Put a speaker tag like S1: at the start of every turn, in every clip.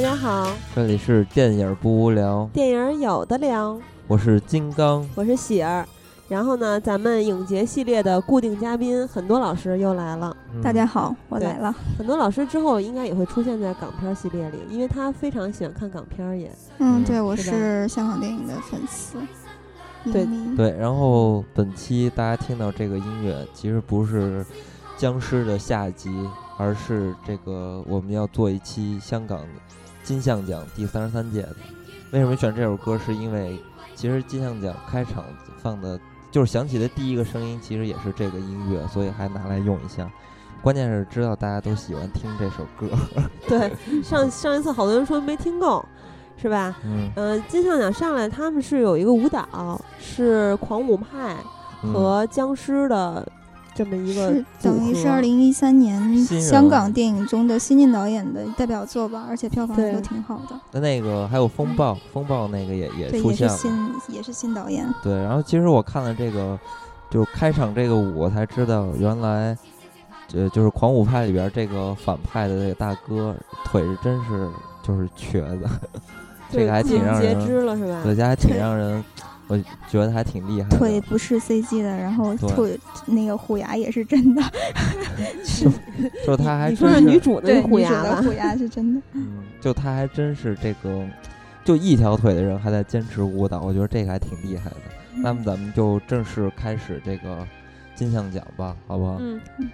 S1: 家好，
S2: 这里是电影不无聊，
S1: 电影有的聊，
S2: 我是金刚。
S1: 我是喜儿。然后呢，咱们影节系列的固定嘉宾很多老师又来了，
S2: 嗯
S3: 大家好，我
S1: 对
S3: 来了。
S1: 很多老师之后应该也会出现在港片系列里，因为他非常喜欢看港片 儿也。
S3: 嗯，
S2: 嗯
S3: 对，我
S1: 是吧
S3: 是香港电影的粉丝。
S1: 对
S3: 影迷，
S2: 对，然后本期大家听到这个音乐，其实不是僵尸的下集，而是这个我们要做一期香港金像奖第三十三届的。为什么选这首歌？是因为其实金像奖开场放的，就是响起的第一个声音，其实也是这个音乐，所以还拿来用一下。关键是知道大家都喜欢听这首歌，
S1: 对，上上一次好多人说没听够，是吧？
S2: 嗯，
S1: 呃，金像奖上来他们是有一个舞蹈，是狂舞派
S2: 嗯
S1: 和僵尸的这么一个
S3: 是等于
S1: 组
S3: 是
S1: 合
S3: 二零一三年
S2: 新人
S3: 香港电影中的新晋导演的代表作吧，而且票房
S1: 对
S3: 也都挺好的。
S2: 那那个还有风
S1: 嗯
S2: 暴，风暴那个也也
S3: 对，
S2: 出
S3: 也
S2: 现
S3: 是
S2: 了。
S3: 新，也是新导演。
S2: 对，然后其实我看了这个，就开场这个舞，我才知道原来，这就是狂舞派里边这个反派的这个大哥腿是真是就是瘸的，
S1: 对
S2: 这个还挺让
S1: 截
S2: 人
S1: 肢了是吧？
S2: 对，这还挺让人，我觉得还挺厉害的。
S3: 腿不是 CG 的，然后
S2: 对
S3: 腿那个虎牙也是真的，
S2: 就他还
S1: 你说
S2: 真
S1: 是
S2: 是
S1: 女，主那
S3: 对，
S1: 个虎
S3: 女
S1: 牙
S3: 主的
S1: 吧？
S3: 虎牙是真的。
S2: 嗯，就他还真是这个，就一条腿的人还在坚持舞蹈，我觉得这个还挺厉害的。
S3: 嗯
S2: 那么咱们就正式开始这个金像奖吧，好不好？
S1: 嗯，
S2: 嗯，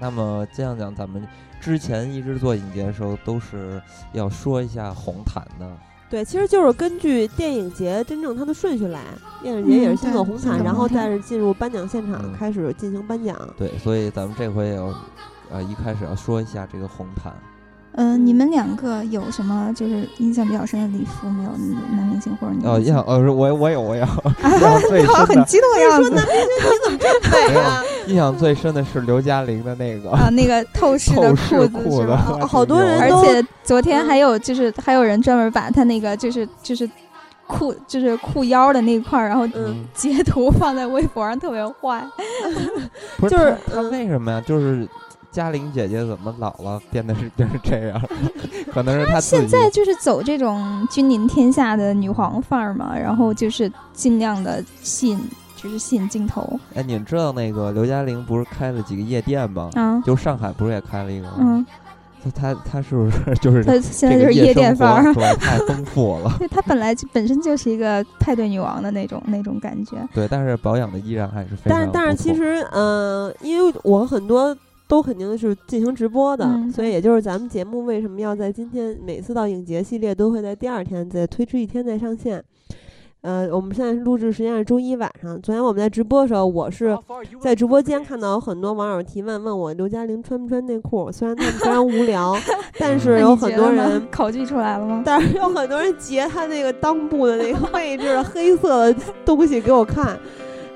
S2: 那么这样讲，咱们之前一直做影节的时候，都是要说一下红毯的。
S1: 对，其实就是根据电影节真正它的顺序来，电影节也是先走
S3: 嗯
S1: 红
S3: 对
S1: 毯，
S3: 先
S1: 然后
S3: 走红毯
S1: 再是进入颁奖现场
S2: 嗯
S1: 开始进行颁奖。
S2: 对，所以咱们这回也要，呃，一开始要说一下这个红毯。
S3: 呃，你们两个有什么就是印象比较深的礼服没有？男明星或者女
S2: 哦，
S3: 明
S2: 要
S3: 星？
S2: 哦，是我我有我
S3: 啊
S2: 有印象最
S3: 好，
S2: 深
S3: 很
S2: 的，
S3: 激动的样子。
S1: 对啊
S2: 呀，印象最深的是刘嘉玲的那个
S3: 啊，那个透视的
S2: 透视
S3: 裤子
S2: 裤
S3: 是
S2: 子
S3: 吧？，哦
S1: 好好多人
S3: 而
S1: 都
S3: 且昨天还有就是还有人专门把他那个就是就是裤就是裤腰的那块儿，然后
S2: 嗯
S1: 嗯，
S3: 截图放在微博上，特别坏。
S2: 不是
S1: 就是
S2: 他他
S1: 嗯
S2: 为什么呀？就是嘉玲姐姐怎么老了变得是变成这样？ 可能是她自己
S3: 现在就是走这种君临天下的女皇范儿嘛，然后就是尽量的吸引，就是吸引镜头
S2: 哎，你们知道那个刘嘉玲不是开了几个夜店吗？
S3: 啊，
S2: 就上海不是也开了一个吗？
S3: 嗯，
S2: 他他他是不是 就是
S3: 她现在
S2: 这
S3: 就
S2: 个
S3: 是夜店
S2: 生活
S3: 范儿。
S2: 主要太丰富了？
S3: 对，她本来就本身就是一个派对女王的那种那种感觉，
S2: 对，但是保养的依然还是非常
S1: 但是但是
S2: 不
S1: 其
S2: 错
S1: 实，嗯、因为我很多都肯定是进行直播的，
S3: 嗯
S1: 所以也就是咱们节目为什么要在今天每次到影节系列都会在第二天再推迟一天再上线。呃，我们现在录制时间是周一晚上。昨天我们在直播的时候，我
S3: 哦
S1: 是在直播间看到有很多网友提问，问我刘嘉玲穿不穿内裤。虽然他们非常无 聊，但
S2: 嗯
S1: 是
S3: 那
S1: 有
S3: 你
S1: 很
S3: 觉
S1: 多
S3: 得呢
S1: 人
S3: 考据出来了吗？
S1: 但是有很多人截他那个裆部的那个位置的黑色的东西给我看，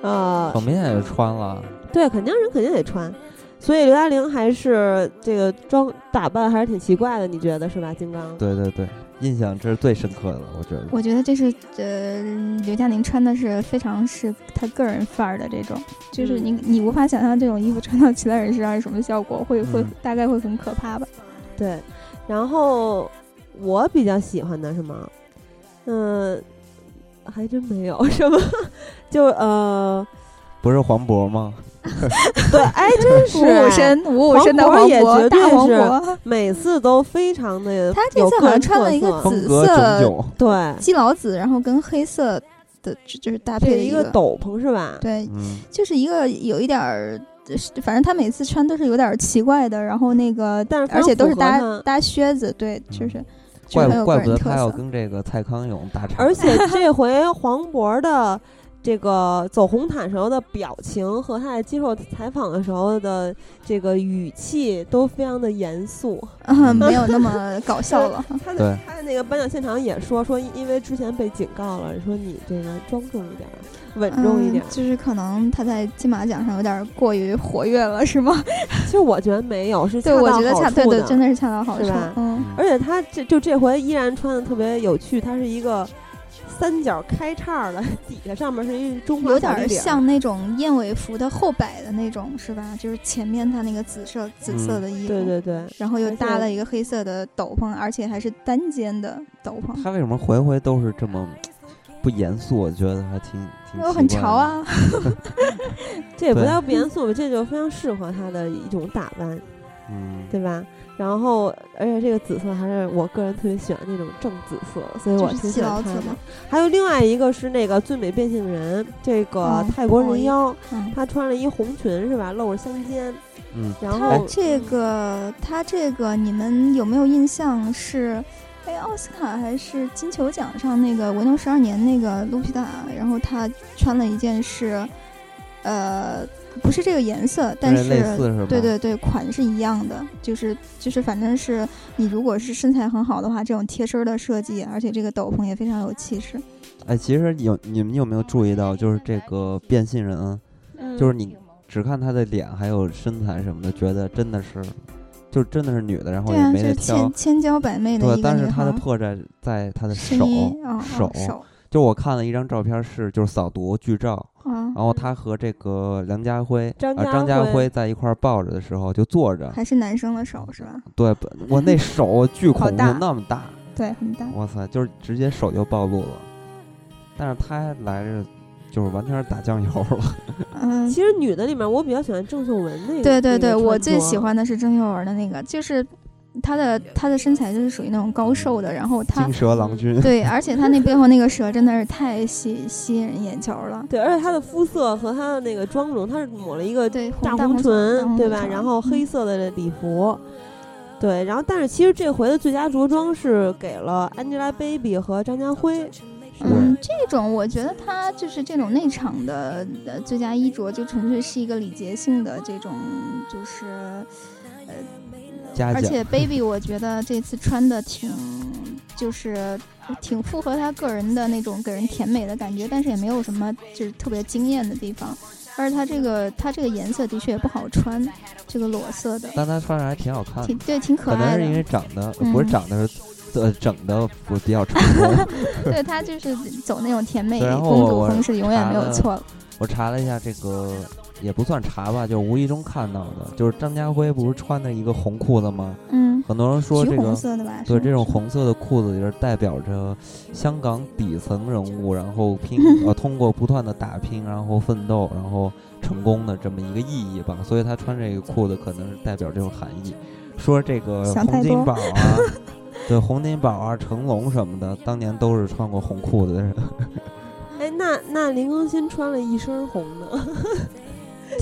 S1: 呃，
S2: 很明显也穿了，
S1: 对，肯定人肯定得穿，所以刘嘉玲还是这个装打扮还是挺奇怪的，你觉得是吧，金刚？
S2: 对对对，印象这是最深刻的，我觉得。
S3: 我觉得这是呃，刘嘉玲穿的是非常是她个人范儿的这种，就是你、你无法想象这种衣服穿到其他人身上是什么效果，会会、
S2: 嗯
S3: 大概会很可怕吧。
S1: 对然后我比较喜欢的是吗？嗯、还真没有 什么，就呃，
S2: 不是黄渤吗？
S1: 对，哎，真 是
S3: 五五身，五五身的
S1: 黄
S3: 黄
S1: 渤也绝
S3: 渤，
S1: 对
S3: 大黄
S1: 是
S3: 渤，
S1: 每次都非常的，
S3: 他这次好像穿了一个紫
S2: 风格炯
S3: 色
S2: 炯，
S1: 对，
S3: 基佬紫，然后跟黑色的就就是搭配
S1: 这
S3: 的
S1: 一
S3: 个
S1: 个斗篷是吧？
S3: 对，
S2: 嗯，
S3: 就是一个有一点儿。就是反正他每次穿都是有点儿奇怪的，然后那个，
S1: 但是非常
S3: 而且都是
S1: 符合
S3: 搭
S1: 他
S3: 搭靴子，对，就是，就
S2: 嗯怪不
S3: 是很有个
S2: 怪不
S3: 人
S2: 得
S3: 特
S2: 他要
S3: 色。
S2: 跟这个蔡康永打场，
S1: 而且这回黄渤的这个走红毯时候的表情和他在接受采访的时候的这个语气都非常的严肃。
S3: 嗯， 没有那么搞笑 了。
S1: 他
S2: 对
S1: 在他的那个颁奖现场也说说，因为之前被警告了，说你这个庄重一点儿，稳重一点儿
S3: 嗯，。就是可能他在金马奖上有点过于活跃了，是 吗？
S1: 其实我觉得没有，是恰
S3: 对，
S1: 到
S3: 我觉得
S1: 好
S3: 恰对
S1: 处
S3: 对，
S1: 的
S3: 真的是恰到好
S1: 是
S3: 处
S1: 吧。
S3: 嗯，
S2: 嗯
S1: 而且他这就这回依然穿的特别有趣，他是一个三角开叉的， 底下上面是一中华
S3: 有
S1: 小
S3: 点
S1: 立
S3: 儿
S1: 领儿
S3: 像那种燕尾服的后摆的那种，是吧？就是前面它那个紫色紫色的衣服，
S1: 嗯对对对，
S3: 然后又
S1: 而且
S3: 搭了一个黑色的斗篷，而且还是单肩的斗篷，
S2: 他为什么回回都是这么不严肃？我觉得还挺挺
S3: 因为很
S2: 奇怪
S3: 潮
S2: 的。
S3: 啊。
S1: 这也不
S2: 对
S1: 叫不严肃吧，这就非常适合他的一种打扮，
S2: 嗯，
S1: 对吧？然后，而且这个紫色还是我个人特别喜欢那种正紫色，所以我
S3: 就是
S1: 挺喜
S3: 细劳
S1: 欢
S3: 子
S1: 它的
S3: 嘛。
S1: 还有另外一个是那个最美变性人，这个
S3: 哦
S1: 泰国
S3: 不好
S1: 人
S3: 意
S1: 妖，
S3: 嗯，
S1: 她穿了一红裙是吧，露着香肩，
S2: 嗯，
S1: 然
S3: 他
S1: 后
S3: 这个他这个你们有没有印象是？哎，奥斯卡还是金球奖上那个《维农十二年》那个露皮达，然后他穿了一件是，呃，不是这个颜色，但
S2: 有
S3: 是
S2: 点类似是吧？
S3: 对，对对，款是一样的，就是就是，反正是你如果是身材很好的话，这种贴身儿的设计，而且这个斗篷也非常有气势。
S2: 哎，其实有你们有没有注意到，就是这个变性人啊，
S3: 嗯
S2: 就是你只看他的脸还有身材什么的，觉得真的是，就真的是女的，然后
S3: 对
S2: 也
S3: 啊，就
S2: 没得
S3: 是
S2: 挑
S3: 千。千娇百媚的
S2: 对，
S3: 一个
S2: 但
S3: 女
S2: 是他
S3: 孩
S2: 的
S3: 儿，
S2: 破绽在他的
S3: 深
S2: 手
S3: 衣啊，
S2: 手
S3: 哦手
S2: 就我看了一张照片是就是扫毒剧照，
S3: 啊，
S2: 然后他和这个梁家辉
S1: 张
S2: 啊
S1: 家
S2: 张家
S1: 辉
S2: 辉在一块儿抱着的时候就坐着，
S3: 还是男生的手是吧？
S2: 对不我那手巨
S3: 好
S2: 恐怖，
S3: 大嗯
S2: 那么大，
S3: 对，很大。
S2: 哇塞，就是直接手就暴露了。但是他来这就是完全是打酱油了，
S3: 嗯，
S1: 其实女的里面，我比较喜欢郑秀文那个。
S3: 对对对，
S1: 那个
S3: 我
S1: 穿
S3: 最
S1: 着
S3: 喜欢的是郑秀文的那个，就是她的她的身材就是属于那种高瘦的，然后她
S2: 金蛇郎君。
S3: 对，而且她那背后那个蛇真的是太吸吸引人眼球了。
S1: 对，而且她的肤色和她的那个妆容，她是抹了一个
S3: 对，红
S1: 大
S3: 大
S1: 红唇，对吧？
S3: 唇
S1: 然后
S3: 嗯
S1: 黑色的礼服，对，然后但是其实这回的最佳着装是给了 Angelababy 和张家辉，
S3: 嗯，这种我觉得他就是这种内场的呃最佳衣着，就纯粹是一个礼节性的这种，就是呃，
S2: 嘉
S3: 而
S2: 奖
S3: 且 Baby 我觉得这次穿的挺就是挺符合他个人的那种给人甜美的感觉，但是也没有什么就是特别惊艳的地方。而且他这个他这个颜色的确也不好穿，这个裸 色的，
S2: 但他穿着还挺好看的
S3: 挺，对，挺可
S2: 啊可能
S3: 爱
S2: 是因
S3: 的。
S2: 为长得
S3: 嗯
S2: 不是长得是。呃，整的我比较成 功。
S3: 对他就是走那种甜美
S2: 对然后
S3: 公主
S2: 我
S3: 风是永远没有
S2: 查了
S3: 错了。
S2: 我查了一下，这个也不算查吧，就无意中看到的，就是张家辉不是穿的一个红裤子吗？
S3: 嗯，
S2: 很多人说
S3: 橘
S2: 这
S3: 红
S2: 个
S3: 色的吧？
S2: 对，
S3: 是
S2: 这种红色的裤子就是代表着香港底层人物，然后 拼呃通过不断的打拼，然后奋斗，然后成功的这么一个意义吧。所以他穿这个裤子可能是代表这种含义。说这个
S3: 想太
S2: 洪金
S3: 多
S2: 宝啊， 对洪金宝啊、成龙什么的，当年都是穿过红裤子的人。
S1: 哎，那那林更新穿了一身红的，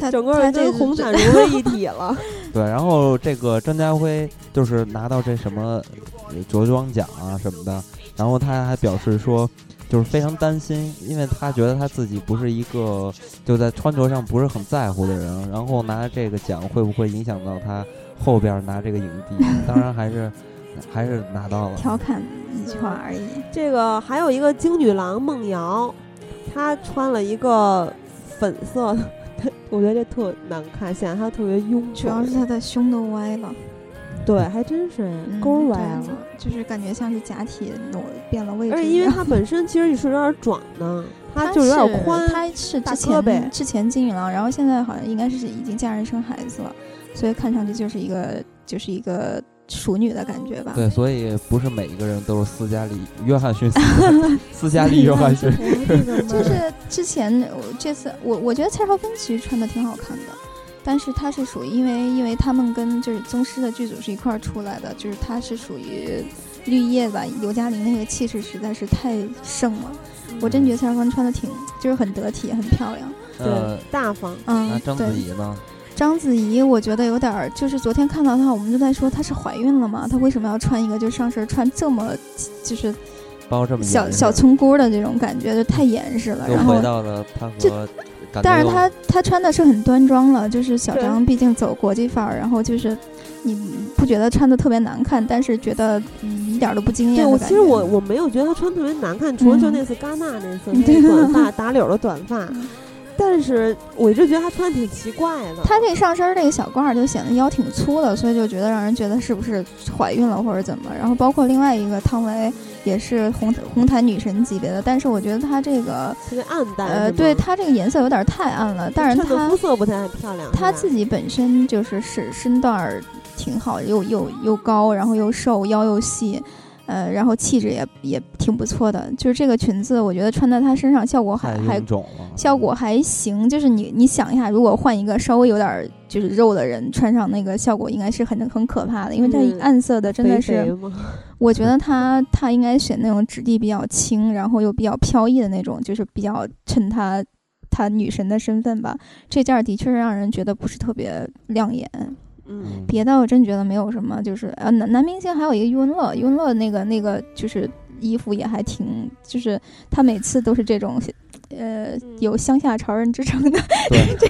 S3: 他
S1: 整个
S3: 他
S1: 人
S3: 这
S1: 跟
S3: 个
S1: 红毯融为一体了。
S2: 对，然后这个张家辉就是拿到这什么呃着装奖啊什么的，然后他还表示说，就是非常担心，因为他觉得他自己不是一个就在穿着上不是很在乎的人，然后拿这个奖会不会影响到他后边拿这个影帝？当然还是还是拿到了，
S3: 调侃一句话而已。
S1: 这个还有一个京女郎梦瑶，她穿了一个粉色的，我觉得这特难看，显得她特别臃
S3: 主要
S1: 肿
S3: 是。他的胸都歪了，
S1: 对，还真是哎
S3: 嗯
S1: 勾
S3: 对
S1: 歪了。
S3: 就是感觉像是假体挪变了位置。
S1: 而且因为她本身其实是有点壮 的，她就是有点宽。
S3: 他是
S1: 大
S3: 之
S1: 胳膊
S3: 前之前金鱼郎，然后现在好像应该是已经嫁人生孩子了，所以看上去就是一个就是一个熟女的感觉吧。
S2: 对，所以不是每一个人都是斯嘉丽约翰逊斯 嘉斯嘉丽约翰逊。
S1: 就
S3: 就是之前我这次我我觉得蔡少芬其实穿的挺好看的，但是她是属于因为因为他们跟就是宗师的剧组是一块儿出来的，就是她是属于绿叶吧，刘嘉玲那个气势实在是太盛了，我真觉
S2: 嗯
S3: 得蔡少芬穿的挺就是很得体，很漂亮。
S2: 呃
S1: 对，大方。
S2: 那
S3: 嗯，
S2: 章子
S3: 对，
S2: 怡呢？
S3: 章子怡我觉得有点儿，就是昨天看到她，我们就在说她是怀孕了吗？她为什么要穿一个就上身穿这么就是
S2: 包这么
S3: 小
S2: 严
S3: 小
S2: 实
S3: 村姑的这种感觉，就太严实了。
S2: 又
S3: 然后
S2: 回到了他
S3: 这
S2: 和感觉
S3: 但是
S2: 又
S3: 他他穿的是很端庄了，就是小
S1: 对
S3: 张毕竟走国际范儿，然后就是你不觉得穿的特别难看，但是觉得嗯一点儿都不惊艳
S1: 对
S3: 的
S1: 我
S3: 感
S1: 其实
S3: 觉
S1: 我我没有觉得她穿特别难看，除了就
S3: 嗯
S1: 那次戛纳那次，
S3: 嗯
S1: 那短发打绺儿的短发
S3: 嗯，
S1: 但是我一直觉得她穿的挺奇怪的。
S3: 她这上身儿这个小褂儿就显得腰挺粗的，所以就觉得让人觉得是不是怀孕了或者怎么。然后包括另外一个汤唯也是红红毯女神级别的，但是我觉得她这个
S1: 特别暗淡，
S3: 呃，
S1: 是吗嗯
S3: 对，她这个颜色有点太暗了，但是
S1: 衬的
S3: 她
S1: 肤色不太漂亮。
S3: 她
S1: 是吧
S3: 自己本身就是是身段儿挺好，又又又高，然后又瘦，腰又细，呃，然后气质也也挺不错的。就是这个裙子，我觉得穿在她身上效果
S1: 哎
S3: 还
S2: 太
S3: 还
S2: 臃肿了，
S3: 效果还行。就是你你想一下，如果换一个稍微有点儿就是肉的人穿上那个效果，应该是很很可怕的，因为它
S1: 嗯
S3: 暗色的真的
S1: 肥
S3: 是。
S1: 肥 吗
S3: 我觉得她她应该选那种质地比较轻，然后又比较飘逸的那种，就是比较衬她她女神的身份吧。这件儿的确是让人觉得不是特别亮眼，
S1: 嗯，
S2: 嗯
S3: 别的我真觉得没有什么。就是呃，男男明星还有一个余文乐，余文乐那个那个就是衣服也还挺，就是他每次都是这种。呃，
S1: 嗯
S3: 有乡下潮人之称的，
S2: 对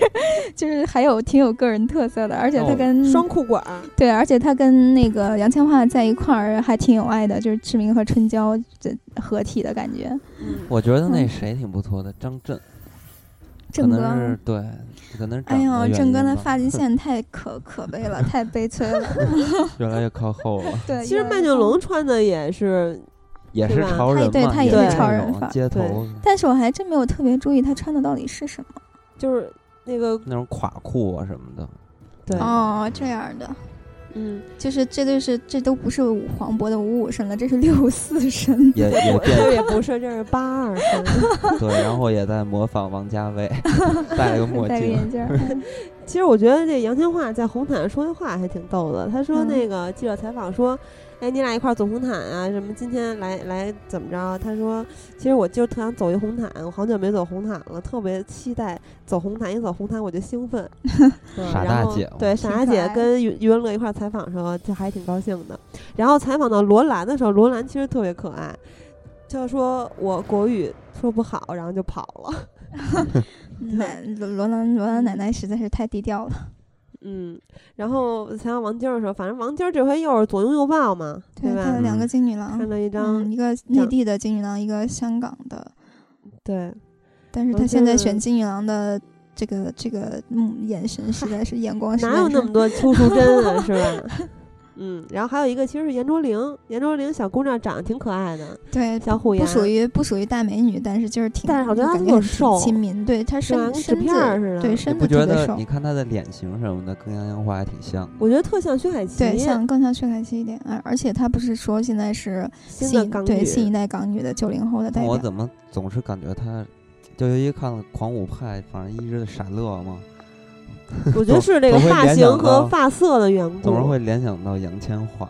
S3: 就是还有挺有个人特色的，而且他
S2: 哦
S3: 跟
S1: 双裤管儿，
S3: 对，而且他跟那个杨千嬅在一块儿还挺有爱的，就是志明和春娇这合体的感觉。
S1: 嗯，
S2: 我觉得那
S3: 嗯
S2: 谁挺不错的，张震，可
S3: 郑哥，
S2: 能是对，可能是
S3: 哎呦，郑
S2: 郑
S3: 哥的发际线太可可悲了，太悲催了。
S2: 越来越靠后 了，
S3: 对，
S1: 其实
S3: 越来
S1: 曼
S3: 越
S1: 秀
S3: 高
S1: 龙穿的也是，
S2: 也是
S1: 是吧
S2: 潮人
S3: 他也
S2: 嘛，
S3: 对他
S2: 也
S1: 也是
S2: 那
S1: 潮
S3: 人
S2: 种
S3: 范儿
S2: 街
S1: 对
S2: 头
S3: 但是我还真没有特别注意他穿的到底是什么。
S1: 就是那个
S2: 那种垮裤啊什么 的，
S1: 对，
S3: 哦，这样的，
S1: 嗯，
S3: 就是这就是这都不是五黄渤的五五身了，这是六四身。
S2: 也也
S1: 我
S2: 变
S1: 这也不是，这是八二三。
S2: 对，然后也在模仿王家卫， 戴了个墨
S3: 戴个
S2: 镜，
S3: 眼镜儿，嗯
S1: 其实我觉得这杨千嬅在红毯上说的话还挺逗的。她说
S3: 嗯
S1: 那个记者采访说：“哎，你俩一块儿走红毯啊？什么今天来来怎么着？”啊她说：“其实我就是特想走一红毯，我好久没走红毯了，特别期待走红毯。一走红毯我就兴奋。嗯
S2: 傻
S1: 然
S2: 大
S1: 后
S2: 姐哦
S1: 对傻大姐
S3: 挺可爱
S1: 跟余余文乐一块儿采访的时候，就还挺高兴的。然后采访到罗兰的时候，罗兰其实特别可爱，就说我国语说不好，然后就跑了。
S3: 奶罗罗兰罗兰奶奶实在是太低调了。
S1: 嗯，然后采访王晶儿的时候，反正王晶儿这回又是左拥右抱嘛，
S3: 对，
S1: 吧？
S3: 她有两
S2: 嗯
S3: 个金女郎
S1: 看，到一张、
S3: 嗯，一个内地的金鱼郎，一个香港的，
S1: 对，
S3: 但是
S1: 我
S3: 他
S1: 觉
S3: 现在
S1: 得
S3: 选金鱼郎的这个这个嗯眼神实在是眼 光实在
S1: 哪有那
S3: 是
S1: 么多邱淑贞啊，是 吧？嗯，然后还有一个其实是严卓玲，严卓玲小姑娘长得挺可爱的，
S3: 对。
S1: 小虎牙，
S3: 不属于不属于大美女，但是就是挺，
S1: 但是我觉得她
S3: 感
S1: 特别
S3: 挺
S1: 瘦
S3: 亲民，对她
S1: 是吧跟
S3: 身
S1: 纸
S3: 身
S1: 片儿
S3: 子，
S1: 似的。
S3: 对
S2: 你
S3: 身
S2: 不
S3: 子
S2: 觉
S3: 特别
S2: 得？
S3: 瘦
S2: 你，看她的脸型什么的，跟杨千嬅还挺像。
S1: 我觉得特像薛凯琪，
S3: 对，像更像薛凯琪一点，而而且她不是说现在是
S1: 新的
S3: 新
S1: 港
S3: 对
S1: 女，
S3: 新一代港女的九零后的代
S2: 但
S3: 表
S2: 我，怎么总是感觉她，就由于看了《狂舞派》，反正一直在傻乐嘛，
S1: 我觉得是这个
S2: 总会
S1: 发
S2: 联
S1: 型
S2: 想
S1: 和
S2: 到
S1: 发色的缘故，
S2: 总是会联想到杨千 嬅，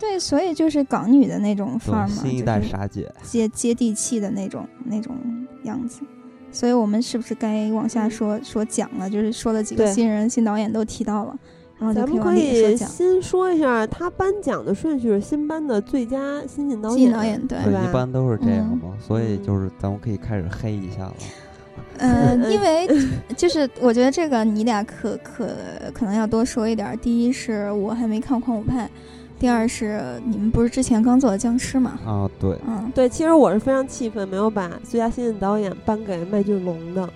S3: 对，所以就是港女的那种范
S2: 对，
S3: 儿嘛，
S2: 新一
S3: 就
S2: 代
S3: 是
S2: 傻姐。
S3: 接接地气的那种那种样子。所以我们是不是该往下说说讲了？就是说了几
S1: 嗯
S3: 个
S1: 对
S3: 新人、新导演都提到了，然后哦就
S1: 咱
S3: 可以
S1: 们
S3: 往
S1: 可
S3: 里说
S1: 以
S3: 讲。
S1: 先说一下他颁奖的顺序，是新颁的最佳新晋导演。
S3: 新导演对，
S1: 对吧
S2: 一般都是这样
S3: 嗯
S2: 嘛，所以
S1: 嗯
S2: 就是咱们可以开始黑一下了。
S3: 嗯、
S1: 嗯
S3: 因为 就是我觉得这个你俩可可可能要多说一点儿。第一是我还没看《狂舞派》，第二是你们不是之前刚做的《僵尸》嘛？
S2: 啊，对，
S3: 嗯，
S1: 对，其实我是非常气愤，没有把最佳新晋导演颁给麦浚龙的。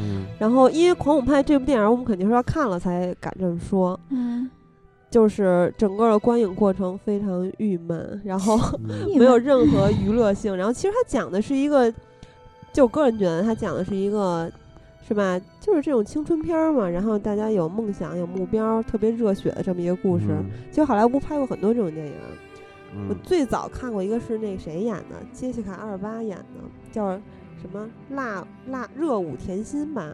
S2: 嗯，
S1: 然后，因为《狂舞派》这部电影，我们肯定是要看了才敢这么说。
S3: 嗯，
S1: 就是整个的观影过程非常郁闷，然后
S2: 嗯
S3: 你
S1: 没有
S3: 们
S1: 任何娱乐性。然后，其实它讲的是一个，就我个人觉得它讲的是一个，是吧？就是这种青春片儿嘛。然后大家有梦想、有目标，特别热血的这么一个故事。其实好莱坞拍过很多这种电影，
S2: 嗯，
S1: 我
S2: 嗯
S1: 最早看过一个是那谁演的，杰西卡·阿尔巴演的，叫什么辣辣热舞甜心吧？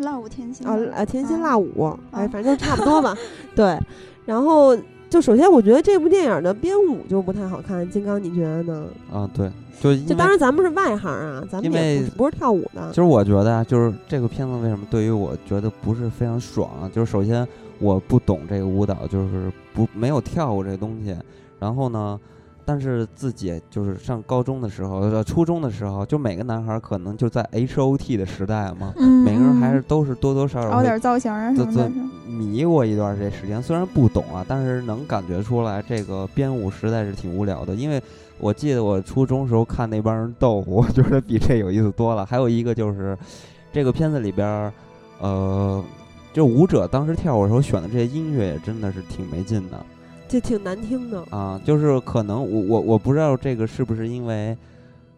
S3: 辣舞甜心
S1: 啊
S3: 嘛
S1: 呃，甜心
S3: 嗯
S1: 辣舞，哎，反正就差不多 吧。对，然后就首先我觉得这部电影的编舞就不太好看，金刚你觉得呢？
S2: 啊，对，就因
S1: 就
S2: 为
S1: 当然咱们是外行啊，咱们
S2: 因
S1: 也不
S2: 为
S1: 是不是跳舞的
S2: 其，实我觉得啊，就是这个片子为什么对于我觉得不是非常爽啊，就是首先我不懂这个舞蹈，就是不没有跳过这个东西。然后呢，但是自己就是上高中的时候，呃，初中的时候，就每个男孩儿可能就在 H O T 的时代嘛，
S3: 嗯，
S2: 每个人还
S3: 嗯
S2: 是都是多多少少
S3: 熬
S2: 会
S3: 点儿造型啊
S2: 这
S3: 什么的
S2: 这
S3: 是吧。
S2: 迷过一段这时间，虽然不懂啊，但是能感觉出来这个编舞实在是挺无聊的。因为我记得我初中时候看那帮人斗舞，我觉得比这有意思多了。还有一个就是
S4: 这个片子里边儿，呃，
S2: 就舞者当时跳舞的时候选的这些音乐也真的是挺没劲的
S1: 这挺难听的。
S2: 啊，就是可能我我我不知道这个是不是因为，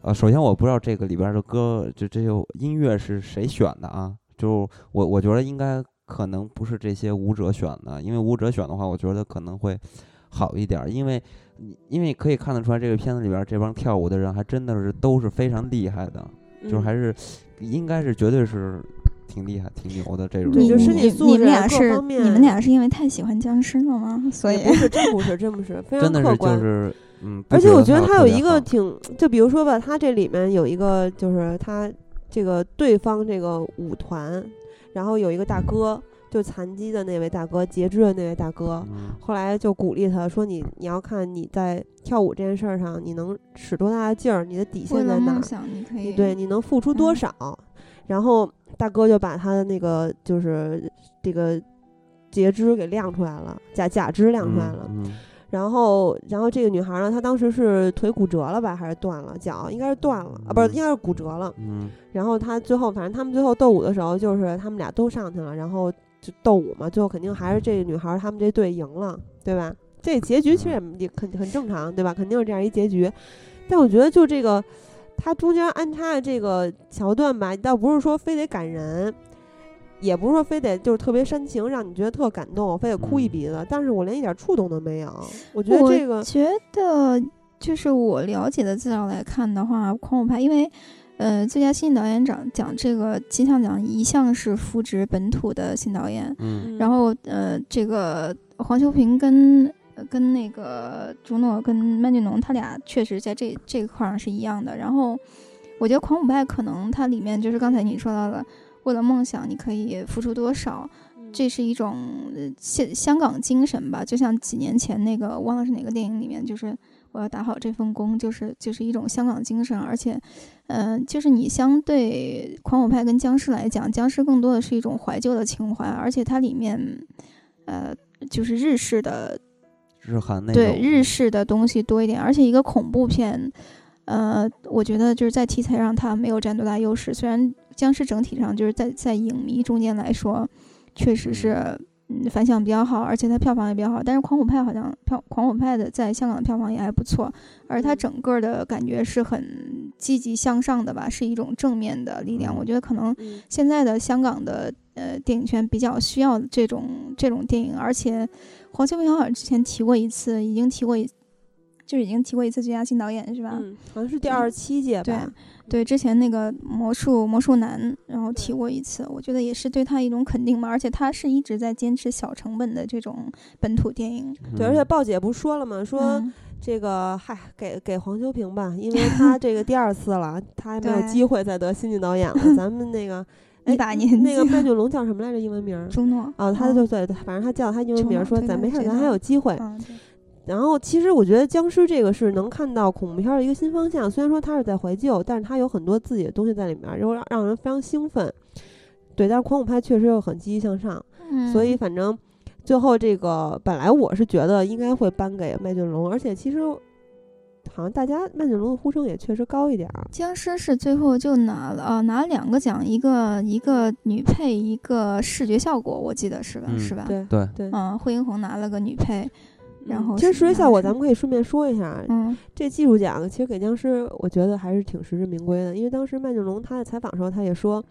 S2: 呃，首先我不知道这个里边的歌就这些音乐是谁选的啊，就我我觉得应该可能不是这些舞者选的，因为舞者选的话，我觉得可能会好一点儿，因为因为可以看得出来这个片子里边这帮跳舞的人还真的是都是非常厉害的，就是
S1: 嗯
S2: 还是应该是绝对是挺厉害、挺牛的这种人。
S1: 对
S3: 你
S1: 就身体
S3: 你
S1: 素
S3: 你
S1: 质
S3: 们俩
S1: 各
S3: 是
S1: 方面
S3: 你们俩是因为太喜欢僵尸了吗？所以
S1: 也不是，真不是，真不 是，非
S2: 真
S1: 常
S2: 的
S1: 客
S2: 是就
S1: 观。
S2: 是嗯，不
S1: 而且我觉得
S2: 他
S1: 他有一个
S2: 特别
S1: 挺，就比如说吧，他这里面有一个就是他这个对方这个舞团，然后有一个大哥，就残疾的那位大哥，截肢的那位大哥
S2: 好，嗯
S1: 后来就鼓励他说你：“你要看你在跳舞这件事儿上，你能使多大的劲儿，你的底
S3: 为
S1: 线在
S3: 了
S1: 哪
S3: 梦
S1: 儿？
S3: 想，你可
S1: 你
S3: 以
S1: 对，你能付出多
S3: 嗯
S1: 少？”然后大哥就把他的那个就是这个截肢给亮出来了，假假肢亮出来了。
S2: 嗯嗯
S1: 然后，然后这个女孩呢，她当时是腿骨折了吧，还是断了脚？应该是断了啊，不是，
S2: 嗯
S1: 应该是骨折了。
S2: 嗯，
S1: 然后她最后，反正他们最后斗舞的时候，就是他们俩都上去了，然后就斗舞嘛，最后肯定还是这个女孩儿他们这队赢了，对吧？这结局其实也
S3: 嗯
S1: 也很很正常，对吧？肯定是这样一结局。但我觉得就这个，它中间安插的这个桥段吧，倒不是说非得感人，也不是说非得就是特别煽情，让你觉得特感动，非得哭一
S2: 嗯
S1: 鼻子。但是我连一点触动都没有。我觉得
S3: 我
S1: 这个，
S3: 觉得就是我了解的资料来看的话，《狂舞派》因为呃，最佳新导演奖奖这个金像奖一向是扶植本土的新导演，
S2: 嗯
S1: 嗯
S3: 然后呃，这个黄修平跟呃跟那个朱诺跟麦浚龙他俩确实在这这一块儿是一样的。然后我觉得《狂舞派》可能它里面就是刚才你说到的，为了梦想你可以付出多少，这是一种呃香香港精神吧。就像几年前那个忘了是哪个电影里面，就是我要打好这份工，就是就是一种香港精神。而且，呃，就是你相对狂舞派跟僵尸来讲，僵尸更多的是一种怀旧的情怀，而且它里面，呃，就是日式的
S2: 日韩那
S3: 对
S2: 种嗯
S3: 日式的东西多一点，而且一个恐怖片，呃，我觉得就是在题材上它没有占多大优势。虽然僵尸整体上就是在在影迷中间来说，确实是嗯反响比较好，而且它票房也比较好。但是狂舞派好像票狂舞派的在香港的票房也还不错，而它
S1: 嗯
S3: 整个的感觉是很积极向上的吧，是一种正面的力量。我觉得可能
S1: 嗯
S3: 现在的香港的呃电影圈比较需要这种这种电影，而且黄秋明好像之前提过一次，已经提过一，就是已经提过一次最佳新导演是吧？
S1: 嗯，好像是第二十七届
S3: 对
S1: 吧？
S3: 对，之前那个魔术魔术男，然后提过一次，我觉得也是对他一种肯定嘛，而且他是一直在坚持小成本的这种本土电影，
S2: 嗯
S1: 对，而且鲍姐不说了吗？说
S3: 嗯
S1: 这个嗨，给给黄修平吧，因为他这个第二次了，他还没有
S3: 对
S1: 机会再得新晋导演 了。咱们那个，哎，
S3: 一把年
S1: 那个
S3: 纪
S1: 麦浚龙叫什么来着？英文名儿？
S3: 朱诺嗯
S1: 哦，他就对，反正他叫他英文
S3: 冲
S1: 名儿，
S3: 浪
S1: 说
S3: 对
S1: 咱没
S3: 对
S1: 事儿，
S3: 知
S1: 咱还
S3: 道
S1: 有机会。
S3: 嗯，对
S1: 然后其实我觉得僵尸这个是能看到恐怖片儿的一个新方向，虽然说它是在怀旧，但是它有很多自己的东西在里面儿，然后让让人非常兴奋。对，但是狂舞派确实又很积极向上，
S3: 嗯
S1: 所以反正最后这个本来我是觉得应该会颁给麦浚龙，而且其实好像大家麦浚龙的呼声也确实高一点儿。
S3: 僵尸是最后就拿了啊、拿了两个奖，一个一个女配，一个视觉效果，我记得是吧？
S2: 嗯
S3: 是吧？
S1: 对
S2: 对
S1: 对，
S3: 嗯，惠英红拿了个女配，然
S1: 嗯
S3: 后
S1: 其实
S3: 是
S1: 视觉
S3: 拿
S1: 效果
S3: 是
S1: 咱们可以顺便说一下，
S3: 嗯
S1: 这技术奖其实给僵尸，我觉得还是挺实至名归的，因为当时麦浚龙他在采访的时候，他也说，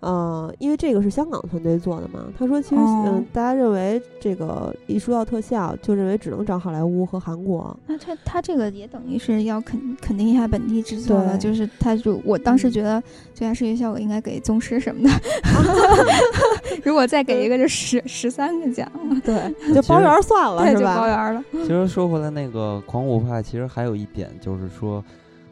S1: 呃，因为这个是香港团队做的嘛，他说其实嗯、
S3: 哦
S1: 大家认为这个一说到特效，就认为只能找好莱坞和韩 国，
S3: 那他他这个也等于是要肯肯定一下本地制作了，
S1: 对
S3: 就是他就我当时
S1: 嗯
S3: 觉得最佳视觉效果应该给宗师什么的， 如果再给一个就十十三个奖了，
S1: 对， 就
S2: 其
S1: 包
S2: 实
S1: 圆儿算了
S3: 对，
S1: 是
S3: 就包
S1: 吧？
S3: 圆儿了。
S2: 其实说回来，那个狂舞派其实还有一点就是说，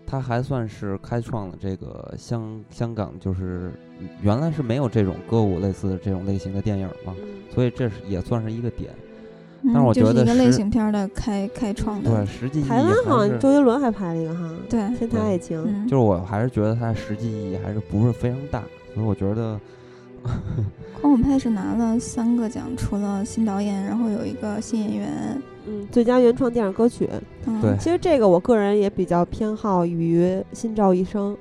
S2: 它还算是开创了这个香香港，就是嗯原来是没有这种歌舞类似的这种类型的电影嘛，
S1: 嗯
S2: 所以这是也算是一个点。
S3: 嗯
S2: 但是我
S3: 就
S2: 觉
S3: 是
S2: 得
S3: 一个类
S2: 是
S3: 型片儿的开开创的
S2: 对，，实际意义
S1: 台湾好
S2: 还
S1: 像
S2: 是
S1: 周杰伦还拍了一个哈，
S3: 对，
S1: 《天台
S2: 对
S1: 爱情》
S3: 嗯，
S2: 就是我还是觉得它实际意义还是不是非常大，所以我觉得
S3: 狂舞派是拿了三个奖，除了新导演，然后有一个新演员。
S1: 嗯，最佳原创电影歌曲，
S3: 嗯，
S2: 对
S1: 其实这个我个人也比较偏好于《心照一生》，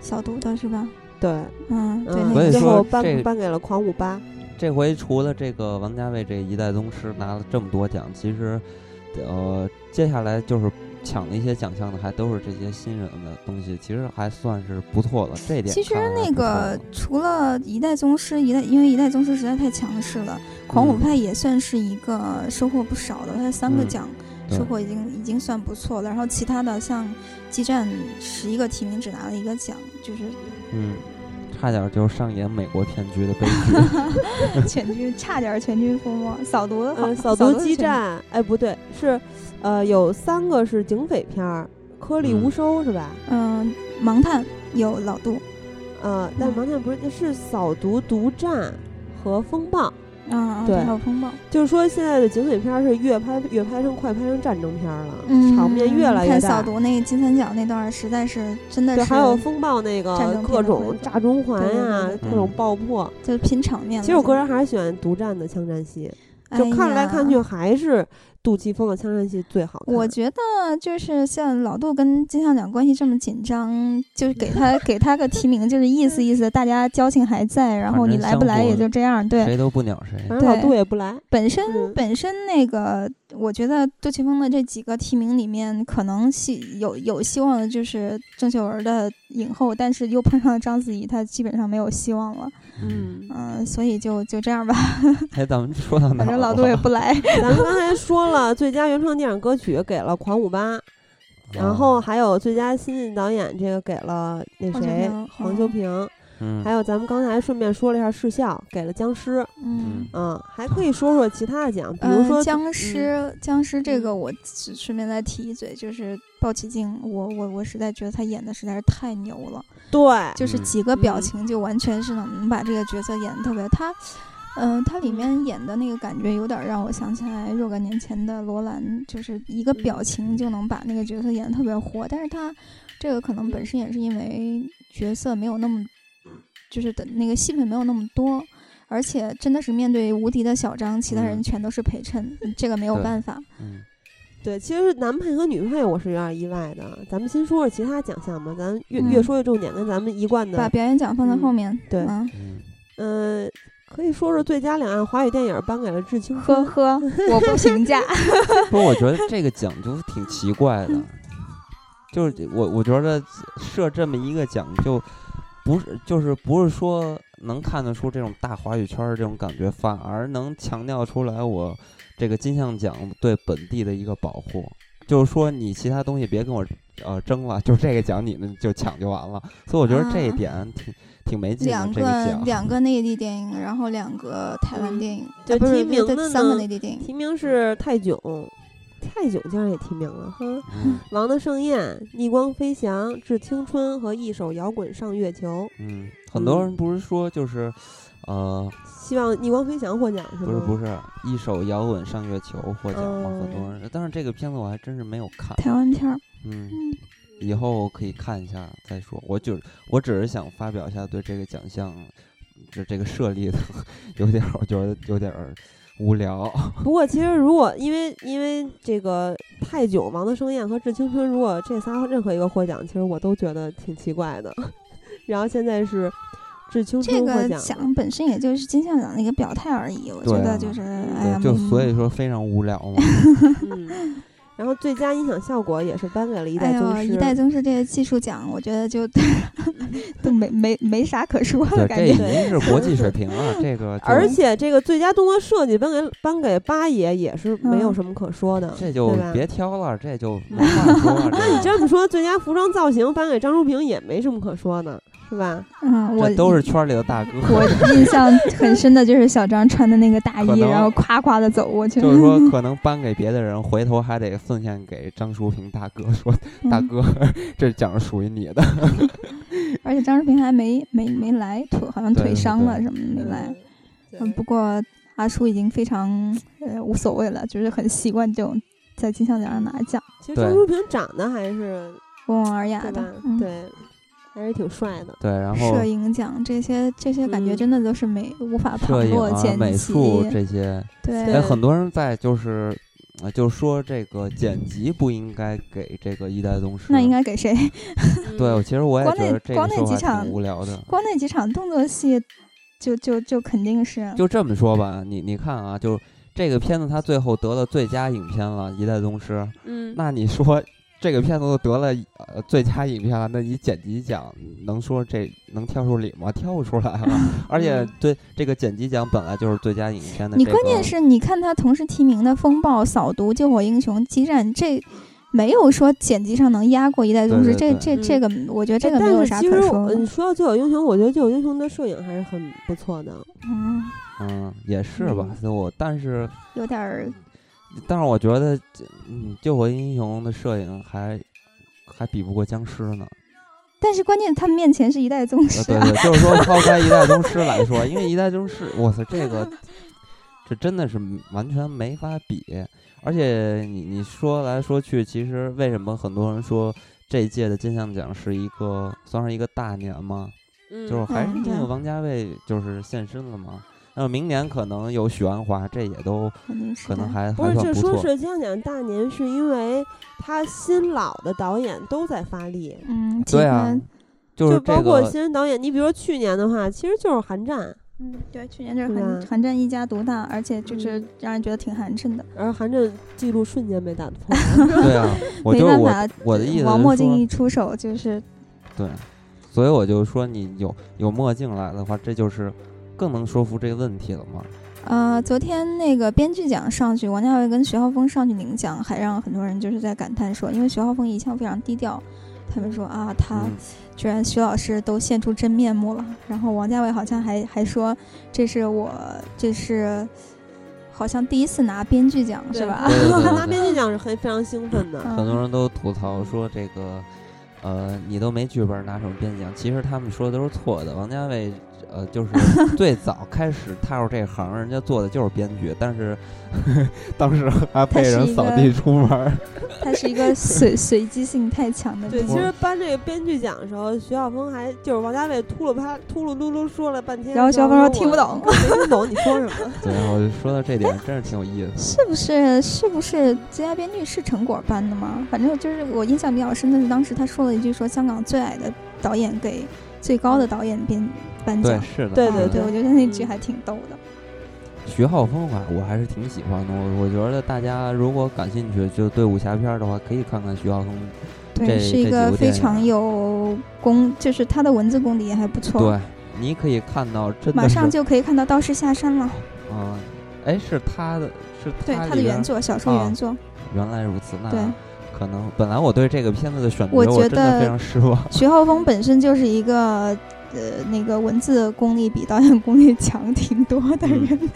S3: 小毒的是吧？
S1: 对，
S3: 嗯，对，
S1: 嗯，
S3: 那
S4: 所以
S3: 个
S1: 最
S4: 说
S1: 后颁
S4: 这
S1: 颁给了狂舞吧，
S2: 这回除了这个王家卫这一代宗师拿了这么多奖，其实，呃，接下来就是抢了一些奖项的，还都是这些新人的东西，其实还算是不错了。这一点
S3: 其实
S2: 看来还
S3: 那
S2: 不错
S3: 个
S2: 了
S3: 除了一代宗师，一代因为一代宗师实在太强势了，狂舞
S2: 嗯
S3: 派也算是一个收获不少的，它三个
S2: 嗯
S3: 奖
S2: 对
S3: 收获已经已经算不错了。然后其他的像激战十一个提名只拿了一个奖， 就是
S2: 嗯，差点就上演美国骗局的悲剧。
S3: 全军差点儿全军覆没，扫毒好
S1: 嗯，扫
S3: 毒
S1: 毒
S3: 是
S1: 激
S3: 全军
S1: 战，哎，不对，是，呃，有三个是警匪片儿，颗粒无
S2: 嗯
S1: 收是吧？
S3: 嗯，盲探有老杜，
S1: 呃，但
S3: 嗯
S1: 是盲探不是是扫毒、毒战和风暴，
S3: 嗯，
S1: 对
S3: 还有风暴，
S1: 就是说现在的警匪片儿是越拍越拍成快拍成战争片儿了，
S3: 嗯，
S1: 场面越来越
S3: 看
S1: 大
S3: 扫。毒那金三角那段儿实在是真的
S1: 对，
S3: 是
S1: 还有风暴那
S3: 战
S1: 个
S3: 争
S1: 各
S3: 片的
S1: 种
S3: 规则
S1: 炸中环
S3: 对对对
S1: 呀
S3: 对，
S1: 各
S2: 对
S1: 种
S2: 嗯
S1: 爆破。
S3: 就是拼场面了。
S1: 其实我个
S3: 现
S1: 人还是喜欢独占的枪战戏，
S3: 在
S1: 就看来看去
S3: 哎呀
S1: 还是杜琪峰的枪战戏最好看。
S3: 我觉得就是像老杜跟金像奖关系这么紧张，就是 给他给他个提名，就是意思意思，大家交情还在，然后
S2: 反
S3: 你
S2: 正
S3: 来不来
S2: 相互
S3: 也就这样。 对，
S2: 谁都不鸟谁。
S1: 反正老
S3: 对
S1: 杜也不来，
S3: 本身、
S1: 嗯
S3: 本身那个，我觉得杜琪峰的这几个提名里面，可能希有有希望的就是郑秀文的影后，但是又碰上了章子怡，她基本上没有希望了。
S1: 嗯，
S3: 嗯、所以就就这样吧，
S2: 哎，咱们说到哪
S3: 反
S2: 儿
S3: 正
S2: 了啊
S3: 老杜也不来。
S1: 咱们刚才说了，最佳原创电影歌曲给了《狂舞
S2: 哦
S1: 吧》，然后还有最佳新晋导演这个给了那
S3: 黄秋
S1: 谁
S3: 平
S1: 黄
S3: 嗯
S1: 秋平，
S2: 嗯
S1: 还，有咱们刚才顺便说了一下视效给了僵尸，
S3: 嗯
S2: 嗯。
S1: 嗯，还可以说说其他的奖，比
S3: 呃
S1: 如说
S3: 僵尸，僵尸这个
S1: 嗯
S3: 我只顺便再提一嘴，就是鲍起静，我我我实在觉得他演的实在是太牛了，
S1: 对，
S3: 就是
S2: 嗯
S3: 几个表
S1: 嗯
S3: 情就完全是能把这个角色演得特别。他，呃，他里面演的那个感觉有点让我想起来若干年前的罗兰，就是一个表情就能把那个角色演得特别活，但是他这个可能本身也是因为角色没有那么，就是的那个戏份没有那么多，而且真的是面对无敌的小张，其他人
S2: 嗯
S3: 全都是陪衬，这个没有
S2: 对
S3: 办法。
S2: 嗯
S1: 对，其实男配和女配我是有点意外的。咱们先说说其他奖项吧，咱越、
S3: 嗯
S1: 越说越重点，跟咱们一贯
S3: 把
S1: 的，
S3: 表演奖放在后面，
S1: 对
S3: 嗯，
S2: 嗯，
S1: 嗯、可以说说最佳两岸华语电影颁给了《致青春
S3: 呵》。呵，我不评价。
S2: 不过我觉得这个奖就挺奇怪
S3: 嗯
S2: 的，就是我我觉得设这么一个奖就不是就是不是说能看得出这种大华语圈儿这种感觉，反而能强调出来我这个金像奖对本地的一个保护，就是说你其他东西别跟我呃争了，就这个奖你们就抢就完了。所以我觉得这一
S3: 啊
S2: 点挺、挺没劲的
S3: 两
S2: 这个
S3: 个
S2: 奖。
S3: 两个内地电影，然后两个台湾电影，
S1: 对
S3: 啊不
S1: 嗯提
S3: 是不
S1: 名
S3: 是
S1: 的
S3: 对三个
S1: 呢
S3: 内地电影。
S1: 提名是泰囧，泰囧竟然也提名了哈，《
S2: 嗯
S1: 王的盛宴》《逆光飞翔》《致青春》和一首摇滚上月球。
S2: 嗯，很多
S1: 嗯
S2: 人不是说就是呃
S1: 希望《逆光飞翔》获奖是吗？
S3: 嗯
S2: 不是
S1: 是，
S2: 不是，一首摇滚上月球获奖了，很多
S1: 哦
S2: 人。但是这个片子我还真是没有看，
S3: 台湾片儿，
S2: 嗯，
S3: 嗯，
S2: 以后可以看一下再说。我就我只是想发表一下对这个奖项，这这个设立的 有点儿，我觉得有点儿无聊。
S1: 不过其实如果因为因为这个泰囧、王的盛宴和致青春，如果这仨任何一个获奖，其实我都觉得挺奇怪的。 然后现在是致青
S3: 这
S1: 春获
S3: 个
S1: 奖，
S3: 奖本身也就是金像奖的一个表态而已，我觉
S2: 对
S3: 得
S2: 啊
S3: 就是哎呀
S2: 对，，就
S3: 嗯
S2: 所以说非常无聊 嘛。
S1: 嗯，然后最佳音响效果也是颁给了一
S3: 哎
S1: 代宗
S3: 呦，
S1: 师，
S3: 一代宗师这些技术奖，我觉得就 都没没没啥可说的
S2: 对，
S3: 感
S2: 这已
S3: 觉。
S2: 经是国际水平 了，这个就
S1: 而且这个最佳动作设计颁给颁给八爷也是没有
S3: 嗯
S1: 什么可说的，
S2: 这就
S1: 对吧
S2: 别挑了，这就没话 说了。那
S1: 这么说，最佳服装造型颁给张淑平也没什么可说的，是吧？
S3: 嗯，我
S2: 这都是圈儿里的大哥。
S3: 我印象很深的就是小张穿的那个大
S2: 可
S3: 衣，
S2: 能
S3: 然后夸夸的走过去。
S2: 就是说，可能颁给别的人，回头还得奉献给张淑平大哥，说
S3: 嗯
S2: 大哥， 这奖是属于你的。
S3: 而且张世平还没没没来，腿好像
S2: 对
S3: 腿
S2: 对
S3: 伤了
S2: 对
S3: 什么的没来。
S1: 对
S3: 嗯，不过阿叔已经非常呃无所谓了，就是很习惯这种在金像奖上拿奖，
S1: 其实
S2: 对
S1: 张淑平长得还是
S3: 温文尔雅
S1: 对吧
S3: 的。嗯，，
S1: 对，还是挺帅 的。
S2: 对，然后
S3: 摄影奖这些这些感觉
S1: 嗯
S3: 真的都是没无法
S2: 摄
S3: 旁
S2: 影
S3: 落
S2: 啊、
S3: 剪
S2: 美
S3: 辑，
S2: 术这些，
S3: 对
S2: 哎，很多人在就是啊，就是说这个剪辑不应该给这个一代宗师。
S3: 那应该给谁？
S2: 对，我其实我也
S3: 光
S2: 觉
S3: 那
S2: 得这
S3: 光
S2: 个
S3: 那
S2: 说
S3: 几
S2: 法
S3: 场
S2: 挺无聊的。
S3: 光那几场动作戏，就就就肯定是
S2: 就这么说吧，你你看啊，就这个片子它最后得了最佳影片了，《一代宗师》。
S1: 嗯，
S2: 那你说这个片子都得了呃最佳影片了，那你剪辑奖能说这能挑出理吗？挑不出来 了。而且
S1: 嗯
S2: 对这个剪辑奖本来就是最佳影片的、
S3: 你
S2: 这个，
S3: 关键是你看他同时提名的《风暴》《扫毒》《救火英雄》《激战》这。没有说剪辑上能压过一代宗师，
S2: 对对
S3: 这这这个，我觉得这个
S1: 哎
S3: 没有啥
S1: 但
S3: 可
S1: 是其实
S3: 说
S1: 我嗯
S3: 的
S1: 你。说到《最有英雄》，我觉得《最有英雄》的摄影还是很不错的。
S3: 嗯，
S2: 嗯也是吧，所以我但是
S3: 有点儿
S2: 但是我觉得嗯救火英雄的摄影还还比不过僵尸呢。
S3: 但是关键他们面前是一代宗
S2: 呃，
S3: 师
S2: 对
S3: 啊，
S2: 对，就是说抛开一代宗师来说，因为一代宗师，哇塞，这个这真的是完全没法比。而且你你说来说去，其实为什么很多人说这一届的金像奖是一个算是一个大年嘛？
S1: 嗯
S2: 就是还是因
S3: 嗯
S2: 为
S3: 对
S2: 王家卫就是现身了嘛。那明年可能有许鞍华，这也都
S3: 肯定是
S2: 啊可
S3: 的。
S2: 能还
S1: 不
S2: 还
S1: 是，
S2: 算
S1: 这
S2: 不
S1: 说
S2: 错。
S1: 是金像奖大年，是因为他新老的导演都在发力，
S3: 嗯，几
S2: 对啊
S3: 个，
S2: 就是
S1: 包
S2: 这
S1: 括
S2: 个
S1: 新人导演。你比如说去年的话，其实就是韩战，
S3: 嗯，对，去年就是
S1: 对
S3: 韩
S1: 吧
S3: 韩战一家独大，而且就是让人觉得挺寒碜的。
S1: 而韩战记录瞬间被打破了。
S2: 对啊，我
S3: 没
S2: 就是
S3: 办
S2: 我
S3: 法，
S2: 我的意思
S3: 王
S2: 是
S3: 墨
S2: 说
S3: 镜一出手就是
S2: 对，所以我就说你有有墨镜来的话，这就是更能说服这个问题了嘛。
S3: 呃，昨天那个编剧奖上去，王家卫跟徐浩峰上去领奖，还让很多人就是在感叹说，因为徐浩峰一向非常低调，他们说啊，他
S2: 嗯，
S3: 居然徐老师都现出真面目了。然后王家卫好像还还说，这是我这是好像第一次拿编剧奖 是
S1: 对
S3: 吧？
S2: 对对
S1: 他
S2: 对
S1: 拿编剧奖是很非常兴奋的。
S3: 嗯
S2: 很多人都吐槽说这个，呃，你都没剧本拿什么编奖？其实他们说的都是错的。王家卫，呃， 就是最早开始踏入这行，人家做的就是编剧，但是 当时还被
S3: 他是
S2: 人
S3: 一
S2: 扫
S3: 个
S2: 地出门 儿。
S3: 他是一个随随机性太强的
S1: 对，
S3: 编
S1: 其
S3: 剧。
S1: 实颁这个编剧奖的时候，徐晓峰还就是王家卫秃噜啪秃噜噜噜说了半天，
S3: 然后徐浩峰说听不
S1: 懂，
S3: 懂
S1: 我，没听懂你说什么。
S2: 对，我就说到这点，真是挺有意思。
S3: 是不是是不是最佳编剧是陈果颁的吗？反正就是我印象比较深的是，当时他说了一句说香港最矮的导演给最高的导演编颁
S2: 对，嗯
S3: 奖。
S2: 是的，
S1: 对
S3: 啊
S2: 是的
S3: 对，我觉得那句还挺逗的。
S2: 徐浩峰啊，我还是挺喜欢的。我我觉得大家如果感兴趣，就对武侠片儿的话，可以看看徐浩峰。这
S3: 对，是一
S2: 这
S3: 个
S2: 几部
S3: 非
S2: 电影啊
S3: 常有功，就是他的文字功底也还不错。
S2: 对，你可以看到真的
S3: 马上
S2: 是
S3: 就可以看到道士下山了。
S2: 啊，哎，是他的，是
S3: 对，
S2: 他
S3: 他
S2: 里
S3: 的
S2: 边
S3: 原作小说
S2: 啊
S3: 原作，
S2: 原来如此，那
S3: 对
S2: 可能本来我对这个片子的选择，
S3: 我
S2: 我
S3: 觉
S2: 真的非
S3: 得
S2: 常失望。
S3: 徐浩峰本身就是一个。呃，那个文字功力比导演功力强挺多的
S2: 嗯
S3: 人，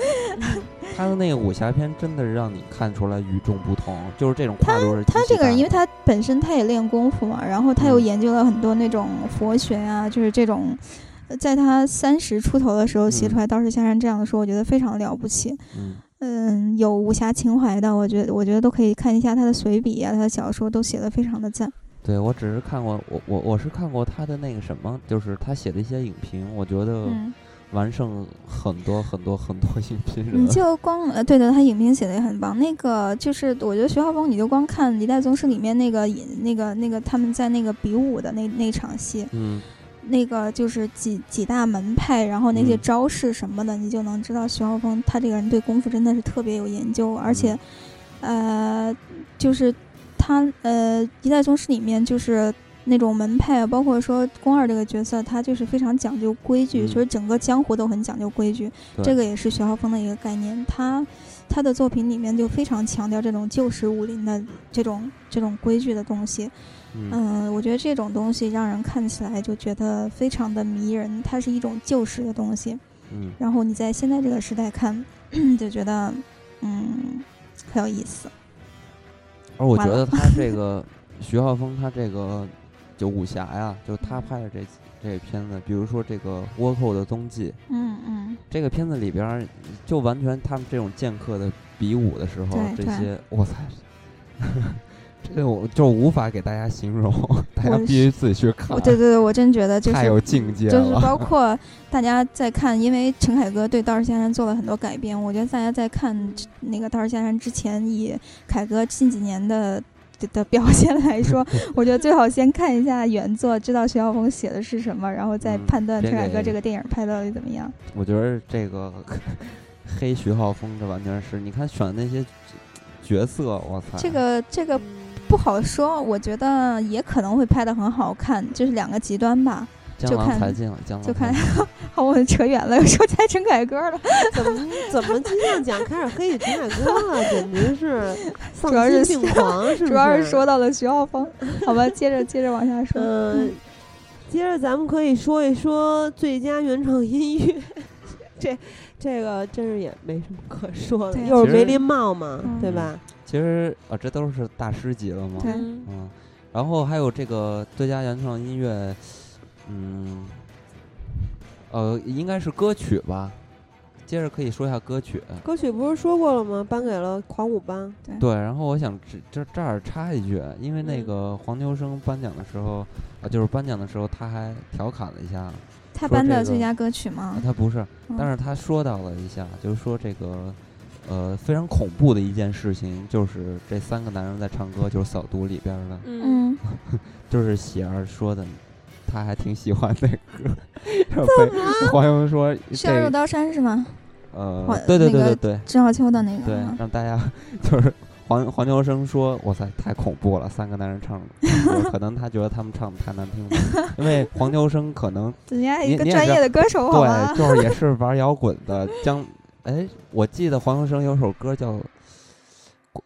S2: 他的那个武侠片真的让你看出来与众不同，就是这种跨度是
S3: 他
S2: 极其
S3: 这个
S2: 大
S3: 人，因为
S2: 的
S3: 他本身他也练功夫嘛，然后他又
S2: 嗯
S3: 研究了很多那种佛学啊，就是这种，呃在他三十出头的时候写
S2: 嗯
S3: 出来《道士下山》这样的书，我觉得非常了不起。
S2: 嗯，
S3: 嗯，有武侠情怀的，我觉得我觉得都可以看一下他的随笔啊，他的小说都写的非常的赞。
S2: 对我只是看过我我我是看过他的那个什么，就是他写的一些影评，我觉得
S3: 嗯，
S2: 完胜很多很多很多影评人。
S3: 你就光呃，对的，他影评写的也很棒。那个就是我觉得徐浩峰，你就光看《一代宗师》里面那个引那个那个他们在那个比武的那那场戏，
S2: 嗯，
S3: 那个就是几几大门派，然后那些
S2: 嗯
S3: 招式什么的，你就能知道徐浩峰他这个人对功夫真的是特别有研究，而且，
S2: 嗯
S3: 呃，就是他呃《一代宗师》里面就是那种门派，包括说宫二这个角色，他就是非常讲究规矩，
S2: 嗯
S3: 就是整个江湖都很讲究规矩，
S2: 对
S3: 这个也是徐浩峰的一个概念。他他的作品里面就非常强调这种旧时武林的这种这种规矩的东西，
S2: 嗯
S3: 嗯，我觉得这种东西让人看起来就觉得非常的迷人，它是一种旧时的东西。
S2: 嗯，
S3: 然后你在现在这个时代看， 就觉得嗯很有意思。
S2: 而我觉
S3: 完
S2: 得
S3: 了
S2: 他这个徐浩峰，他这个就武侠呀，就他拍的这这个片子，比如说这个《倭寇的踪迹》，
S3: 嗯嗯，
S2: 这个片子里边儿就完全他们这种剑客的比武的时候这
S3: 对，对
S2: 些哇塞， 这个我就无法给大家形容，大家必须自己去看
S3: 我。对对对，我真觉得就
S2: 太
S3: 是
S2: 有境界
S3: 就是
S2: 了，
S3: 包括大家在看，因为陈凯歌对《道士先生》做了很多改编，我觉得大家在看那个《道士先生》之前，以凯歌近几年的。的的表现 来说，我觉得最好先看一下原作，知道徐浩峰写的是什么，然后再
S2: 嗯
S3: 判断
S2: 别
S3: 陈凯
S2: 给
S3: 歌这个电影拍到底怎么样。
S2: 我觉得这个 黑徐浩峰这完全是，你看选那些角色，我操，
S3: 这个这个不好说，我觉得也可能会拍得很好看，就是两个极端吧。
S2: 江
S3: 就
S2: 郎
S3: 看
S2: 才尽了，江郎
S3: 就
S2: 才
S3: 看
S2: 尽
S3: 好，我扯远了，又说 起来陈凯歌了。
S1: 怎么怎么金像奖开始黑起陈凯歌了，简直是丧
S3: 主要
S1: 心
S3: 是
S1: 病狂，是不
S3: 主要是 说到了徐浩峰，好吧，接着接着往下说。
S1: 嗯，接着咱们可以说一说最佳原创音乐，这这个真是也没什么可说的，
S3: 对
S1: 又
S2: 其
S1: 是
S2: 实
S1: 梅林茂嘛，
S3: 嗯
S1: 对吧？
S2: 其实啊，这都是大师级了嘛。
S3: 对
S1: 嗯
S2: 嗯，然后还有这个最佳原创音乐，嗯，呃，应该是歌曲吧。接着可以说一下歌曲。
S1: 歌曲不是说过了吗？颁给了狂舞帮，
S2: 对，然后我想这这这儿插一句，因为那
S1: 嗯
S2: 个黄秋生颁奖的时候，啊、就是颁奖的时候，他还调侃了一下，
S3: 啊他
S2: 说
S3: 颁
S2: 这
S3: 的
S2: 个
S3: 最佳歌曲吗
S2: 啊、？他不是，
S3: 嗯
S2: 但是他说到了一下，就是说这个，呃，非常恐怖的一件事情，就是这三个男人在唱歌，就是《扫毒》里边儿的，
S3: 嗯，
S2: 就是喜儿说的，他还挺喜欢那 歌。然后
S1: 嗯
S2: 被黄蓉说
S3: 是啊《二
S2: 这
S3: 手刀山》是吗？
S2: 呃
S3: 我，
S2: 对对
S3: 那
S2: 对对
S3: 个
S2: 对
S3: 郑少秋的那个嗯
S2: 对
S3: 吗，
S2: 让大家 就是黄黄秋生说，哇塞，太恐怖了，三个男人唱歌，可能他觉得他们唱的太难听了，因为黄秋生可能
S3: 人家
S2: 你
S3: 一个
S2: 你也
S3: 专
S2: 知道
S3: 业的歌手，好吧
S2: 对，？就是也 是玩摇滚的，将哎，我记得黄秋生有首歌叫。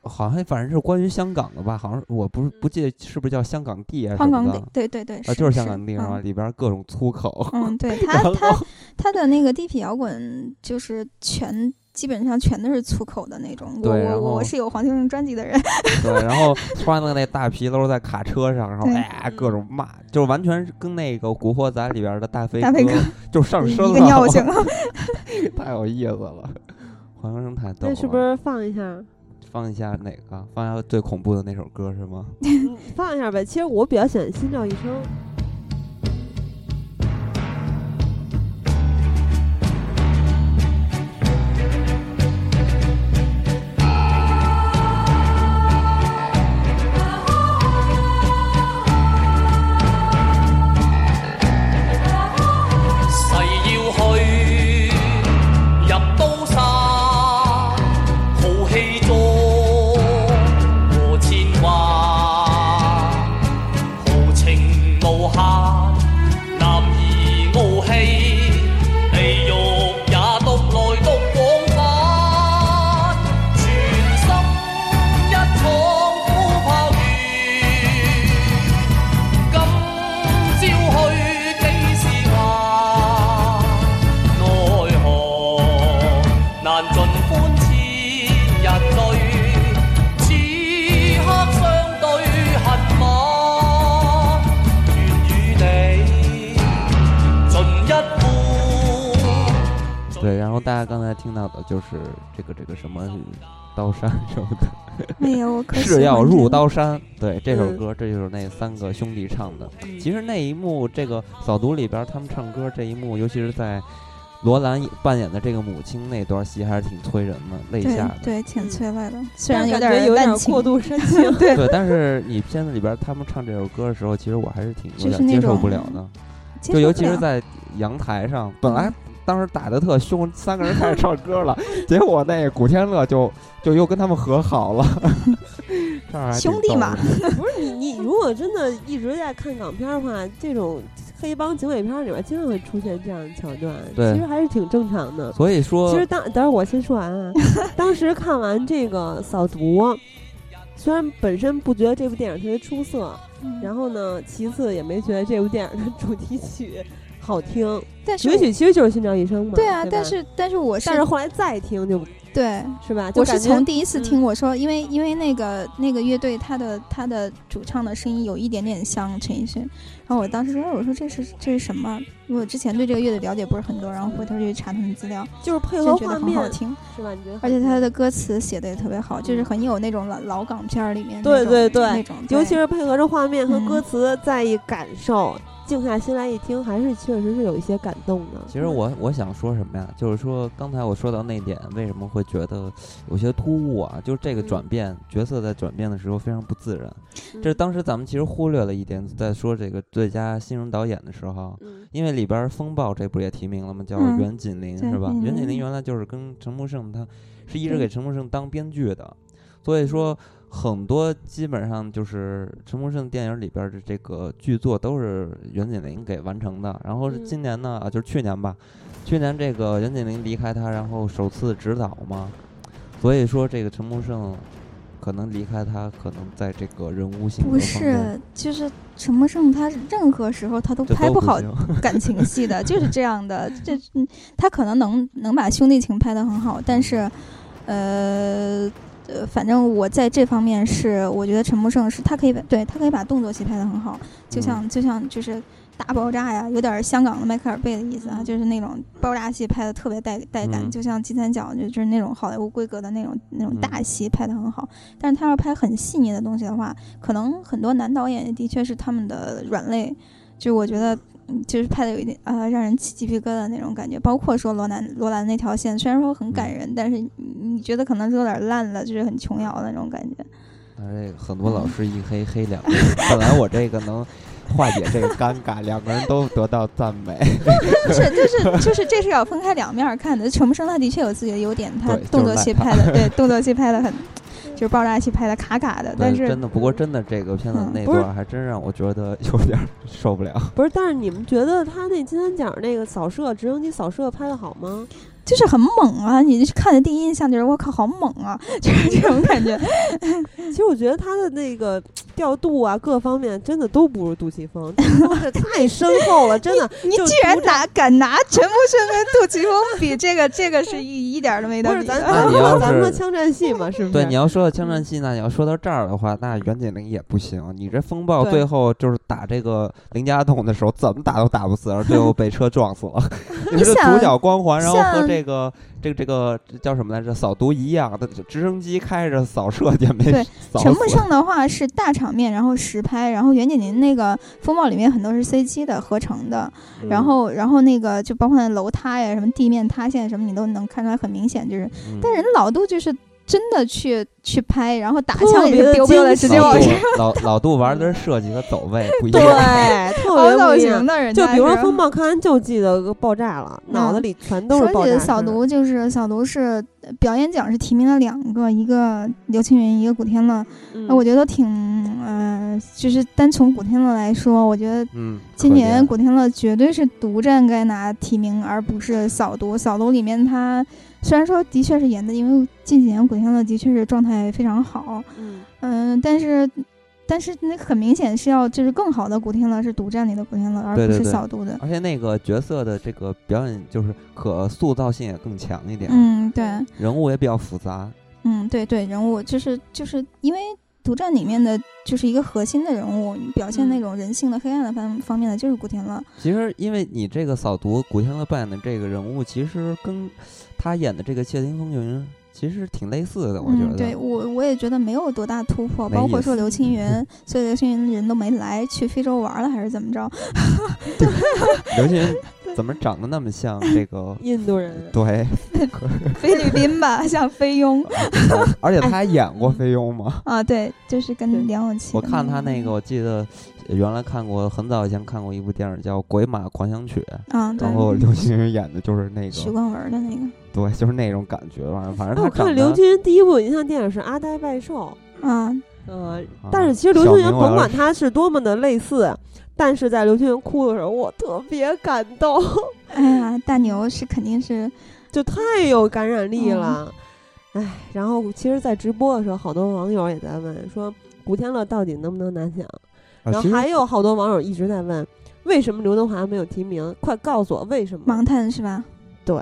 S2: 好像反正是关于香港的吧，好像我不是不记得是不是叫香港地啊什
S3: 嗯香港
S2: 么的
S3: 地，对对对，
S2: 啊，就是香港地是吧？
S3: 嗯
S2: 里边儿各种粗口，
S3: 嗯，对他
S2: 然后
S3: 他他的那个地痞摇滚就是全。基本上全都是粗口的那种，我
S2: 对然
S3: 我
S2: 后
S3: 我我是有黄秋生专辑 的人，
S2: 对，然后穿的那大皮褛在卡车上，然后
S3: 对
S2: 哎各种骂，就是完全是跟那个《古惑仔》里边的大飞
S3: 大飞哥
S2: 就上
S3: 一
S2: 身
S3: 个
S2: 了，
S3: 尿性，
S2: 太有意思了。 黄秋生太逗
S1: 那
S2: 了，
S1: 是不是放一下？
S2: 放一下哪个？放一下最恐怖的那首歌是吗？
S1: 嗯放一下呗。其实我比较喜欢《心照一生》。
S5: 誓要去入刀山，豪氣壯和千掛，豪情無限，男兒傲氣，地獄也獨來獨往返，全心一闖虎豹穴。今朝去幾時還？奈何難盡歡千人醉，此刻相對恨晚，願與你盡一杯。
S2: 对，然后大家刚才听到的就是这个这个什么刀山什么的，
S3: 哎呀，我可
S2: 是
S3: 喜
S2: 要
S3: 欢这
S2: 入
S3: 个
S2: 刀山。对，这首
S1: 嗯
S2: 歌，这就是那三个兄弟唱的。其实那一幕，这个扫毒里边儿他们唱歌这一幕，尤其是在罗兰扮演的这个母亲那段戏，还是挺催人的，泪下的。
S3: 对对，挺催泪的， 虽然
S1: 但是
S3: 有点
S1: 感觉
S3: 儿
S1: 有
S3: 滥
S1: 点
S3: 情
S1: 过度煽情，
S2: 对但是你片子里边儿他们唱这首歌的时候，其实我还是挺有
S3: 就是
S2: 点
S3: 那
S2: 接受
S3: 种
S2: 不了的，
S3: 接
S2: 就
S3: 受
S2: 尤
S3: 不
S2: 其是
S3: 了
S2: 在阳台上，本来当时打的特凶，三个人开始唱歌了，结果那古天乐就就又跟他们和好 了，这样还挺
S3: 兄弟
S2: 逗
S3: 嘛
S2: 的。
S1: 不是你你如果真的一直在看港片儿的话，这种黑帮警匪片儿里边经常会出现这样的桥段，
S2: 对
S1: 其实还是挺正常的。
S2: 所以说，
S1: 其实当等会儿我先说完啊，当时看完这个扫毒，虽然本身不觉得这部电影特别出色，
S3: 嗯
S1: 然后呢，其次也没觉得这部电影的主题曲好听。
S3: 但是
S1: 主题曲其实就是寻找一生嘛。
S3: 对啊，
S1: 吧
S3: 但是但是我是
S1: 但是后来再听就
S3: 对，
S1: 是吧，就
S3: 我是
S1: 感
S3: 从
S1: 觉嗯
S3: 第一次听我说，因为因为那个那个乐队他的他的主唱的声音有一点点像陈奕迅，然后我当时说哎我说这是这是什么？因为我之前对这个乐队了解不是很多，然后回头就去查他们资料，
S1: 就是配
S3: 真
S1: 合
S3: 觉
S1: 画
S3: 得很
S1: 面
S3: 好听，
S1: 是吧？你觉得好
S3: 而
S1: 听？
S3: 且他的歌词写的也特别好，就是很有那种老老港片儿里面
S1: 嗯
S3: 那
S1: 对
S3: 种
S1: 对对
S3: 那种，
S1: 尤其
S3: 对
S1: 是配合着画面和
S3: 嗯
S1: 歌词，再一感受，静下心来一听，还是确实是有一些感动的。
S2: 其实我我想说什么呀？就是说刚才我说到那点，为什么会觉得有些突兀啊？就是这个
S1: 嗯
S2: 转变，角色在转变的时候非常不自然。这是
S1: 嗯
S2: 当时咱们其实忽略了一点，在说这个最佳新人导演的时候，
S1: 嗯
S2: 因为里边儿《风暴》这不也提名了吗？叫
S3: 嗯
S2: 袁锦麟、
S3: 对
S2: 是吧？
S3: 嗯
S2: 袁锦麟原来就是跟陈木胜，他是一直
S3: 对
S2: 给陈木胜当编剧的，所以说很多基本上就是陈木胜电影里边儿的这个剧作都是袁锦麟给完成的。然后是
S1: 嗯
S2: 今年呢，啊，就是去年吧，去年这个袁锦麟离开他，然后首次执导嘛，所以说这个陈木胜。可能离开他，可能在这个人物性格
S3: 不
S2: 方面
S3: 是就是陈默胜，他任何时候他都
S2: 就
S3: 拍
S2: 都
S3: 不好
S2: 行
S3: 感情戏的，就是这样的。这嗯他可能能能把兄弟情拍得很好，但是，呃。呃，反正我在这方面是，我觉得陈木胜是他可以把对他可以把动作戏拍得很好，就像、就像就是大爆炸呀，有点儿香港的迈克尔贝的意思啊，
S1: 嗯
S3: 就是那种爆炸戏拍得特别带带感，
S2: 嗯
S3: 就像金三角就就是那种好莱坞规格的那种那种
S2: 嗯
S3: 大戏拍得很好，但是他要拍很细腻的东西的话，可能很多男导演的确是他们的软肋，就我觉得。嗯就是拍的有一点呃，让人起鸡皮疙瘩那种感觉。包括说罗兰罗兰那条线，虽然说很
S2: 嗯
S3: 感人，但是你你觉得可能是有点烂了，就是很琼瑶的那种感觉。
S2: 但是这个很多老师一黑黑两个人，本来我这个能化解这个尴尬，两个人都得到赞美。
S3: 不是，就是就是，这是要分开两面儿看的。陈木生他的确有自己的优点，他
S2: 对
S3: 动
S2: 就是
S3: 作戏拍 的，对动作戏拍的很，就是爆炸戏拍的卡卡的，但
S2: 对
S3: 是
S2: 真的，不过真的这个片子
S3: 嗯
S2: 那
S1: 不是嗯
S2: 段儿还真让我觉得有点儿受不了。
S1: 不是，但是你们觉得他那金三角那个扫射，直升机扫射拍的好吗？
S3: 就是很猛啊！你看的第一印象就是我靠，好猛啊， 就是这种 感觉。
S1: 其实我觉得他的那个调度啊，各方面真的都不如杜琪峰，杜琪峰这太深厚了，真的。
S3: 你
S1: 就
S3: 居然拿敢拿陈木生跟杜琪峰比，这个这个是一一点儿都没
S1: 不
S3: 得
S1: 是
S3: 比呃
S1: 咱
S3: 的。
S1: 咱
S2: 那你
S1: 说
S2: 要
S1: 咱说
S2: 是
S1: 枪战戏嘛，是不是？
S2: 对，你要说到枪战戏呢，你要说到这儿的话，那袁景林也不行。你这风暴
S1: 对
S2: 最后就是打这个林家栋的时候，怎么打都打不死，然后最后被车撞死了。你这
S3: 像
S2: 主角光环，然后和
S3: 像
S2: 这个这个这个叫什么来着？扫毒一样，的直升机开着扫射也没
S3: 对
S2: 扫
S3: 陈木
S2: 死
S3: 胜的话是大场面，然后实拍，然后袁景林那个风暴里面很多是 CG 的合成的，
S1: 嗯
S3: 然后然后那个就包括那楼塌呀、什么地面塌陷什么，你都能看出来很明显，就是
S2: 嗯
S3: 但人老杜就是真的去去拍，然后打
S1: 特
S3: 枪也
S1: 别
S3: 是丢丢
S1: 精
S3: 的，直接
S1: 细
S2: 老
S3: 往
S2: 杜
S3: 下
S2: 老老杜玩的是设计和走位不一
S1: 对，
S2: 样。
S1: 特
S3: 凹
S1: 别
S3: 造
S1: 不一
S3: 型
S1: 样。
S3: 的人家，
S1: 就是
S3: 啊
S1: 比如说风暴看完就记得个爆炸了，
S3: 嗯
S1: 脑子里全都是爆炸
S3: 说起
S1: 声。
S3: 扫毒，就是扫毒是呃表演奖是提名了两个，一个刘青云，一个古天乐。
S1: 嗯，
S3: 那我觉得都挺，呃，就是单从古天乐来说，我觉得
S2: 嗯，
S3: 今
S2: 可
S3: 年
S1: 啊
S2: 怜
S3: 古天乐绝对是独占该拿提名，而不是扫毒。扫毒里面他虽然说的确是演的，因为近几年古天乐的确是状态非常好，
S1: 嗯
S3: 嗯，但是但是那很明显是要就是更好的古天乐是独占你的古天乐，而
S2: 对
S3: 不
S2: 对
S3: 是
S2: 对
S3: 扫毒的。
S2: 而且那个角色的这个表演就是可塑造性也更强一点，
S3: 嗯，对，
S2: 人物也比较复杂。
S3: 嗯，对对，人物就是就是因为独占里面的就是一个核心的人物，你表现那
S1: 嗯？
S3: 种人性的黑暗的方方面的就是古天乐。
S2: 其实因为你这个扫毒古天乐扮演的这个人物，其实跟他演的这个《窃听风云》其实挺类似的，我觉得。
S3: 嗯、对我我也觉得没有多大突破，
S2: 没
S3: 包括
S2: 意
S3: 说
S2: 思嗯
S3: 刘青云，所以刘青云人都没来，去非洲玩了还是 怎么着？
S2: 刘青 云怎么长得那么像这个
S1: 印度
S3: 嗯
S1: 人
S2: 对，
S3: 菲律宾吧，像 菲佣
S2: 而且他还演过菲佣嘛。
S3: 啊，对，就
S1: 对
S3: 是跟梁咏琪。
S2: 我看他那个，我记得原来看过，很早以前看过一部电影叫《鬼马狂想曲》，
S3: 啊，对
S2: 然，
S1: 嗯
S2: 后刘青云演的就是那
S3: 许
S2: 个，
S3: 冠文的那个
S2: 对，就是那种感觉吧。反正
S1: 那
S2: 他
S1: 哎我看
S2: 长
S1: 刘
S2: 得
S1: 青云第一部有印象电影是《阿呆拜寿》，
S3: 啊，
S1: 嗯，
S2: 啊
S1: 但是其实刘青云
S2: 小啊明我要
S1: 甭管
S2: 是
S1: 他是多么的类似，但是在刘青云哭的时候，我特别感动，
S3: 哎呀，大牛是肯定是
S1: 就太有感染力了。哎，然后其实，在直播的时候，好多网友也在问说古天乐到底能不能拿奖，
S2: 啊
S1: 然
S2: 其
S1: 后
S2: 实
S1: 还有好多网友一直在问为什么刘德华没有提名？快告诉我为什么
S3: 盲？探是吧？
S1: 对，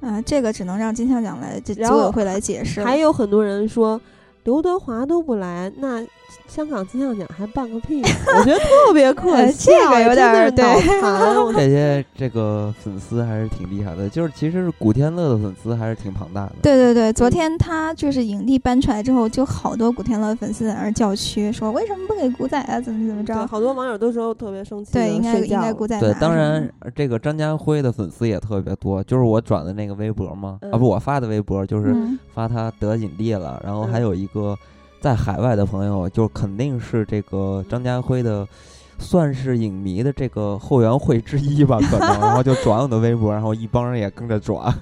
S3: 啊，这个只能让金像奖来，这
S1: 然后
S3: 组委会来解释了。
S1: 还有很多人说刘德华都不来，那香港金像奖还办个屁？我觉得特 别可
S3: 哎
S1: 笑，
S3: 这个有点儿
S1: 真的是脑 残。啊我
S2: 这些这个粉丝还是挺厉害的，就是其实是古天乐的粉丝还是挺庞大的。
S3: 对对对，昨天他就是影帝搬出来之后，就好多古天乐粉丝在那儿叫屈，说为什么不给古仔啊？怎 么怎么
S1: 对
S3: 着？
S1: 好多网友都说特别生气，
S3: 对，应该
S1: 睡
S3: 应
S1: 觉
S3: 该
S1: 了
S3: 古仔
S2: 对
S3: 拿，
S2: 当
S3: 什么
S2: 然
S3: 的
S2: 呃这个张家辉的粉丝也特别多，就是我转的那个微博嘛，啊
S1: 嗯
S2: 不，我发的微博就是
S3: 嗯，
S2: 发他得影帝了，然后
S1: 嗯
S2: 还有一个在海外的朋友，就肯定是这个张家辉
S3: 嗯
S2: 的。算是影迷的这个后援会之一吧，可能，然后就转我的微博，然后一帮人也跟着转，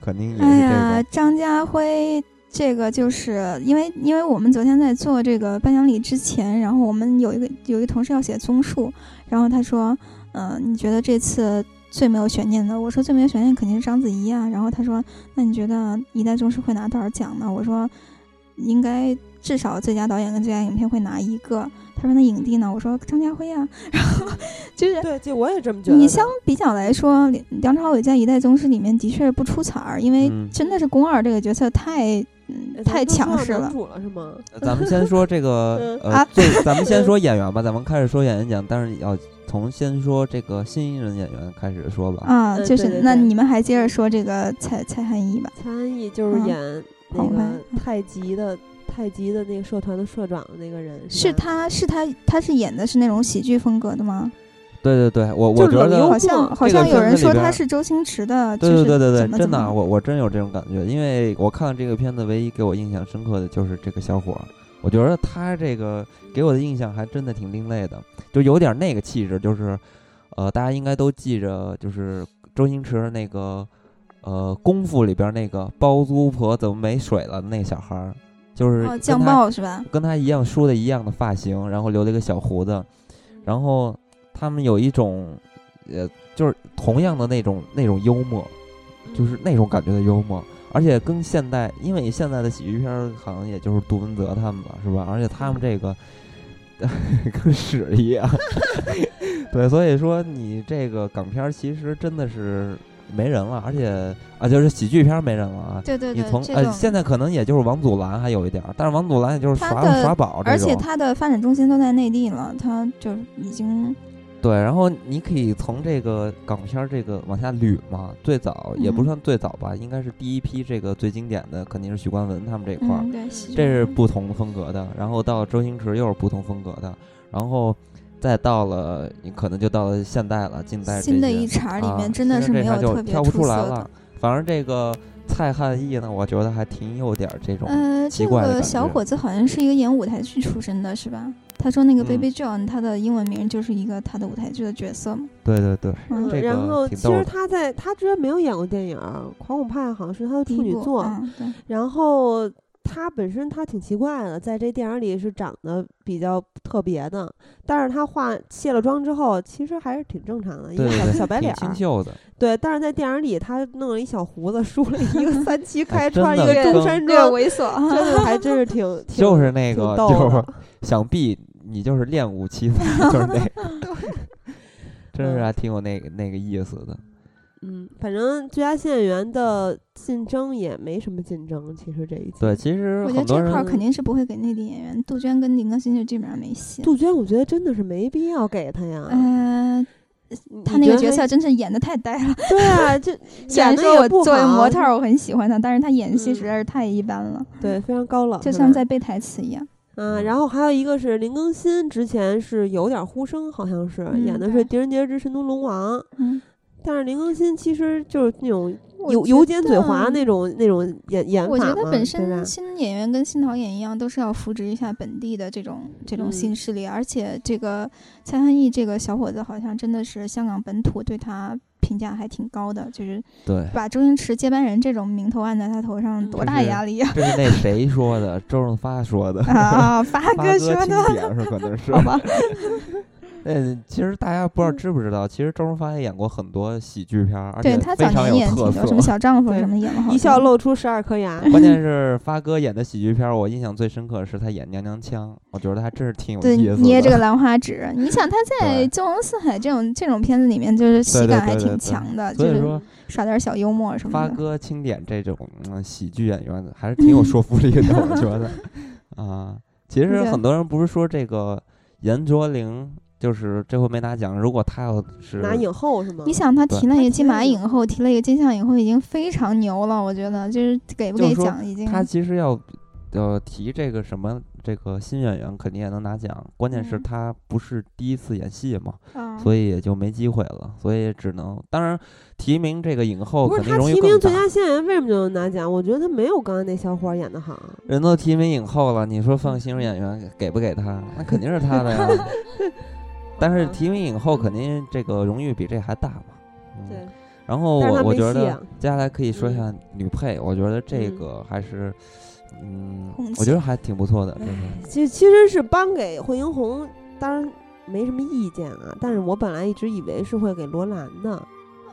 S2: 肯定也是
S3: 哎
S2: 这
S3: 呀
S2: 个，，
S3: 张家辉。这个就是因为，因为我们昨天在做这个颁奖礼之前，然后我们有一个有一个同事要写综述，然后他说，嗯、你觉得这次最没有悬念的？我说最没有悬念肯定是章子怡啊。然后他说，那你觉得一代宗师会拿多少奖呢？我说，应该至少最佳导演跟最佳影片会拿一个。他说那影帝呢？我说张家辉啊。 然后就是
S1: 对，就我也这么觉得的。
S3: 你相比较来说，梁梁朝伟在《一代宗师》里面的确不出彩儿，因为
S2: 嗯
S3: 真的是宫二这个角色太、
S1: 哎
S3: 嗯、
S1: 咱
S3: 太
S1: 们都说
S3: 强
S1: 到
S3: 势
S1: 男
S3: 了。
S1: 主了是吗？
S2: 呃咱们先说这 个
S3: 啊
S2: 呃，最咱们先说演员吧，咱们开始说演员奖，但是要从先说这个新人演员开始说吧。
S3: 啊，
S1: 嗯
S3: 就是
S1: 对对
S3: 那
S1: 对
S3: 你们还接着说这个蔡蔡汉仪吧，
S1: 参议就是
S3: 嗯
S1: 演那
S3: 好吧
S1: 个
S3: 嗯
S1: 太极的太极的那个社团的社长的那个人
S3: 是
S1: 吧
S3: 他是他他是演的是那种喜剧风格的吗？
S2: 对对对，我我
S1: 就
S2: 觉
S1: 冷幽
S2: 得
S1: 默
S3: 好像好
S2: 这个
S3: 像有
S2: 片
S3: 人
S2: 子里
S3: 说
S2: 边
S3: 他
S2: 儿
S3: 是周星驰的，
S2: 对
S3: 就是
S2: 对对对
S3: 怎么
S2: 对，
S3: 怎
S2: 真的
S3: 么
S2: 啊，我我真有这种感觉，因为我看了这个片子，唯一给我印象深刻的就是这个小伙儿，我觉得他这个给我的印象还真的挺另类的，就有点那个气质，就是，呃，大家应该都记着，就是周星驰的那个，呃，功夫里边那个包租婆怎么没水了那小孩儿，就是
S3: 哦
S2: 跟
S3: 酱
S2: 他
S3: 爆是吧？
S2: 跟他一样梳的一样的发型，然后留了一个小胡子，然后他们有一种，呃，就是同样的那种那种幽默，就是那种感觉的幽默，而且跟现代，因为现在的喜剧片儿好像也就是杜文泽他们了，是吧？而且他们这个 跟屎一样， 对，所以说你这个港片儿其实真的是没人了，而且啊，就是喜剧片儿没人了啊。
S3: 对对
S2: 你
S3: 对，
S2: 从
S3: 这
S2: 呃，
S3: 种。
S2: 现在可能也就是王祖蓝还有一点儿，但是王祖蓝也就是
S3: 他
S2: 耍
S3: 的
S2: 耍宝这种，
S3: 而且他的发展中心都在内地了，他就已经
S2: 对，然后你可以从这个港片儿这个往下捋嘛，最早也不
S3: 嗯
S2: 算最早吧，应该是第一批这个最经典的肯定是许冠文他们这一块儿，
S3: 嗯，对，喜剧
S2: 这是不同风格的，然后到周星驰又是不同风格的，然后再到了你可能就到了现代了，近代这
S3: 新的
S2: 些
S3: 一茬儿里
S2: 啊
S3: 面真的
S2: 现
S3: 是
S2: 在
S3: 没
S2: 这
S3: 有
S2: 茬就
S3: 特别
S2: 挑不
S3: 出
S2: 出
S3: 色
S2: 来
S3: 的
S2: 了。，反正这个蔡汉义呢，我觉得还挺有点儿这种，
S3: 呃，
S2: 奇
S3: 这
S2: 怪的
S3: 个
S2: 感
S3: 小
S2: 觉
S3: 伙子好像是一个演舞台剧出身的，是吧？他说那
S2: 嗯
S3: 个 Baby John，、他的英文名就是一个他的舞台剧的角色嘛。
S2: 对对对，
S1: 嗯
S3: 嗯，
S2: 这
S1: 然
S2: 个
S1: 后
S2: 挺
S1: 其
S2: 逗
S1: 实
S2: 的
S1: 他在他之前没有演过电影儿，《狂舞派》好像是他的
S3: 第
S1: 处
S3: 一
S1: 女
S3: 部
S1: 作，
S3: 嗯，对，
S1: 然后他本身他挺奇怪的，在这电影里是长得比较特别的，但是他化卸了妆之后，其实还是挺正常的，一
S2: 对
S1: 个
S2: 对
S1: 小
S2: 对，
S1: 哎小白
S2: 挺
S1: 脸
S2: 清
S1: 儿。
S2: 秀的，
S1: 对，但是在电影里他弄了一小胡子，梳了一个三 七开，
S2: 哎
S1: 穿
S2: 真
S1: 一个
S2: 的
S1: 中
S2: 跟
S1: 山
S3: 略
S1: 装，
S3: 猥琐。啊
S1: 真的还真是挺
S2: 就是那
S1: 挺
S2: 个
S1: 逗
S2: 就是。
S1: 的
S2: 想必你就是练武奇才，就是那 个真是还挺有那个那个意思的。
S1: 嗯，反正最佳新演员的竞争也没什么竞争，其实这一季。
S2: 对，其实
S3: 我觉得
S2: 很多
S3: 这块儿
S2: 人
S3: 肯定是不会给内地演员，杜鹃跟林更新就基本上没戏。
S1: 杜鹃，我觉得真的是没必要给她呀。
S3: 嗯，
S1: 你
S3: 他那个
S1: 觉
S3: 角
S1: 得
S3: 色真是演的太呆了。
S1: 她，对啊，这
S3: 虽然
S1: 演得
S3: 说
S1: 也
S3: 我
S1: 不
S3: 作为
S1: 好
S3: 模特儿我很喜欢他，但是他演戏
S1: 嗯
S3: 实在是太一般了，
S1: 对非常高冷，
S3: 就是像
S1: 吧
S3: 在背台词一样。
S1: 嗯，然后还有一个是林更新，之前是有点呼声，好像是、
S3: 嗯
S1: 演的是
S3: 对
S1: 《狄仁杰之神都龙王》，
S3: 嗯，
S1: 但是林更新其实就是那种
S3: 我
S1: 油
S3: 觉
S1: 油尖嘴
S3: 得嗯
S1: 滑那种那种演演法
S3: 我觉得
S1: 嘛
S3: 本
S1: 对啊吧
S3: 身新演员跟新导演一样，都是要扶植一下本地的这种
S1: 嗯
S3: 这种新势力，而且这个蔡汉义这个小伙子好像真的是香港本土对他评价还挺高的，就是
S2: 对，
S3: 把周星驰接班人这种名头按在他头上，
S1: 嗯
S3: 多大压力啊！
S2: 这是那谁说的？周润发说的，
S3: 啊，发
S2: 发
S3: 哥
S2: 哥
S3: 说
S2: 钦
S3: 的，
S2: 点是可能是
S3: 好。吧？
S2: 呃，其实大家不知
S1: 嗯
S2: 道知不知道，其实周润发也演过很多喜剧片儿，而
S3: 对
S2: 且
S3: 他
S2: 非
S3: 早
S2: 常
S3: 年
S2: 有
S3: 演挺
S2: 特
S3: 多，
S2: 色。
S3: 什么小丈夫
S1: 对
S3: 什么演的好，
S1: 一笑。露出十二颗 牙。
S2: 关键是发哥演的喜剧片儿，我印象最深刻是他演《娘娘腔》，我觉得还真是挺有
S3: 对，
S2: 意思的。
S3: 捏这个兰花指，你想他在
S2: 对
S3: 《纵横四海》这种这种片子里面，就是喜
S2: 对对
S3: 感还
S2: 对对
S3: 挺
S2: 对
S3: 强的，
S2: 所
S3: 就
S2: 以
S3: 是
S2: 说，
S3: 耍点小幽默什么
S2: 发
S3: 的。
S2: 哥钦点这种、嗯、喜剧演员的还是挺有说服力的，我觉得。啊，其实
S3: 对
S2: 很多人不是说这个严卓玲就是这回没拿奖，如果她要是
S1: 拿影后是吗？
S3: 你想，他提
S2: 对
S3: 了
S1: 嗯他
S3: 一个
S1: 提
S3: 金
S1: 了
S3: 马
S1: 一个
S3: 影后，提了一个金像影后，已经非常牛了。我觉得就是给不
S2: 就是
S3: 给
S2: 说
S3: 奖已经。
S2: 他其实要呃提这个什么这个新演员，肯定也能拿奖。关键是
S3: 嗯
S2: 他不是第一次演戏嘛，
S1: 啊
S3: 嗯
S2: 所以也就没机会了，所以只能当然提名这个影后
S1: 不
S2: 哦
S1: 是
S2: 肯定
S1: 他
S2: 容易啊
S1: 提名
S2: 更
S1: 最
S2: 大
S1: 佳。新演员为什么就能拿奖？我觉得他没有刚刚那小伙儿演的好。啊
S2: 人都提名影后了，你说放新人演员给不给他？那肯定是他的呀。但
S1: 嗯
S2: 是提名影后肯定这个荣誉比这还大嘛。嗯、
S1: 对。，
S2: 然后
S1: 但是
S2: 我
S1: 他
S2: 我
S1: 没
S2: 觉
S1: 戏
S2: 得
S1: 啊
S2: 接下来可以说一下女配，我觉得这
S1: 嗯
S2: 个还是，嗯
S3: 红，
S2: 我觉得还挺不错的，这
S1: 嗯
S2: 个。
S1: 其其实是颁给惠英红，当然没什么意见啊。但是我本来一直以为是会给罗兰的，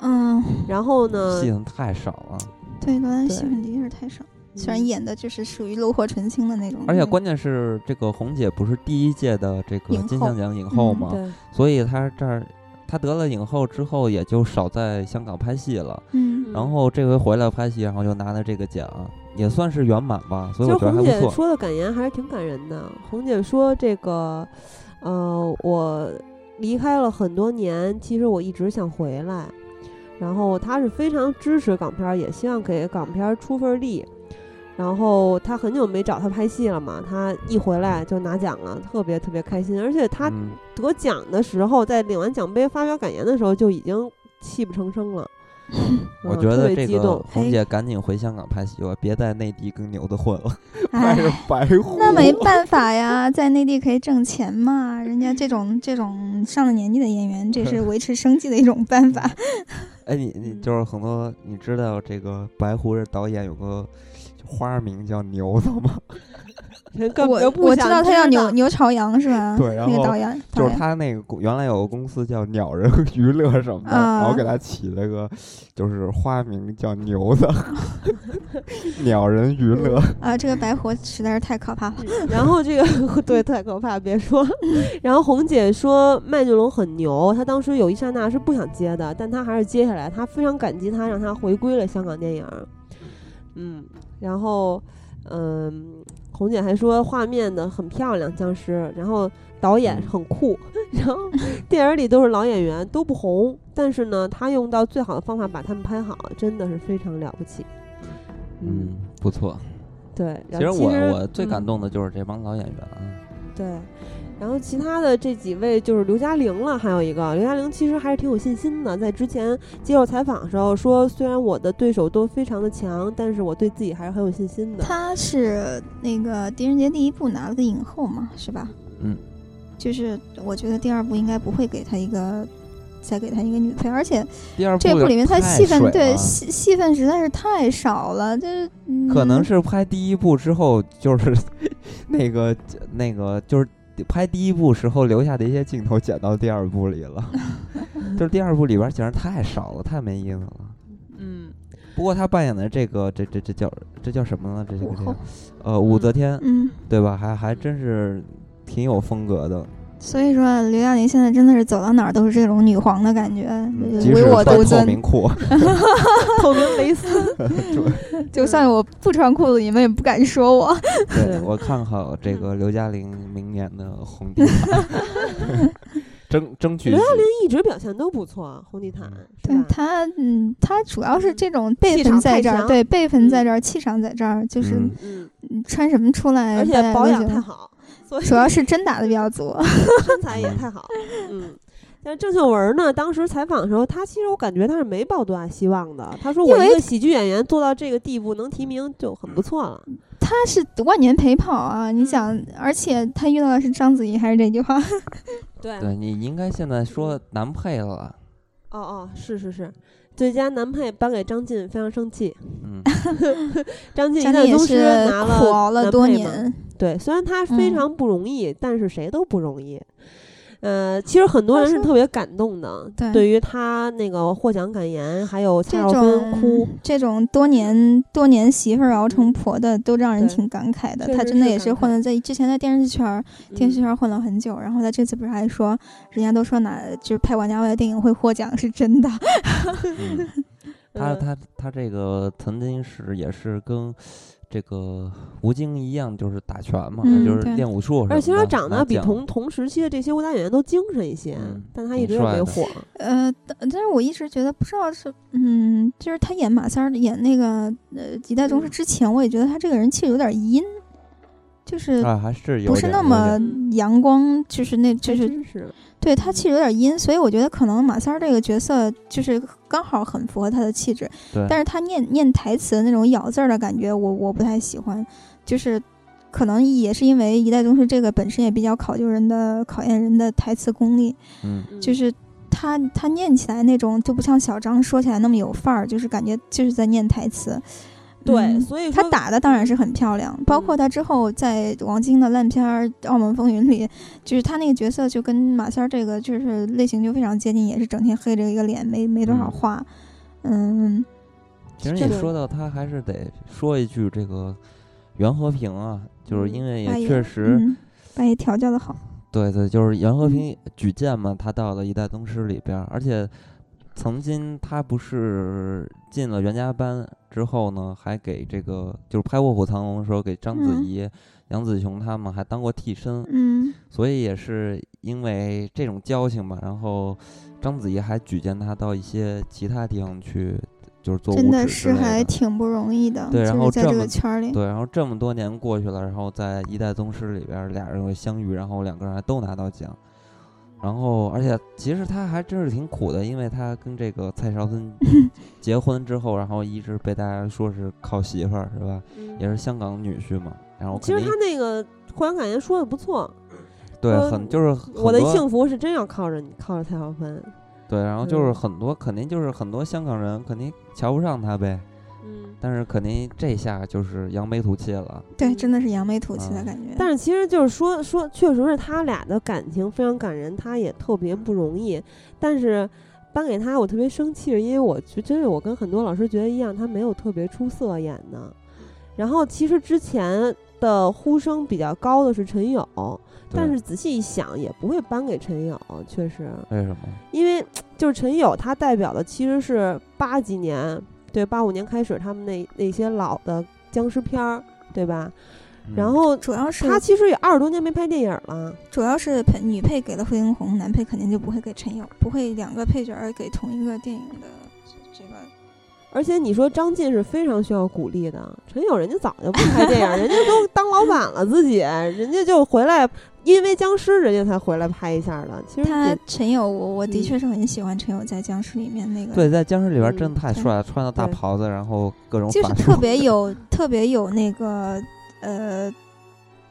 S3: 嗯，
S1: 然后呢
S2: 戏，份太少了，
S3: 对，罗兰
S1: 对
S3: 戏份的确是太少，虽
S1: 嗯
S3: 然演的就是属于炉火纯青的那种，嗯
S2: 而且关键是这个红姐不是第一届的这个
S3: 影后
S2: 金像奖影后
S3: 嗯
S2: 嘛，
S1: 对
S2: 所以她这儿她得了影后之后，也就少在香港拍戏了。
S3: 嗯，
S2: 然后这回回来拍戏，然后就拿了这个奖，也算是圆满吧。所
S1: 嗯
S2: 以
S1: 其实
S2: 我觉得还
S1: 红
S2: 不
S1: 姐
S2: 错。
S1: 说的感言还是挺感人的。红姐说：“这个，呃，我离开了很多年，其实我一直想回来。然后她是非常支持港片儿，也希望给港片儿出份力。然后她很久没找她拍戏了嘛，她一回来就拿奖了，特别特别开心。而且她
S2: 嗯
S1: 得奖的时候，在领完奖杯发表感言的时候，就已经泣不成声了。
S2: 我
S1: 嗯
S2: 觉得
S1: 特别
S2: 这
S1: 激
S2: 个
S1: 动，
S2: 红姐赶紧回香港拍戏吧，别在内地跟牛的混 了，
S3: 哎，
S2: 白混。
S3: 那没办法呀，在内地可以挣钱嘛，人家这种这种上了年纪的演员，这是维持生计的一种办法。
S2: 哎，你
S3: 嗯
S2: 你就是很多，你知道这个白胡子导演有个花名叫牛的 吗？
S1: 根本就
S3: 我
S1: 不
S3: 我知
S1: 想
S3: 道他叫牛
S1: 道
S3: 牛朝阳是吧？
S2: 对然
S3: 那个
S2: 后
S3: 导演，
S2: 就是
S3: 导演
S2: 他那个公原来有个公司叫鸟人娱乐什么的，然后
S3: 啊
S2: 给他起了个就是花名叫牛 子，鸟人娱乐。
S3: 啊，这个白活实在是太可怕了。
S1: 然后这个 对太可怕，别说。然后红姐说麦浚龙很牛，她当时有一刹那是不想接的，但她还是接下来，她非常感激他，让他回归了香港电影。嗯，然后嗯，红姐还说画面的很漂亮，僵尸，然后导演很酷， 然后电影里都是老演员都不红，但是呢，他用到最好的方法把他们拍好，真的是非常了不起。
S2: 嗯，，不错。
S1: 对。
S2: 其
S1: 然
S2: 实
S1: 后
S2: 我我最感
S1: 嗯
S2: 动的就是这帮老演员啊，
S1: 对，然后其他的这几位就是刘嘉玲了，还有一个刘嘉玲其实还是挺有信心的，在之前接受采访的时候说，虽然我的对手都非常的强，但是我对自己还是很有信 心的。
S3: 他是那个狄仁杰第一部拿了个影后嘛，是吧？
S2: 嗯，
S3: 就是我觉得第二部应该不会给他一个，再给他一个女配，而且
S2: 第二
S3: 这部
S2: 就
S3: 里面他
S2: 太
S3: 戏份
S2: 水
S3: 对
S2: 了
S3: 戏戏份实在是太少了，就是、嗯、
S2: 可能是拍第一部之后，就是 那个那个就是拍第一部时候留下的一些镜头剪到第二部里 了，就是第二部里边儿简直太少了，太没意思了。
S1: 嗯，
S2: 不过他扮演的这个这这这叫这叫什么呢？这这
S3: 武
S2: 个这
S3: 后
S2: 个呃武则天、
S3: 嗯，
S2: 对吧？还还真是挺有风格的，
S3: 所以说刘嘉玲现在真的是走到哪儿都是这种女皇的感觉，
S2: 嗯
S3: 就是
S2: 即
S3: 唯
S2: 使
S3: 我
S2: 穿
S3: 独
S2: 透
S3: 尊
S2: 明。 裤，
S1: 透明蕾丝，
S3: 就算我不穿裤子，你们也不敢说我。
S2: 对我看好这
S3: 嗯
S2: 个刘嘉玲明年的红地毯， 争争取
S1: 刘嘉玲 一直表现都不错，红地毯是
S3: 对
S1: 吧？
S3: 她，嗯，她主要是这种辈
S1: 嗯气
S3: 分
S1: 场
S3: 在
S1: 太
S3: 这儿，
S1: 强
S3: 对辈分在
S1: 嗯
S3: 这儿，气场在这儿，就是
S2: 嗯
S1: 嗯，
S3: 嗯穿什么出来，
S1: 而且
S3: 大家
S1: 保
S3: 都
S1: 养嗯
S3: 觉 得
S1: 太好，所以
S3: 主要是针打的比较足。
S1: 身材也太 好。嗯，但是郑秀文呢，当时采访的时候，她其实我感觉她是没抱多大希望的。她说
S3: 因
S1: 我一
S3: 为
S1: 个喜剧演员做到这个地步能提名就很不错了。
S3: 他是万年陪跑啊！
S1: 嗯
S3: 你想，而且他遇到的是章子怡，还是这句话？
S1: 对
S2: 对你应该现在
S1: 嗯
S2: 说男配了，
S1: 哦哦，是是是，最佳男配颁给张晋，非常生气。
S2: 嗯，
S1: 张晋一
S3: 张
S1: 代
S3: 晋也
S1: 宗师
S3: 是
S1: 拿
S3: 苦熬了
S1: 男
S3: 多
S1: 配嘛
S3: 年，
S1: 对，虽然他非
S3: 嗯
S1: 常不容易，但是谁都不容易。呃，其实很多人是
S3: 话说
S1: 特别感动的，
S3: 对
S1: 对于他那个获奖感言，还有蔡
S3: 这
S1: 少芬哭
S3: 种，这种多年多年媳妇儿熬成婆的，都让人
S1: 嗯对
S3: 挺感慨的
S1: 确。
S3: 她
S1: 实
S3: 真的
S1: 是
S3: 也是
S1: 感
S3: 混了在之前在电视圈儿，电视
S1: 嗯
S3: 圈儿混了很久，然后她这次不是还说，人家都说哪就是拍王家卫的电影会获奖，是真的。
S2: 嗯，他
S1: 嗯
S2: 他他这个曾经是也是跟这个吴京一样，就是打拳嘛，
S3: 嗯
S2: 就是
S3: 对
S2: 练武术什么的。
S1: 而且他长
S2: 拿
S1: 得比
S2: 奖
S1: 同同时期的这些武打演员都精神一些
S2: 嗯，
S1: 但他
S2: 挺
S1: 一直也没
S2: 帅的
S1: 火。
S3: 呃，但但是我一直觉得不知道是，嗯，就是她演马三儿演那个呃《一
S2: 嗯
S3: 代宗师》之前，我也觉得她这个人气有点阴，就是
S2: 啊，还是有
S3: 不是
S2: 点
S3: 那
S2: 有
S3: 么
S2: 点
S1: 嗯
S3: 阳光，就是那就
S1: 还
S3: 是
S1: 真是，
S3: 对他气质有点阴，所以我觉得可能马三儿这个角色就是刚好很符合他的气质，
S2: 对
S3: 但是他念念台词的那种咬字儿的感觉，我我不太喜欢，就是可能也是因为《一代宗师》这个本身也比较考究人的考验人的台词功力，
S2: 嗯
S1: 嗯
S3: 就是他他念起来那种就不像小张说起来那么有范儿，就是感觉就是在念台词。
S1: 对，
S3: 嗯
S1: 所以
S3: 他
S1: 说嗯
S3: 打的当然是很漂亮，包括他之后在王晶的烂片儿《澳门风云》里，就是他那个角色就跟马三儿这个就是类型就非常接近，也是整天黑着一个脸，没没多少
S2: 嗯
S3: 话。嗯，
S2: 其实
S1: 这
S2: 你
S1: 个
S2: 说到他，还是得说一句这个袁和平啊，就是
S1: 嗯
S2: 因为
S3: 八
S2: 也
S3: 爷
S2: 确实，
S3: 嗯，把也调教的好，
S2: 对对，就是袁
S3: 嗯
S2: 和平举荐嘛，他到了一代宗师里边儿，而且曾经他不是进了袁家班之后呢，还给这个就是拍《卧虎藏龙》的时候给章子
S3: 嗯
S2: 怡、杨紫琼他们还当过替身，
S3: 嗯，
S2: 所以也是因为这种交情吧，然后章子怡还举荐他到一些其他地方去，就是做
S3: 真
S2: 五指之
S3: 是
S2: 类
S3: 还
S2: 的
S3: 挺不容易的，
S2: 对然后
S3: 就是在这
S2: 这
S3: 个
S2: 么
S3: 圈儿里，
S2: 对，然后这么多年过去了，然后在《一代宗师》里边儿，俩人又相遇，然后两个人还都拿到奖。然后，而且其实他还真是挺苦的，因为他跟这个蔡少 芬结婚之后，然后一直被大家说是靠媳妇儿，是吧？
S1: 嗯
S2: 也是香港女婿嘛。然后
S1: 其
S2: 肯
S1: 实
S2: 定
S1: 他那个获奖感言说的不错，
S2: 对
S1: 呃
S2: 很就是很
S1: 我的
S2: 多
S1: 幸福是真要靠着你，靠着蔡少芬。
S2: 对，然后就是
S1: 嗯
S2: 很多肯定就是很多香港人肯定瞧不上他呗，
S1: 嗯，
S2: 但是肯定这下就是扬眉吐气了。
S3: 对，真的是扬眉吐气的
S2: 啊
S3: 感觉。
S1: 但是其实就是说说，确实是他俩的感情非常感人，他也特别不容易。但是颁给他，我特别生气，是因为我觉真是我跟很多老师觉得一样，他没有特别出色演的。然后其实之前的呼声比较高的是陈友，但
S2: 对
S1: 是仔细一想，也不会颁给陈友，确实。
S2: 为什么？
S1: 因为就是陈友他代表的其实是八几年，对，八五年开始他们那那些老的僵尸片儿，对吧？然
S2: 嗯
S1: 后
S3: 主要是
S1: 他其实也二十多年没拍电影了，
S3: 主要是配女配给了惠英红，男配肯定就不会给陈友，不会两个配角儿给同一个电影的这个。
S1: 而且你说张晋是非常需要鼓励的，陈友人家早就不拍电影，人家都当老板了自己，人家就回来，因为僵尸人家才回来拍一下的。其实
S3: 他
S1: 也
S3: 陈友，我我的
S1: 嗯
S3: 确是很喜欢陈友在僵尸里面那个，
S2: 对，在僵尸里边儿真
S1: 嗯
S2: 的太
S3: 对
S2: 帅了，穿着大
S1: 对
S2: 袍子，然后各种
S3: 就是
S2: 法
S3: 特
S2: 术。
S3: 别有特别有那个呃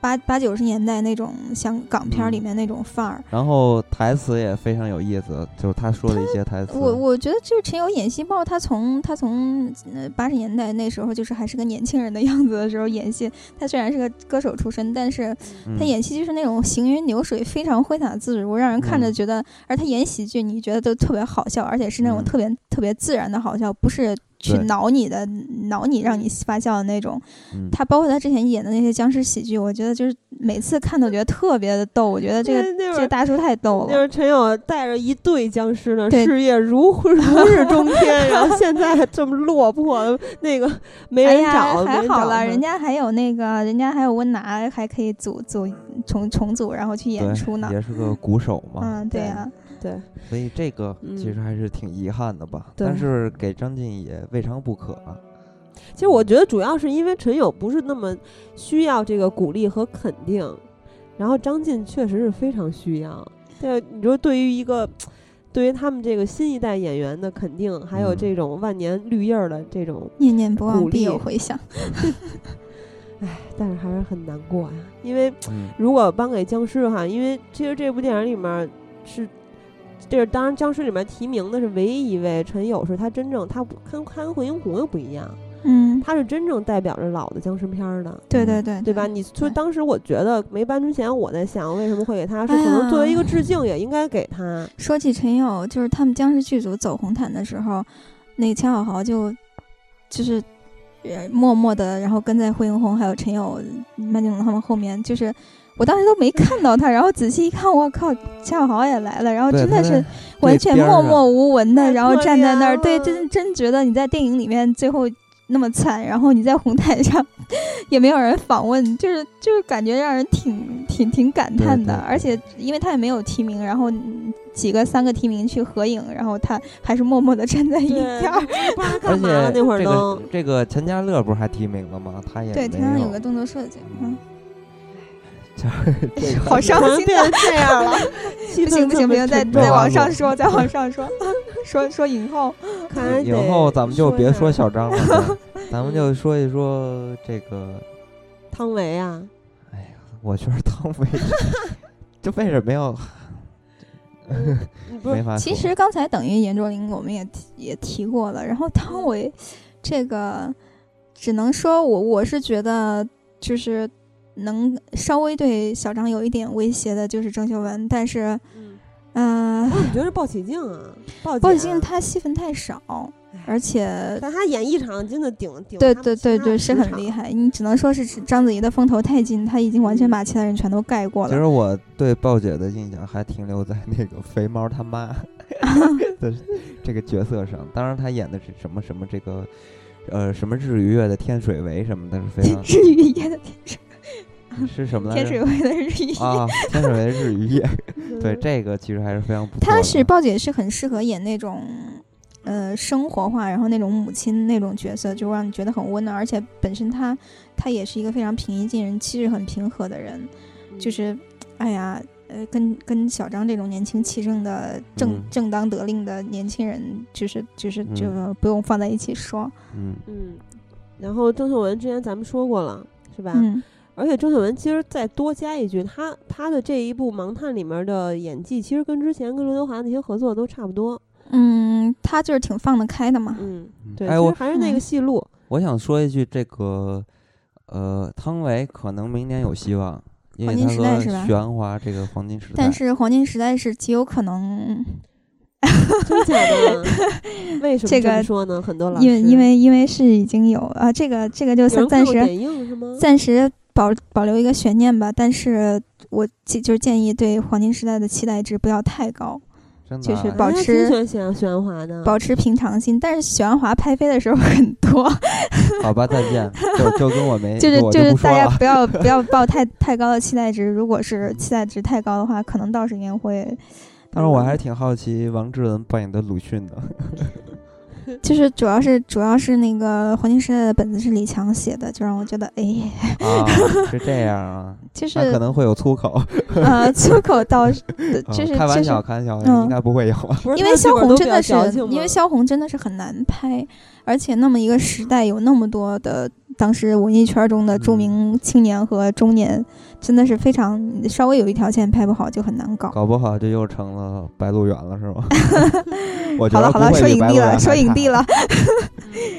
S3: 八八九十年代那种像港片儿里
S2: 嗯
S3: 面那种范儿。
S2: 然后台词也非常有意思，就是他说的一些台词。
S3: 我我觉得就是陈友演戏，包括他从他从呃八十年代那时候就是还是个年轻人的样子的时候演戏，他虽然是个歌手出身，但是
S2: 嗯
S3: 他演戏就是那种行云流水，非常挥洒自如，让人看着
S2: 嗯
S3: 觉得，而他演喜剧，你觉得都特别好笑，而且是那种
S2: 嗯
S3: 特别、特别自然的好笑，不是去
S2: 对
S3: 挠你的、挠你让你发笑的那种。
S2: 嗯
S3: 他包括他之前演的那些僵尸喜剧，我觉得就是每次看都觉得特别的逗，我觉得这个
S1: 那那
S3: 这
S1: 会
S3: 个
S1: 儿。
S3: 大叔太逗
S1: 就是
S3: 了。哎
S1: 陈友带着一队僵尸呢，
S3: 对
S1: 事业如如日中 天，然后现在这么落魄，那个没
S3: 哎
S1: 人
S3: 呀
S1: 找，，没
S3: 还
S1: 人
S3: 好
S1: 找
S3: 了，
S1: 他
S3: 人家还有那个，人家还有温拿，还可以组组重重组，然后去演
S2: 对
S3: 出呢。嗯
S2: 也是个鼓手嘛，
S3: 嗯，对
S1: 对
S3: 呀、
S1: 对，
S2: 所以这个其实
S1: 嗯
S2: 还是挺遗憾的吧。
S1: 对
S2: 但是给张晋也未尝不可啊。
S1: 其实我觉得主要是因为陈友不是那么需要这个鼓励和肯定，然后张晋确实是非常需要。对，你说对于一个，对于他们这个新一代演员的肯定，还有
S2: 嗯
S1: 这种万年绿叶儿的这种，
S3: 念念不忘
S1: 鼓
S3: 必有
S1: 励
S3: 回响。
S1: 但是还是很难过呀。因为
S3: 哦
S2: 嗯，
S1: 如果颁给僵尸的话，因为其实这部电影里面是，这是当然僵尸里面提名的是唯一一位陈友，是他真正他不跟他跟惠英红又不一样，
S3: 嗯，
S1: 它是真正代表着老的僵尸片儿的，
S3: 对对对，
S1: 对吧？你就
S3: 对
S1: 当时我觉得没搬之前，我在想为什么会给他，是
S3: 哎
S1: 可能作为一
S3: 呀
S1: 个致敬，也应该给他。
S3: 说起陈友，就是他们僵尸剧组走红毯的时候，那钱小豪就就是呃默默的，然后跟在惠英红还有陈友、麦浚龙他们后面，就是我当时都没看到他，然后仔细一看，我靠，钱小豪也来了，然后
S4: 对
S3: 真的
S4: 他
S3: 是
S4: 在
S3: 完全
S4: 边儿啊
S3: 默
S4: 上
S3: 默无闻的，
S1: 太
S3: 然后
S1: 可
S3: 站在那儿，
S1: 怜
S3: 对，
S1: 了
S3: 真真觉得你在电影里面最后那么惨，然后你在红毯上 也没有人访问，就是就是感觉让人挺挺挺感叹的。
S4: 对对
S3: 而且因为他也没有提名，然后嗯几个三个提名去合影，然后他还是默默的站在一边儿。
S1: 不知道
S4: 而
S1: 干嘛了
S4: 且
S1: 那会儿
S4: 这
S1: 都
S4: 个。这个钱嘉乐不是还提名了吗？他也
S3: 对，
S4: 没
S3: 同样有
S4: 有
S3: 个动作设计， 嗯，
S4: 这个
S3: 好伤
S1: 突然
S3: 心
S1: 变
S3: 的
S1: 成。这样了，
S3: 不
S1: 不
S3: 行不行不行， 再
S4: 重
S3: 再往
S4: 啊
S3: 上
S4: 我
S3: 说，再往上说， 说说影后。
S1: 看来
S4: 以
S1: 得
S4: 后咱们就别说
S1: 一下
S4: 小张了 咱，咱们就说一说这个。
S1: 汤唯啊，
S4: 我觉得汤唯， 这为什么要
S1: 你不
S2: 没
S1: 是
S2: 法说。
S3: 其实刚才等于严卓林我们也提也提过了，然后
S1: 嗯
S3: 汤唯这个只能说我我是觉得就是能稍微对小张有一点威胁的就是郑秀文，但是
S1: 嗯，
S3: 嗯、
S1: 我怎么觉得是鲍起静啊？鲍
S3: 包
S1: 姐
S3: 括竟
S1: 啊，
S3: 她戏份太少，而且。
S1: 但她演一场真的顶顶
S3: 对
S1: 他们
S3: 对
S1: 其
S3: 对
S1: 他
S3: 对，
S1: 的嗯
S3: 是
S1: 十
S3: 很
S1: 场
S3: 厉害。你只能说是章子怡的风头太近，她已经完全把其他人全都盖过
S4: 其
S3: 了。
S4: 实我对鲍姐的印象还停留在那个肥猫他妈的这个角色上，当然她演的是什么什么这个，呃，什么日与月的天水围什么的，是非常
S3: 日与夜的天水，
S4: 是什么来
S3: 天
S4: 着
S3: 水围的日与夜。
S4: 嗯啊，天水围日与夜，对
S1: 嗯
S4: 这个其实还是非常不错的。
S3: 她是鲍姐是很适合演那种，呃，生活化，然后那种母亲那种角色，就让你觉得很温暖。而且本身她她也是一个非常平易近人、气质很平和的人，
S1: 嗯
S3: 就是，哎呀，呃，跟跟小张这种年轻气盛的正、
S2: 嗯
S3: 正当得令的年轻人，就是就是
S2: 嗯
S3: 这个不用放在一起说，
S2: 嗯，
S1: 嗯，然后郑秀文之前咱们说过了，是吧？
S3: 嗯
S1: 而且郑秀文其实再多加一句，她她的这一部《盲探》里面的演技，其实跟之前跟刘德华那些合作都差不多。
S3: 嗯，她就是挺放得开的嘛，
S1: 嗯，
S2: 嗯
S1: 对，
S2: 哎
S1: 其实
S2: 我
S1: 还是那个戏 路。
S2: 我想说一句，这个呃，汤唯可能明年有希望，因为
S3: 黄金
S2: 他
S3: 时代
S2: 和
S3: 是吧
S2: 玄华这个黄金时代，
S3: 但是黄金时代是极有可能
S1: 真假 的？为什么
S3: 这个
S1: 么说呢？很多老师
S3: 因为因为因为是已经有啊，这个这个就
S1: 有人看
S3: 暂暂
S1: 过
S3: 时
S1: 点映是吗？
S3: 暂时保保留一个悬念吧。但是我建就是建议对黄金时代的期待值不要太高，
S2: 真的
S3: 就
S2: 啊
S3: 是保
S1: 人家
S3: 持
S1: 哎挺喜欢选玄华
S2: 嗯
S1: 的，
S3: 保持平常心。但是许鞍华拍飞的时候很多，
S2: 好吧，再见，就就跟我没，
S3: 就是
S2: 哎我
S3: 是
S2: 不说
S3: 大家
S2: 了。
S3: 不要不要抱太太高的期待值。如果是期待值太高的话，可能到时间会
S2: 但是我还是挺好奇王志文扮演的鲁迅 的，
S3: 就是主要是主要是那个黄金时代的本子是李强写的，就让我觉得哎，
S2: 啊，是这样啊，
S3: 就
S2: 那可
S3: 是
S2: 能会有粗口，
S3: 呃粗 口倒是
S2: 啊
S3: 就是
S2: 开
S3: 就
S2: 玩
S3: 是
S2: 笑，开玩笑，
S3: 嗯
S2: 应该不会有。
S1: 不是
S3: 因
S1: 他
S3: 为
S1: 的剧
S3: 萧
S1: 本
S3: 红
S1: 都
S3: 真
S1: 比较
S3: 的是
S1: 矫情，
S3: 因为
S1: 吗
S3: 萧红真的是很难拍，而且那么一个时代有那么多的当时文艺圈中的
S1: 嗯
S3: 著名青年和中年，真的是非常稍微有一条线拍不好就很难搞。
S2: 搞不好这又成了白鹿原了，是 吗？ 我觉
S3: 好
S2: 得
S3: 了好了，
S2: 不会
S3: 说
S2: 比
S3: 影
S2: 白鹿
S3: 帝
S2: 原
S3: 了，
S2: 还
S3: 说影
S2: 差
S3: 帝了。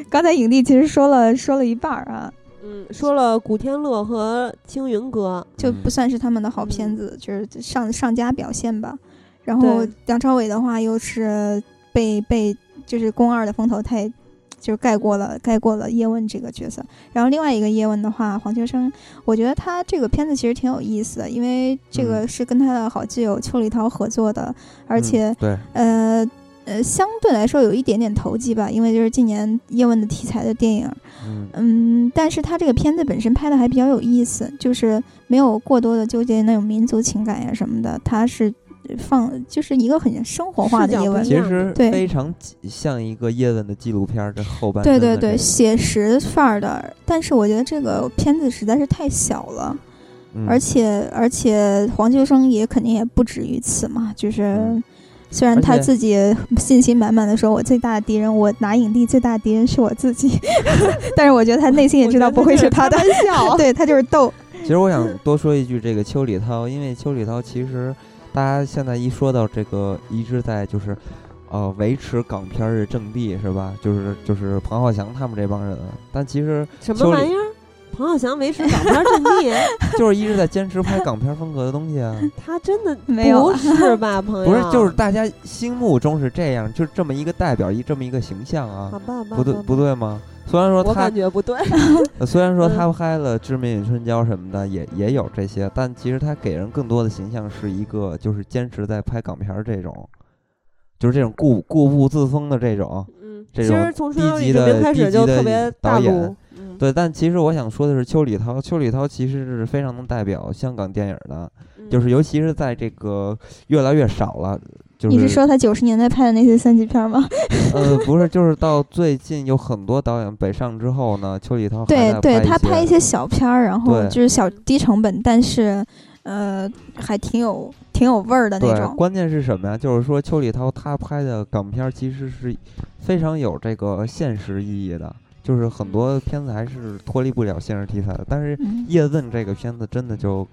S3: 刚才影帝其实说了说了一半儿啊，
S1: 嗯，说了古天乐和青云哥，
S3: 就
S2: 嗯
S3: 不算是他们的好片
S1: 嗯
S3: 子，就是上上佳表现吧。然后
S1: 对
S3: 梁朝伟的话又是被被就是宫二的风头太，就是盖过了盖过了叶问这个角色。然后另外一个叶问的话，黄秋生，我觉得他这个片子其实挺有意思的，因为这个是跟他的好基友邱礼涛合作的，而
S2: 嗯
S3: 且、
S2: 对，
S3: 呃呃相对来说有一点点投机吧，因为就是今年叶问的题材的电影，
S2: 嗯，
S3: 嗯，但是他这个片子本身拍的还比较有意思，就是没有过多的纠结那种民族情感呀什么的，他是放就是一个很生活化
S1: 视角
S3: 的叶
S1: 不
S3: 问
S1: 一，
S2: 其
S1: 样
S2: 实
S3: 对
S2: 非常像一个叶问的纪录片儿，这后半
S3: 对
S2: 身
S3: 对
S2: 的这
S3: 对，
S2: 个
S3: 写实范儿的。但是我觉得这个片子实在是太小了，
S2: 嗯
S3: 而且而且黄秋生也肯定也不止于此嘛，就是。
S2: 嗯
S3: 虽然
S2: 而
S3: 他
S2: 且
S3: 自己信心满满的说：“我最大的敌人，我拿影帝最大的敌人是我自己。”但是我觉得他内心也
S1: 我
S3: 知
S1: 觉
S3: 道
S1: 得
S3: 不
S1: 这
S3: 会
S1: 就是
S3: 他的，
S1: 开，玩笑
S3: 对他就是逗。
S2: 其实我
S1: 嗯
S2: 想多说一句，这个邱礼涛，因为邱礼涛其实大家现在一说到这个，一直在就是呃维持港片儿的阵地是吧？就是就是彭浩翔他们这帮人，但其 实
S1: 什么
S2: 秋
S1: 玩
S2: 里
S1: 意儿？彭浩翔维持港片阵 地，
S2: 就是一直在坚持拍港片风格的东西 啊。
S1: 他真的
S3: 没有
S1: 不是吧，朋 友？
S2: 不是，就是大家心目中是这样，就这么一个代表，一这么一个形象
S1: 好
S2: 啊，
S1: 吧，好吧，
S2: 不对
S1: 好吧
S2: 不对吗？虽然说
S1: 我
S2: 他
S1: 感觉 不对。
S2: 呃虽然说他
S1: 嗯
S2: 拍了《致命春娇》什么的，也也有这些，但其实他给人更多的形象是一个就是坚持在拍港片儿这种，就是这种固固步自封的这种。
S1: 嗯，
S2: 这
S1: 其
S2: 种
S1: 实从
S2: 低
S1: 春娇
S2: 级
S1: 里这
S2: 的
S1: 边开
S2: 低
S1: 始
S2: 级
S1: 就
S2: 的
S1: 特别大
S2: 导演
S1: 陆，嗯，
S2: 对，但其实我想说的是，邱礼涛，邱礼涛其实是非常能代表香港电影的，
S1: 嗯
S2: 就是尤其是在这个越来越少了，就
S3: 你是说他九十年代拍的那些三级片吗？
S2: 呃，不是，就是到最近有很多导演北上之后呢，邱礼涛还
S3: 对
S2: 在
S3: 对，
S2: 拍
S3: 他拍一些小片儿，然后
S2: 对
S3: 就是小低成本，但是呃还挺有挺有味儿的那
S2: 对，
S3: 种。
S2: 关键是什么呀？就是说邱礼涛他拍的港片儿其实是非常有这个现实意义的，就是很多片子还是脱离不了现实题材的。但是《
S3: 嗯，
S2: 叶问》这个片子真的就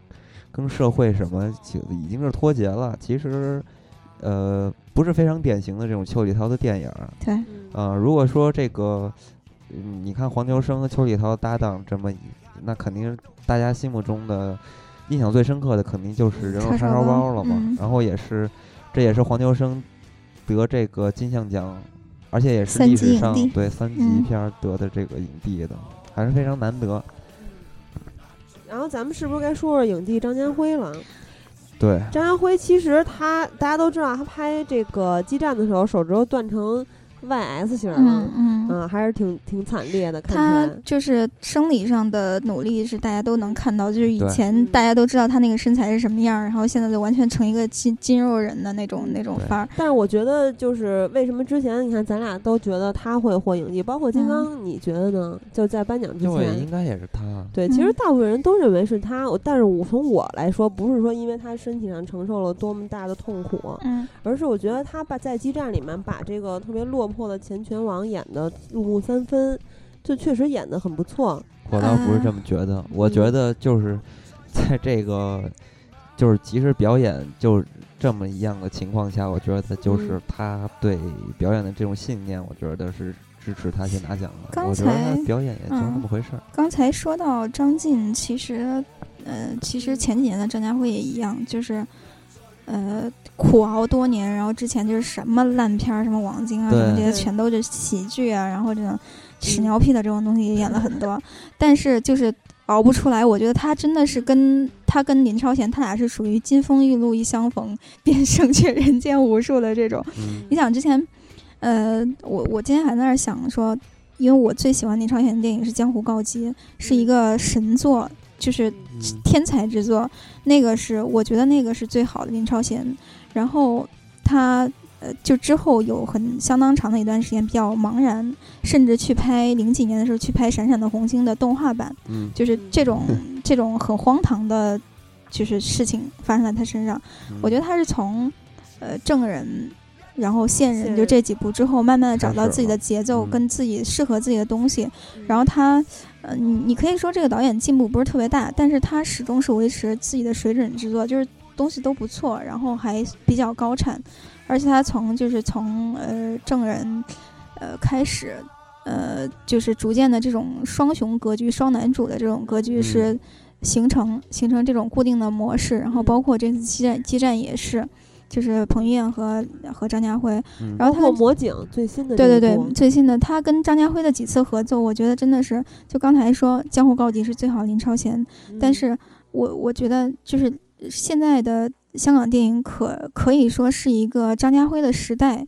S2: 跟社会什么其已经是脱节了，其实呃不是非常典型的这种邱礼涛的电影儿。啊
S3: 对，
S1: 嗯
S2: 呃，如果说这个，嗯你看黄秋生和邱礼涛搭档这么一，那肯定大家心目中的印象最深刻的，肯定就是《人肉
S3: 叉
S2: 叉
S3: 烧
S2: 烧
S3: 包
S2: 包》了嘛。
S3: 嗯
S2: 然后也是，这也是黄秋生得这个金像奖，而且也是
S3: 三
S2: 历
S3: 级
S2: 史
S3: 影
S2: 上
S3: 帝
S2: 对三级
S3: 嗯
S2: 片儿得的这个影帝的，还是非常难得。
S1: 然后咱们是不是该说说影帝张家辉了？
S2: 对，
S1: 张家辉其实他大家都知道，他拍这个《激战》的时候手指头断成 YS 型了
S3: 嗯，嗯。
S1: 嗯，还是挺挺惨烈的，看
S3: 他
S1: 起来。
S3: 就是生理上的努力是大家都能看到，就是以
S2: 对
S3: 前
S1: 嗯
S3: 大家都知道他那个身材是什么样儿，然后现在就完全成一个筋筋肉人的那种那种
S2: 对
S3: 范儿。
S1: 但是我觉得，就是为什么之前你看咱俩都觉得他会获影帝，包括
S3: 嗯
S1: 金刚，你觉得呢？就在颁奖之
S4: 因为应
S1: 前，
S4: 该也是他。啊
S1: 对，其实
S3: 嗯
S1: 大部分人都认为是他。我但是我从我来说，不是说因为他身体上承受了多么大的痛苦，
S3: 嗯，
S1: 而是我觉得他把在激战里面把这个特别落魄的钱拳王演的入木三分，就确实演的很不错。
S2: 我倒不是
S3: 啊
S2: 这么觉得，我
S1: 嗯
S2: 觉得就是在这个就是即使表演就这么一样的情况下，我觉得就是
S1: 嗯
S2: 他对表演的这种信念，我觉得是支持他去拿奖的。
S3: 刚
S2: 我觉得他
S3: 才
S2: 表演也就那
S3: 嗯
S2: 么回事儿。
S3: 刚才说到张晋，其实，呃，其实前几年的张家辉也一样，就是，呃，苦熬多年，然后之前就是什么烂片儿，什么王晶啊，什
S2: 对
S3: 么这些
S1: 对
S3: 全都是喜剧啊，然后这种屎尿屁的这种东西也演了很多，但是就是熬不出来。我觉得他真的是跟他跟林超贤，他俩是属于金风玉露一相逢， 便胜却人间无数的这种。
S2: 嗯，
S3: 你想之前，呃，我我今天还在那儿想说，因为我最喜欢林超贤的电影是《江湖告急》，是一个神作，就是
S2: 嗯
S3: 天才之作。那个是我觉得那个是最好的林超贤。然后他呃，就之后有很相当长的一段时间比较茫然，甚至去拍零几年的时候去拍《闪闪的红星》的动画版，
S2: 嗯
S3: 就是这种这种很荒唐的，就是事情发生在他身上。
S2: 嗯，
S3: 我觉得他是从呃证人，然后线人
S1: 线
S3: 就这几步之后，慢慢的找
S2: 开
S3: 到
S2: 始
S3: 自己的
S2: 了
S3: 节奏
S2: 嗯
S3: 跟自己适合自己的东西。
S1: 嗯
S3: 然后他，呃，你你可以说这个导演进步不是特别大，但是他始终是维持自己的水准之作，就是东西都不错，然后还比较高产，而且他从就是从呃证人，呃开始。呃，就是逐渐的这种双雄格局、双男主的这种格局
S2: 嗯
S3: 是形成、形成这种固定的模式，然后包括这次激战激战也是，就是彭于晏和和张家辉，
S2: 嗯
S3: 然后
S1: 包
S3: 他
S1: 括
S3: 跟
S1: 魔警最新的
S3: 对
S1: 这
S3: 对
S1: 一
S3: 对
S1: 部，
S3: 最新的他跟张家辉的几次合作，我觉得真的是，就刚才说《江湖告急》是最好的林超贤，
S1: 嗯
S3: 但是我我觉得就是现在的香港电影可可以说是一个张家辉的时代，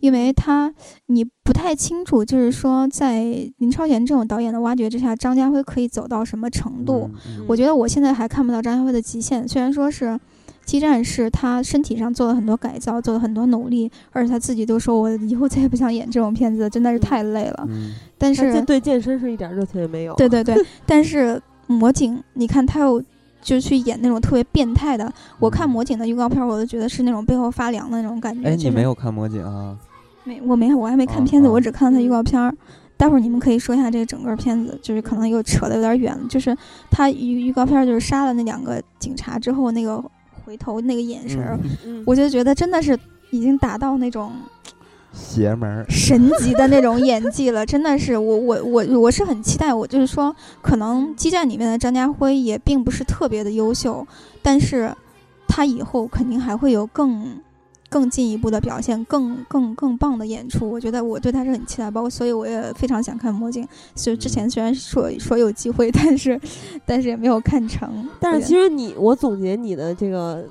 S3: 因为他你不太清楚，就是说在林超贤这种导演的挖掘之下，张家辉可以走到什么程度。
S2: 嗯嗯
S3: 我觉得我现在还看不到张家辉的极限，虽然说是。激战是他身体上做了很多改造，做了很多努力，而且他自己都说：“我以后再也不想演这种片子了，真的是太累了。
S2: 嗯
S3: 但
S1: 他这
S3: 是，
S1: 对健身是一点热情也没有。
S3: 对对对，但是魔警，你看他有就去演那种特别变态的，我看
S2: 嗯
S3: 魔警的预告片儿，我都觉得是那种背后发凉的那种感觉。
S2: 哎，
S3: 就
S2: 你
S3: 是
S2: 没有看《魔警》啊？
S3: 没，我没，我还没看
S2: 啊
S3: 片子，
S2: 啊
S3: 我只看了他预告片儿。待会儿你们可以说一下这个整个片子，就是可能又扯得有点远了。就是他预预告片儿就是杀了那两个警察之后，那个回头那个眼神儿，
S2: 嗯
S1: 嗯，
S3: 我就觉得真的是已经达到那种
S2: 邪门儿。
S3: 神级的那种演技了，真的是我我我我是很期待。我就是说，可能激战里面的张家辉也并不是特别的优秀，但是他以后肯定还会有更更进一步的表现，更更更棒的演出。我觉得我对他是很期待，包括所以我也非常想看《魔镜》。所以之前虽然说说有机会，但是但是也没有看成。
S1: 但是
S3: 对
S1: 其实你，我总结你的这个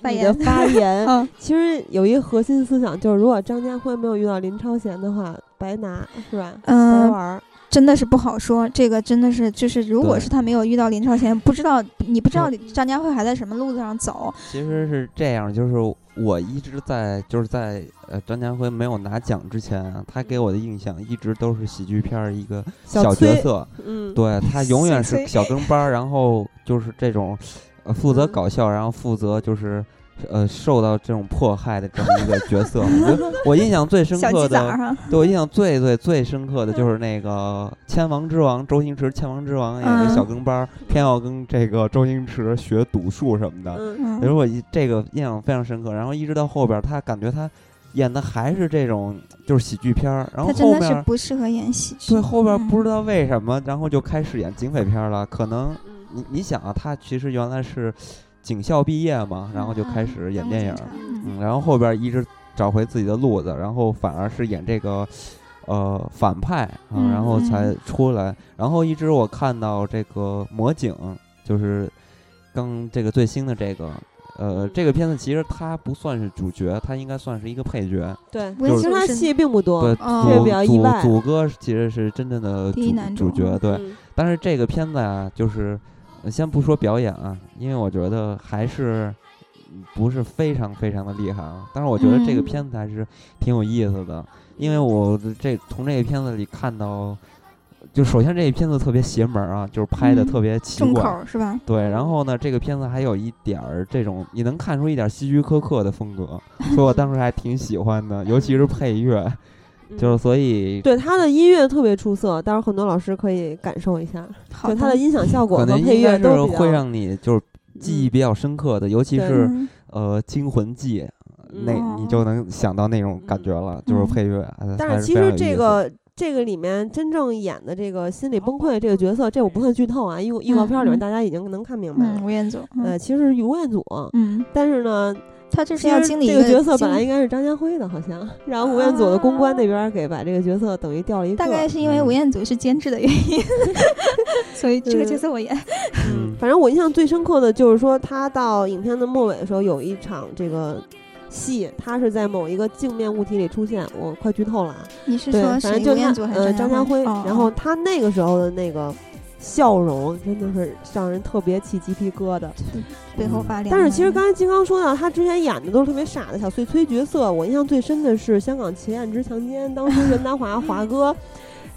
S3: 发
S1: 你的
S3: 言
S1: 发 言，
S3: 嗯，
S1: 其实有一个核心思想，就是如果张家辉没有遇到林超贤的话，白拿是吧？白
S3: 嗯
S1: 玩儿。
S3: 真的是不好说，这个真的是就是，如果
S4: 对
S3: 是他没有遇到林超贤，不知道你不知道
S4: 是
S3: 张家辉还在什么路子上走。
S2: 其实是这样，就是我一直在，就是在呃张家辉没有拿奖之前啊，他给我的印象一直都是喜剧片儿一个
S1: 小
S2: 小角
S1: 崔
S2: 色，
S1: 嗯，
S2: 对他永远
S3: 小
S2: 是
S3: 崔
S2: 小跟班儿，然后就是这种，呃负责
S1: 嗯
S2: 搞笑，然后负责就是。呃，受到这种迫害的这么一个角色，我觉 得我印象最深
S3: 小
S2: 刻
S3: 鸡崽
S2: 的
S3: 儿啊哈，
S2: 对我印象最最最深刻的就是那个《千王之王》，周星驰《千王之王》演
S3: 嗯
S2: 个小跟班儿，偏要跟这个周星驰学赌术什么的。
S1: 嗯，
S2: 所以
S3: 嗯，
S2: 我一这个印象非常深刻。然后一直到后边儿，他感觉他演的还是这种就是喜剧片儿，然后
S3: 他
S2: 后
S3: 真
S2: 面
S3: 的是
S2: 儿
S3: 不适合演喜剧。嗯
S2: 对后边儿不知
S3: 道，
S2: 道为什么，然后就开始演警匪片儿了。可能
S1: 嗯
S2: 你你想啊，他其实原来是警校毕业嘛，然后就
S3: 啊
S2: 开始演
S3: 嗯当
S2: 电影
S3: 警
S2: 儿。
S3: 察
S2: 嗯，然后后边一直找回自己的路子，然后反而是演这个呃反派啊，
S3: 嗯
S2: 然后才出来。然后一直我看到这个魔警，就是刚这个最新的这个。呃，这个片子其实他不算是主角，他应该算是一个配角。
S1: 对，
S3: 我
S2: 就
S3: 也
S1: 其实他
S3: 是
S1: 戏并不多
S2: 对，，
S3: 哦
S1: 这
S2: 祖
S1: 比较意
S2: 祖
S1: 外
S2: 祖哥其实是真正的
S3: 第一男
S2: 主主
S3: 主
S2: 角，对。
S1: 嗯
S2: 但是这个片子啊，就是呃先不说表演啊，因为我觉得还是嗯不是非常非常的厉害啊。但是我觉得这个
S3: 嗯
S2: 片子还是挺有意思的，因为我的这从这个片子里看到，就首先这个片子特别邪门儿啊，就是拍的
S3: 嗯
S2: 特别奇
S3: 重口
S2: 怪。
S3: 儿是吧？
S2: 对，然后呢，这个片子还有一点儿这种，你能看出一点儿希区柯克的风 格，所以我当时还挺喜欢的，尤其是配乐，
S1: 嗯
S2: 就是所以
S1: 对他的音乐特别出色，到时候很多老师可以感受一下，
S3: 好
S1: 就
S3: 的，
S1: 他的音响效果
S2: 可
S1: 和
S2: 能
S1: 配
S2: 应
S1: 乐
S2: 该是
S1: 都比较嗯
S2: 会让你就是记忆比较深刻的，尤其
S1: 对
S2: 是
S3: 嗯
S2: 呃《惊魂记》
S1: 嗯
S2: 那，
S3: 哦
S2: 你就能想到那种感觉了，就是
S3: 嗯
S2: 配乐。还
S1: 但
S2: 还
S1: 是其
S2: 非常有
S1: 实
S2: 意
S1: 这
S2: 思
S1: 个这个里面真正演的这个心理崩溃这个角色，这我不算剧透啊，预预告片儿里面
S3: 哦嗯嗯
S1: 大家已经能看明白
S3: 嗯，
S1: 了。
S3: 吴彦祖，嗯
S1: 呃，其实是于彦祖，
S3: 嗯，
S1: 但是呢，
S3: 他这是
S1: 其
S3: 要
S1: 实
S3: 经历
S1: 这
S3: 一
S1: 个角色
S3: 经
S1: 本来应该是张家辉的，好 像，然后吴彦祖的公关那边儿给把这个角色等于调了一个。
S3: 哦大概是因为
S2: 嗯
S3: 吴彦祖是监制的原因， 所以这个角色我演。
S2: 嗯
S1: 反正我印象最深刻的就是说，他到影片的末尾的时候有一场这个戏，他是在某一个镜面物体里出现，我快剧透了啊。
S3: 你是
S1: 对，
S3: 说
S1: 反
S3: 谁
S1: 正就
S3: 吴彦
S1: 他
S3: 祖还
S1: 呃
S3: 是
S1: 张家辉，
S3: 哦
S1: 然后他那个时候的那个笑容真的是让人特别起鸡皮疙瘩。
S3: 背后发凉。
S1: 但是其实刚才金刚说到，他之前演的都是特别傻的小碎催角色，我印象最深的是《香港奇案之强奸》，当时任达 华华哥。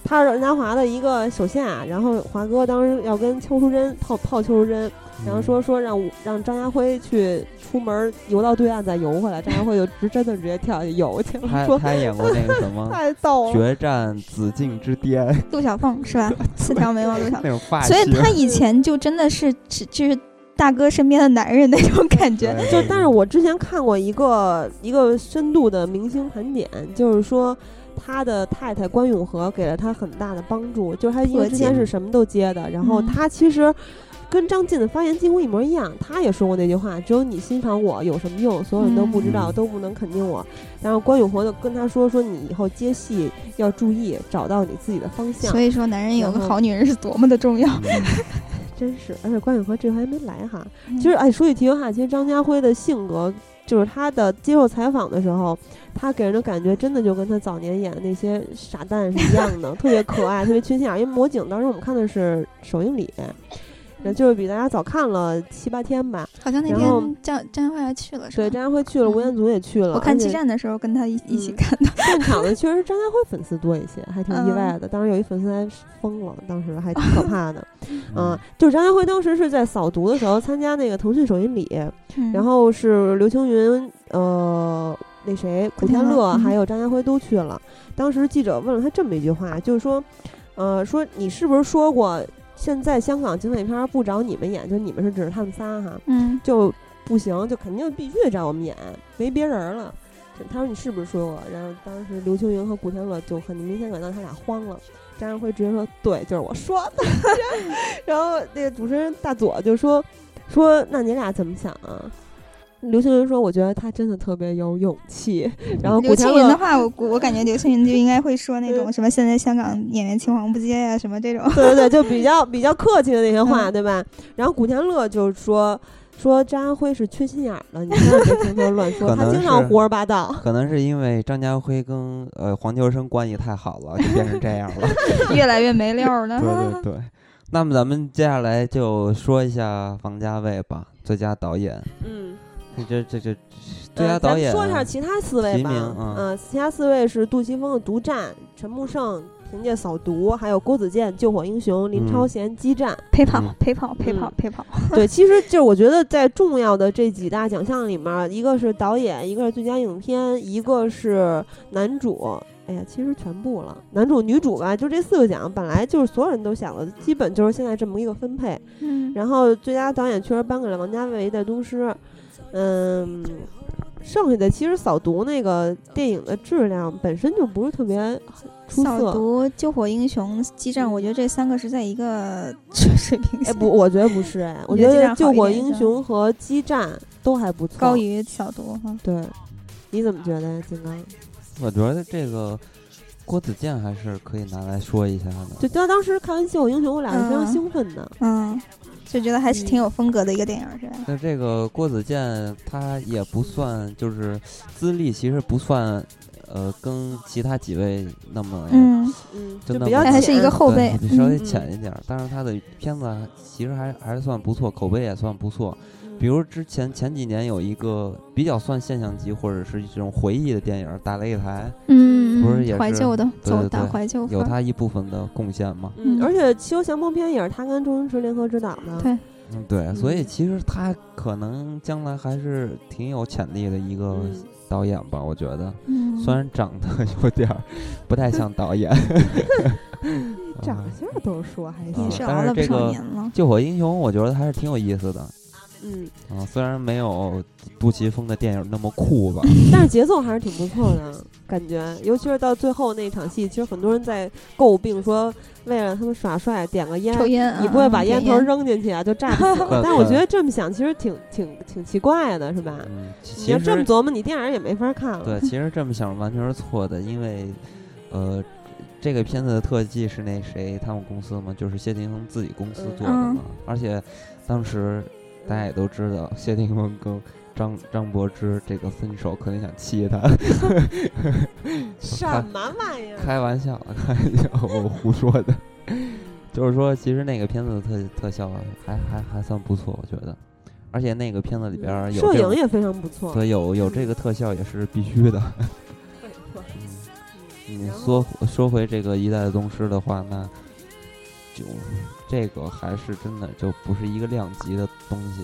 S1: 他是任达华的一个手下，然后华哥当时要跟邱淑贞泡泡邱淑贞，然
S2: 嗯
S1: 后说说让我让张家辉去出门游到对岸再游回来，张家辉就直真的直接跳下去游去
S2: 他
S1: 了，说
S2: 他演过那个什 么
S1: 太逗
S2: 《
S1: 了。
S2: 决战紫禁之巅》
S3: 陆小凤是吧？四条眉毛陆小凤，
S2: 那种发
S3: 所
S2: 型，
S3: 以
S1: 啊
S3: 他以前就真的是只就是大哥身边的男人那种感觉。
S2: 对
S1: 就
S2: 对
S1: 但是我之前看过一个一个深度的明星盘点，就是说他的太太关咏荷给了他很大的帮助，就是他因为之前是什么都接的，然后
S3: 嗯
S1: 他其实。跟张晋的发言几乎一模一样，他也说过那句话：“只有你欣赏我有什么用？所有人都不知道，
S2: 嗯
S1: 都不能肯定我。”然后关咏荷就跟他说：“说你以后接戏要注意，找到你自己的方向。”
S3: 所以说，男人有个好女人是多么的重要。
S2: 嗯
S1: 真是，而且关咏荷这回还没来哈。
S3: 嗯
S1: 其实，哎，说起题外话，其实张家辉的性格，就是他的接受采访的时候，他给人的感觉真的就跟他早年演的那些傻蛋是一样的， 特别可爱，特别缺心眼儿。因为《魔警》当时我们看的是首映礼，那
S3: 嗯
S1: 就是比大家早看了七八天吧。
S3: 好像那
S1: 然后
S3: 天张张家辉还去了，是
S1: 对，
S3: 吧？嗯
S1: 张家辉去了，吴彦祖也去了。
S3: 我看
S1: 而且
S3: 激战的时候跟他一一起
S1: 嗯
S3: 看的，
S1: 现场的确实张家辉粉丝多一些，还挺意
S3: 嗯
S1: 外的。当时有一粉丝还疯了，当时还挺 可怕的。嗯，就是张家辉当时是在扫毒的时候参加那个腾讯首映礼，
S3: 嗯
S1: 然后是刘青云，呃，那谁，古
S3: 古天
S1: 天
S3: 乐
S1: 乐
S3: 嗯
S1: 还有张家辉都去了。当时记者问了他这么一句话，就是说，呃，说你是不是说过现在香港警匪片儿不找你们演，就你们是指着他们仨哈，
S3: 嗯，
S1: 就不行，就肯定必须得找我们演，没别人儿了。他说你是不是说过？然后当时刘青云和古天乐就很明显感到他俩慌了，张家辉直接说对，就是我说的。 然后那个主持人大佐就说说那你俩怎么想啊？刘青云说：“我觉得他真的特别有勇气。”然后
S3: 嗯刘
S1: 古
S3: 青
S1: 天
S3: 云的
S1: 乐，
S3: 话，我估我感觉刘青云就应该会说那种
S1: 嗯
S3: 什么现在香港演员青黄不接呀、什么 这种。
S1: 对对对，就比较比较客气的那些
S3: 嗯
S1: 话，对吧？然后古天乐就说说张家辉是缺心眼儿的，你千万别听他乱说，
S2: 可
S1: 他
S2: 能
S1: 经常
S2: 是
S1: 胡说八道。
S2: 可能是因为张家辉跟呃黄秋生关系太好了，就变成这样 了。
S3: 越来越没溜儿了。
S2: 对对对。那么咱们接下来就说一下王家卫吧，最佳导演。
S1: 嗯，
S2: 这这这最佳
S1: 呃咱
S2: 啊导
S1: 们
S2: 演
S1: 说一下其他四位
S2: 提
S1: 吧。
S2: 名嗯
S1: 呃其他四位是杜琪峰的《独占》，陈木胜凭借《扫毒》，还有郭子健《救火英雄》，林超
S2: 嗯
S1: 贤《激战》
S3: 陪跑
S2: 嗯，
S3: 陪跑，陪跑
S1: 嗯，
S3: 陪跑。
S1: 对，其实就是我觉得在重要的这几大奖项里面儿，一个是导演，一个是最佳影片，一个是男主。哎呀，其实全部了，男主、女主吧，就这四个奖，本来就是所有人都想的，基本就是现在这么一个分配。
S3: 嗯，
S1: 然后最佳导演确实颁给了王家卫《带宗师》，嗯，剩下的其实扫毒那个电影的质量本身就不是特别出
S3: 扫
S1: 色。
S3: 毒、救火英雄、激战，我觉得这三个是在一个 水平
S1: 哎，
S3: 线，
S1: 不，我觉得不是 哎，我
S3: 你
S1: 觉
S3: 觉得
S1: 得《
S3: 激战
S1: 救
S3: 好一
S1: 火
S3: 点
S1: 英
S3: 是吧
S1: 雄》和《激战》都还不错，
S3: 高于扫毒哈。
S1: 对，你怎么觉得呀，金刚？
S2: 我觉得这个郭子健还是可以拿来说一下的。
S1: 就当当时看完《救火英雄》，我俩是非常
S3: 嗯
S1: 兴奋的。
S3: 嗯，就觉得还是
S1: 嗯
S3: 挺有风格的一个电影，是吧？
S2: 那这个郭子健他也不算，就是资历其实不算，呃，跟其他几位那么，
S3: 嗯，
S1: 嗯，
S2: 真
S1: 就
S2: 的
S1: 比较
S2: 吗
S3: 他还是一个
S1: 浅
S3: 后辈
S2: 对，比稍微
S1: 嗯
S2: 浅一点儿。但是他的片子其实还还算不错，口碑也算不错。
S1: 嗯
S2: 比如之前前几年有一个比较算现象级或者是这种回忆的电影《打擂台
S3: 嗯，
S2: 不是也是
S3: 怀旧的，
S2: 对对
S3: 走打
S2: 对
S3: 怀旧》，
S2: 有
S3: 风。
S2: 他一部分的贡献嘛？
S1: 嗯，
S3: 嗯
S1: 而且《汽油降魔篇》也是他跟周星驰联合执导的。
S3: 对
S2: 嗯，对，所以
S1: 嗯
S2: 其实他可能将来还是挺有潜力的一个
S1: 嗯
S2: 导演吧，我觉得。
S3: 嗯，
S2: 虽然长得 有点儿不太像导演，
S1: 长相都说还
S2: 嗯
S3: 也
S1: 行
S3: 是。
S2: 但
S3: 熬
S2: 是
S3: 了不
S2: 这个
S3: 少年了。
S2: 《救火英雄》我觉得还是挺有意思的
S1: 嗯，
S2: 啊，虽然没有杜琪峰的电影那么酷 吧，
S1: 但是节奏还是挺不错的，感觉，尤其是到最后那场戏，其实很多人在诟病说，为了他们耍帅点个烟。
S3: 抽烟，
S1: 你不会
S3: 嗯
S1: 把
S3: 点
S1: 烟头扔进去啊？就炸死 了。
S2: 对
S1: 但我
S2: 对
S1: 觉得这么想其实挺挺挺奇怪的，是吧？
S2: 嗯，其
S1: 你要
S2: 其
S1: 这
S2: 实
S1: 么琢磨，你电影也没法看了。
S2: 对，其实这么想完全是错的，因为呃，这个片子的特技是那谁他们公司嘛，就是谢霆锋自己公司
S1: 嗯
S2: 做的嘛，而且当时大家也都知道，谢霆锋跟张张柏芝这个分手肯定想气他，
S1: 什
S2: 看
S1: 么玩意儿？
S2: 开玩笑，啊开玩笑，我胡说的。 就是说，其实那个片子的特特效还还还算不错，我觉得，而且那个片子里边儿有
S1: 嗯摄
S2: 这
S1: 影
S2: 种
S1: 也非常不错。
S2: 对有有这个特效也是必须的。 你
S1: 然
S2: 说说回这个一代宗师的话，那就这个还是真的就不是一个量级的东西。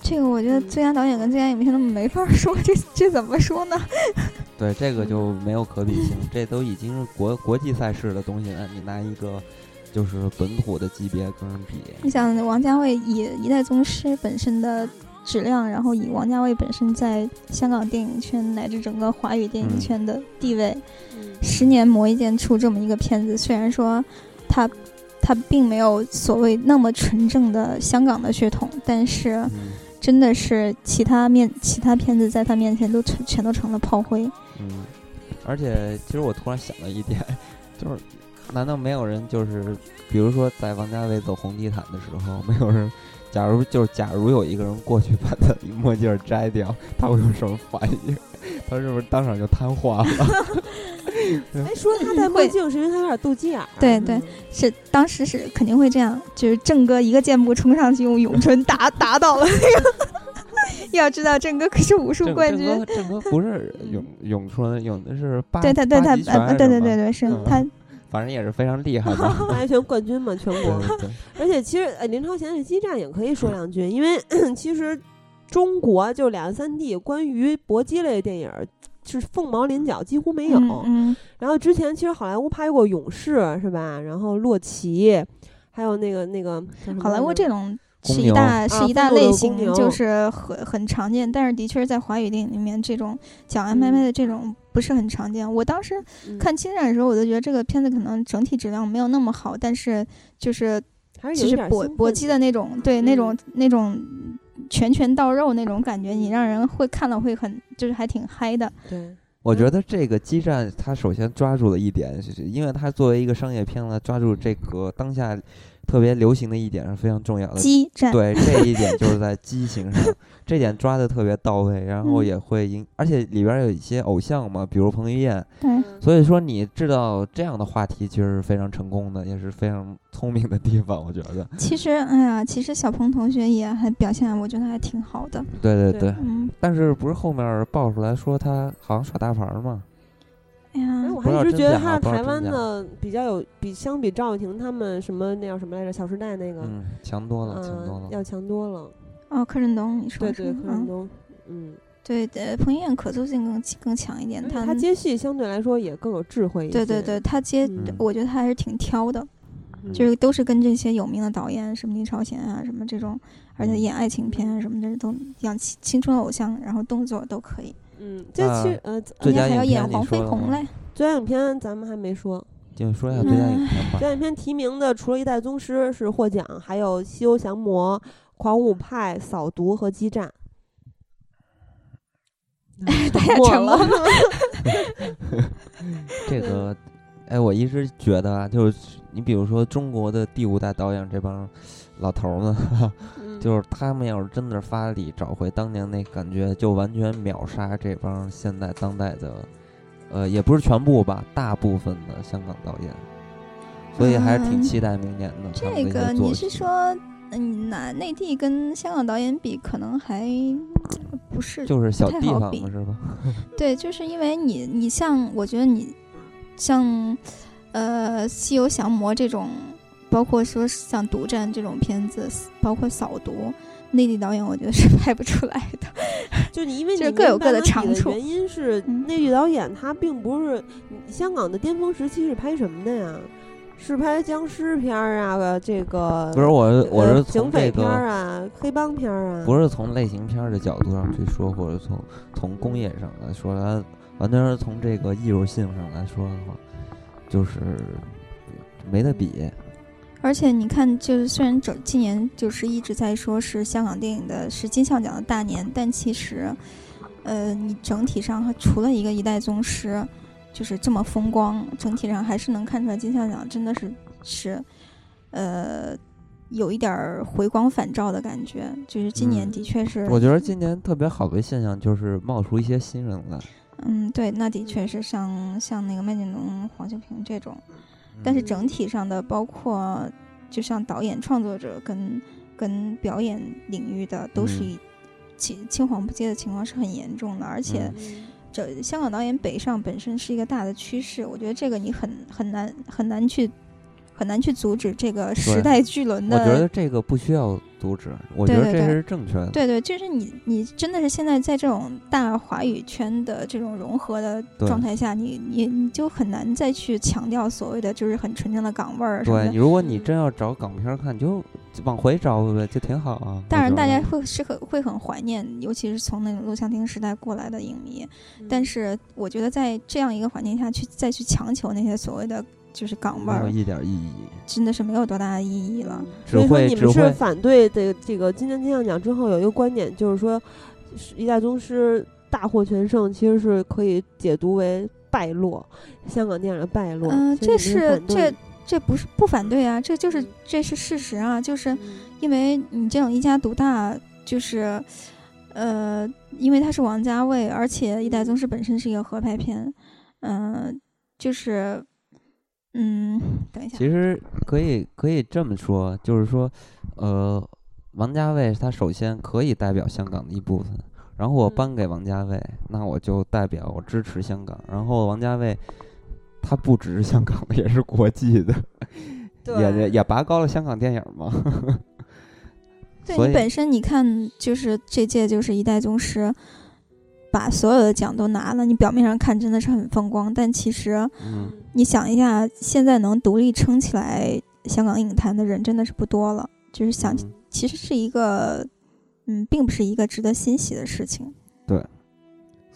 S3: 这个我觉得最佳导演跟最佳影片都没法 说，这这怎么说呢？
S2: 对，这个
S1: 嗯
S2: 就没有可比性，这都已经是国国际赛事的东西了，你拿一个就是本土的级别跟人
S3: 你
S2: 比，
S3: 想，王家卫以《一代宗师》本身的质量，然后以王家卫本身在香港电影圈乃至整个华语电影圈的地位，
S1: 嗯
S3: 十年磨一剑出这么一个片子，虽然说他他并没有所谓那么纯正的香港的血统，但是
S2: 嗯
S3: 真的是其他面其他片子在他面前都成全都成了炮灰。
S2: 嗯，而且其实我突然想了一点， 就是难道没有人就是，比如说在王家卫走红地毯的时候，没有人，假如就是假如有一个人过去把他的墨镜儿摘掉，他会有什么反应？ 他是不是当场就瘫痪 了？
S1: 哎，说他戴墨镜是因为他有点斗鸡眼儿。
S3: 嗯对对
S1: 嗯，
S3: 是当时是肯定会这样，就是郑哥一个箭步冲上去，用咏春打打倒了那个。要知道，郑哥可是武术
S2: 郑
S3: 冠
S2: 郑
S3: 军，
S2: 哥，郑哥不是咏咏春，咏的是八
S3: 对他，对
S2: 八
S3: 他
S2: 极，拳
S3: 呃对对
S2: 是吧
S3: 对，对，是
S2: 嗯
S3: 他，
S2: 反正也是非常厉害 的。
S1: 八 极拳冠军嘛，全
S2: 对
S1: 国。
S2: 对对，
S1: 而且其实呃，林超贤的激战也可以说
S3: 嗯
S1: 两句，因为 其实中国就两三地关于搏击类的电影儿是凤毛麟角，几乎没有。
S3: 嗯嗯，
S1: 然后之前其实好莱坞拍过《勇士》是吧？然后《洛奇》，还有那个那个叫什么
S3: 好莱
S1: 来
S3: 坞
S1: 着
S3: 这种
S2: 公
S3: 是一
S2: 牛
S3: 大
S1: 嗯
S3: 是
S1: 啊
S3: 一大
S1: 非洲的
S3: 类
S1: 公
S3: 型，
S1: 牛
S3: 就是很很常见，但是的确是在华语电影里面，这种讲
S1: 嗯
S3: MMA 的这种不是很常见。我当时
S1: 嗯
S3: 看《侵染》的时候，我就觉得这个片子可能整体质量没有那么好，但是就是
S1: 还是
S3: 就
S1: 有一
S3: 是
S1: 点
S3: 搏
S1: 兴
S3: 搏
S1: 奋
S3: 击
S1: 的嗯
S3: 的那种，对那种那种拳拳到肉那种感觉，你让人会看了会很就是还挺嗨的。
S1: 对，
S2: 我觉得这个激战，它首先抓住了一点，就是因为它作为一个商业片呢，抓住这个当下特别流行的一点是非常重要的。
S3: 激战，
S2: 呃对这一点就是在激情 上，这点抓的特别到位，然后
S3: 嗯
S2: 也会影，而且里边儿有一些偶像嘛，比如彭于晏，
S3: 对
S2: 所以说你制造这样的话题其实是非常成功的，也是非常聪明的地方，我觉得。
S3: 其实哎呀，其实小鹏同学也还表现，我觉得还挺好的。
S2: 对对
S1: 对
S2: 对，
S3: 嗯，
S2: 但是不是后面儿爆出来说他好像耍大牌儿嘛？
S3: 哎呀
S1: 哎，，我
S2: 不知道
S1: 还一直
S2: 真
S1: 觉得
S2: 假
S1: 他
S2: 啊
S1: 是
S2: 不知道
S1: 台
S2: 真
S1: 湾
S2: 假
S1: 的比较有比相比赵又廷他们什么那叫什么来着《小时代》那个，
S2: 嗯，强多了，强多
S1: 嗯，
S2: 了。
S1: 要强多了。
S3: 哦，柯震东，你说
S1: 对
S3: 是
S1: 对，
S3: 吗
S1: 柯
S3: 嗯
S1: 震东，嗯，
S3: 对对，彭于晏可塑性更更强一点，他
S1: 他接戏相对来说也更有智慧一些。
S3: 对对对，，他接，
S1: 嗯
S3: 我觉得他还是挺挑的，
S1: 嗯
S3: 就是都是跟这些有名的导演，什么林超贤啊，什么这种，而且
S2: 嗯
S3: 演爱情片啊什么的都演青青春偶像，然后动作都可以，
S1: 嗯，这
S2: 啊
S1: 其实呃，
S2: 最
S3: 人家
S2: 佳
S3: 还要
S2: 影
S3: 演
S2: 片你
S3: 黄
S2: 说
S3: 飞
S2: 了
S3: 鸿
S2: 吗
S3: 嘞，
S1: 最佳影片咱们还没说，
S2: 就说一下最佳影片吧
S1: 最。佳影片提名的除了《一代宗师》是获奖，还有《西游降魔》《狂舞派》《扫毒》和《激战》。
S3: 大家
S1: 我
S3: 沉默了。
S2: 这个，哎，我一直觉得啊，就是你比如说中国的第五代导演这帮老头儿们，
S1: 嗯
S2: 就是他们要是真的发力找回当年那感觉，就完全秒杀这帮现在当代的，呃，也不是全部吧，大部分的香港导演，所以还是挺
S3: 嗯
S2: 期待明年的他们的
S3: 这
S2: 一些
S3: 个
S2: 作
S3: 你是
S2: 品
S3: 说，嗯，拿内地跟香港导演比，可能还不是
S2: 就是小
S3: 太
S2: 地
S3: 好
S2: 方
S3: 比
S2: 了是吧？
S3: 对，就是因为你，你像我觉得你像呃《西游降魔》这种，包括说像《独占》这种片子，包括扫毒，内地导演我觉得是 拍不出来的。
S1: 就你因为你
S3: 就是
S1: 没
S3: 各有
S1: 办
S3: 各的
S1: 法比
S3: 长处
S1: 原因是
S3: 嗯
S1: 内地导演他并不是香港的巅峰时期是拍什么的呀？是拍僵尸片儿啊，呃这个
S2: 不是我是，我
S1: 呃
S2: 是
S1: 警
S2: 从
S1: 匪
S2: 这
S1: 片儿
S2: 个。
S1: 啊，黑帮片儿啊，
S2: 不是从类型片儿的角度上去说，或者从从工业上来说，它完全是从这个艺术性上来说的话，就是没得比。
S3: 而且你看，就是虽然整今年就是一直在说是香港电影的是金像奖的大年，但其实，呃，你整体上除了一个一代宗师，就是这么风光，整体上还是能看出来金像奖真的是是，呃，有一点儿回光返照的感觉。就是今年
S2: 嗯
S3: 的确是，
S2: 我觉得今年特别好的现象就是冒出一些新人来，
S3: 嗯，对，那的确是像像那个麦浚龙、黄修平这种。但是
S1: 嗯
S3: 整体上的，包括就像导演、创作者跟跟表演领域的，都是
S2: 嗯
S3: 一青青黄不接的情况是很严重的，而且
S2: 嗯
S1: 嗯
S3: 这香港导演北上本身是一个大的趋势，我觉得这个你很很难很难去很难去阻止这个时
S2: 对
S3: 代巨轮
S2: 我觉
S3: 的
S2: 得这个不需要阻止，我觉
S3: 对
S2: 得
S3: 对
S2: 这
S3: 对
S2: 是正确的。
S3: 对对，就是你，你真的是现在在这种大华语圈的这种融合的
S2: 对
S3: 状态下，你你你就很难再去强调所谓的就是很纯正的港味儿什么
S2: 对，
S3: 的。
S2: 如果你真要找港片儿看，你就往回找呗，就挺好啊。
S3: 当
S2: 我
S3: 然，
S2: 觉
S3: 大家
S2: 得
S3: 会是很会很怀念，尤其是从那种录像厅时代过来的影迷。
S2: 嗯
S3: 但是，我觉得在这样一个环境下去再去强求那些所谓的就是港味
S2: 没有
S3: 儿，
S2: 一点意嗯义，
S3: 真的是没有多大的意义了。
S2: 只
S1: 所以说
S2: 会
S1: 你
S2: 只
S1: 们是
S2: 会
S1: 反对的这个今年金像奖之后有一个观点，就是说是一代宗师大获全胜，其实是可以解读为败落，香港电影的败落。
S3: 嗯、
S1: 所以
S3: 这
S1: 你们
S3: 是
S1: 反对
S3: 这这不是不反对啊，这
S2: 嗯
S3: 就是这是事实啊，就是因为你这种一家独大，就是，呃，因为他是王家卫，而且《一
S2: 嗯
S3: 代宗师》本身是一个合拍片，嗯、就是，嗯，等一下，
S2: 其实可以可以这么说，就是说，呃，王家卫他首先可以代表香港的一部分，然后我
S1: 嗯
S2: 颁给王家卫，那我就代表我支持香港，然后王家卫。他不只是香港的， 也是国际的，也也也拔高了香港电影嘛。
S3: 对
S2: 所
S3: 你
S2: 以
S3: 本身你看，就是这届就是一代宗师，把所有的奖都拿了，你表面上看真的是很风光，但其实
S2: 嗯，
S3: 你想一下，现在能独立撑起来香港影坛的人真的是不多了，就是想
S2: 嗯
S3: 其实是一个，嗯，并不是一个值得欣喜的事情。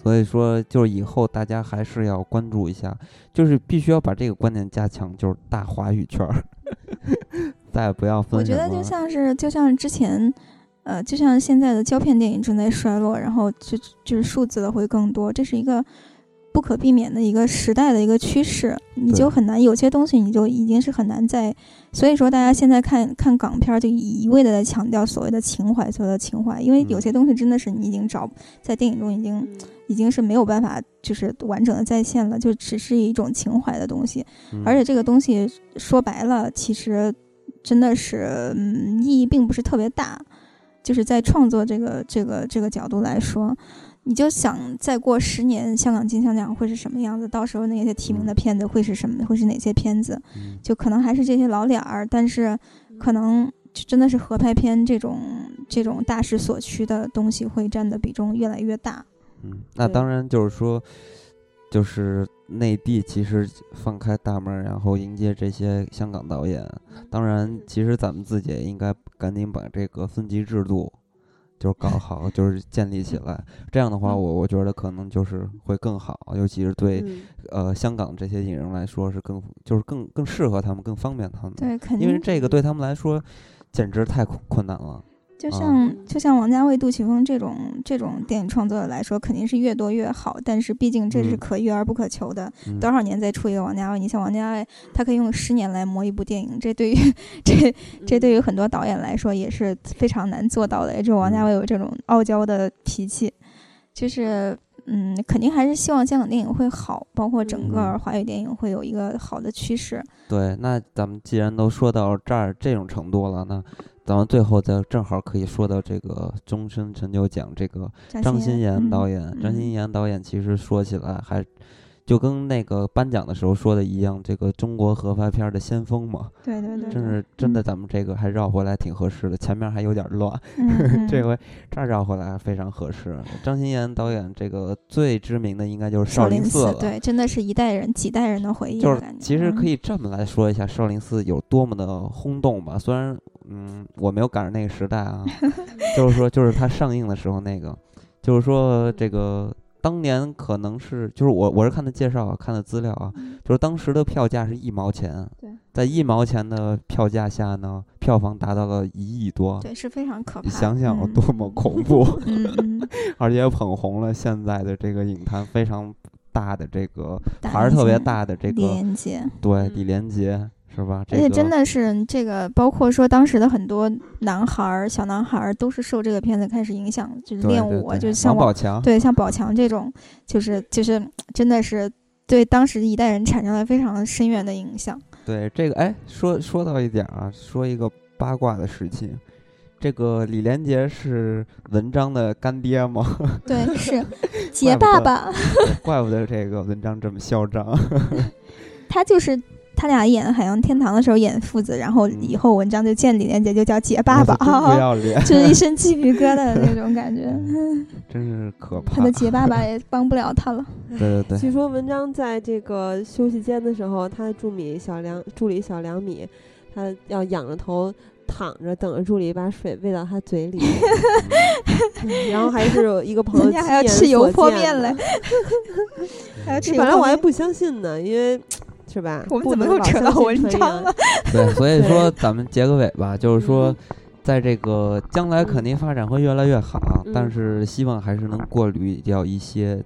S2: 所以说，就是以后大家还是要关注一下，就是必须要把这个观念加强，就是大华语圈儿， 再也不要分。
S3: 我觉得就像是就像是之前，呃，就像现在的胶片电影正在衰落，然后就就是数字的会更多，这是一个不可避免的一个时代的一个趋势。你
S2: 对
S3: 就很难有些东西，你就已经是很难在。所以说，大家现在看看港片，儿，就一味的在强调所谓的情怀，所谓的情怀，因为
S2: 嗯
S3: 有些东西真的是你已经找在电影中已经已经是没有办法就是完整的再现了，就只是一种情怀的东西。
S2: 嗯，
S3: 而且这个东西说白了，其实真的是嗯意义并不是特别大，就是在创作这个这个这个角度来说，你就想再过十年香港金像奖会是什么样子，到时候那些提名的片子会是什么，会是哪些片子，
S2: 嗯
S3: 就可能还是这些老脸儿，但是可能。就真的是合拍片这种这种大势所趋的东西会占的比重越来越大。
S2: 嗯，那
S1: 对
S2: 当然就是说，就是内地其实放开大门儿，然后迎接这些香港导演。当然，其实咱们自己也应该赶紧把这个分级制度就是搞好，就是建立起来。这样的话，
S1: 嗯
S2: 我我觉得可能就是会更好，尤其是对
S1: 嗯
S2: 呃香港这些影人来说是更就是更更适合他们，更方便他们。
S3: 对，肯定
S2: 因为这个对他们来说简直太困困难了。
S3: 就
S2: 啊
S3: 像、就像王家卫、杜琪峰这种这种电影创作者来说，肯定是越多越好，但是毕竟这
S2: 嗯
S3: 是可遇而不可求的。
S2: 嗯
S3: 多少年再出一个王家卫？你像王家卫，他可以用十年来磨一部电影，这对于
S2: 嗯
S3: 这这
S1: 嗯
S3: 对于很多导演来说也是非常难做到的。也只有
S2: 嗯
S3: 王家卫有这种傲娇的脾气，就是嗯，肯定还是希望香港电影会好，包括整个
S2: 嗯
S3: 华语电影会有一个好的趋势。
S2: 对，那咱们既然都说到这儿这种程度了，那咱们最后再正好可以说到这个终身成就奖，这个张
S3: 欣
S2: 欣妍导演，张
S3: 嗯
S2: 欣妍导演其实说起来还就跟那个颁奖的时候说的一样，这个中国合拍片儿的先锋嘛，
S3: 对对对，
S2: 真是真的，咱们这个还绕回来挺合适的，前面还有点儿乱，
S3: 嗯
S2: 这回这儿绕回来非常合适。张欣妍导演这个最知名的应该就是《少
S3: 少
S2: 林
S3: 林
S2: 寺》了，
S3: 对，真的是一代人几代人的回忆
S2: 就
S3: 了
S2: 是
S3: 感觉。嗯
S2: 其实可
S3: 以，
S2: 以这么来说一下少林寺有多么的轰动吧。虽然嗯，我没有赶上那个时代 啊，就是说就是它上映的时候那个，就是说这个当年可能是就是我我是看的介绍啊，看的资料啊，就是当时的票价是一毛钱
S3: 嗯对，
S2: 在一毛钱的票价下呢，票房达到了一亿多。
S3: 对，是非常可怕
S2: 你
S3: 的。
S2: 想想有
S3: 嗯
S2: 多么恐怖，
S3: 嗯 嗯，
S2: 而且捧红了现在的这个影坛非常大的这个
S3: 大
S2: 牌儿
S3: 明
S2: 特别
S3: 星
S2: 大的这个
S3: 连接，
S2: 对，
S1: 嗯
S2: 李连杰是吧？这
S3: 而且真
S2: 个，
S3: 的是这个，包括说当时的很多男孩儿、小男孩儿都是受这个片子开始影响，就是
S2: 对
S3: 练
S2: 对
S3: 武啊，
S2: 对
S3: 就像
S2: 王宝强，
S3: 对像宝强这种，就是就是真的是对当时一代人产生了非常深远的 影响。
S2: 对这个，哎，说说到一点啊，说一个八卦的事情，这个李连杰是文章的干爹吗？
S3: 对，是
S2: 怪
S3: 杰
S2: 不
S3: 爸
S2: 得
S3: 爸，
S2: 怪不得这个文章这么嚣张。
S3: 他就是。他俩演《海洋天堂》的时候演父子，然后以
S2: 嗯
S3: 后文章就见李连杰就叫杰爸爸，
S2: 真 不要脸，嗯
S3: 就是一身鸡皮疙瘩的那种感觉。
S2: 真是可
S3: 他
S2: 怕
S3: 的。杰爸爸也帮不了他了。
S2: 对对对，
S1: 据说文章在这个休息间的时候，他的助理小梁助理小梁米，他要仰着头躺着，等着助理把水喂到他嘴 里，嗯然后还是有一个朋友
S3: 人家还要
S1: 亲眼
S3: 吃油
S1: 所
S3: 泼
S1: 见
S3: 面
S1: 的
S3: 嘞，还要吃油
S1: 本来
S3: 泼
S1: 我还
S3: 面。
S1: 不相信呢，因为是吧？
S3: 我们
S1: 不
S3: 怎么
S1: 能
S3: 又
S1: 老
S3: 扯
S1: 相
S3: 到
S1: 信
S3: 文
S1: 传
S3: 章
S1: 言
S3: 了？
S2: 对，所以
S1: 对
S2: 说咱们结个尾吧，就是说
S1: 嗯，
S2: 在这个将来肯定发展会越来越好，但
S1: 嗯，
S2: 是希望还是能过滤掉一些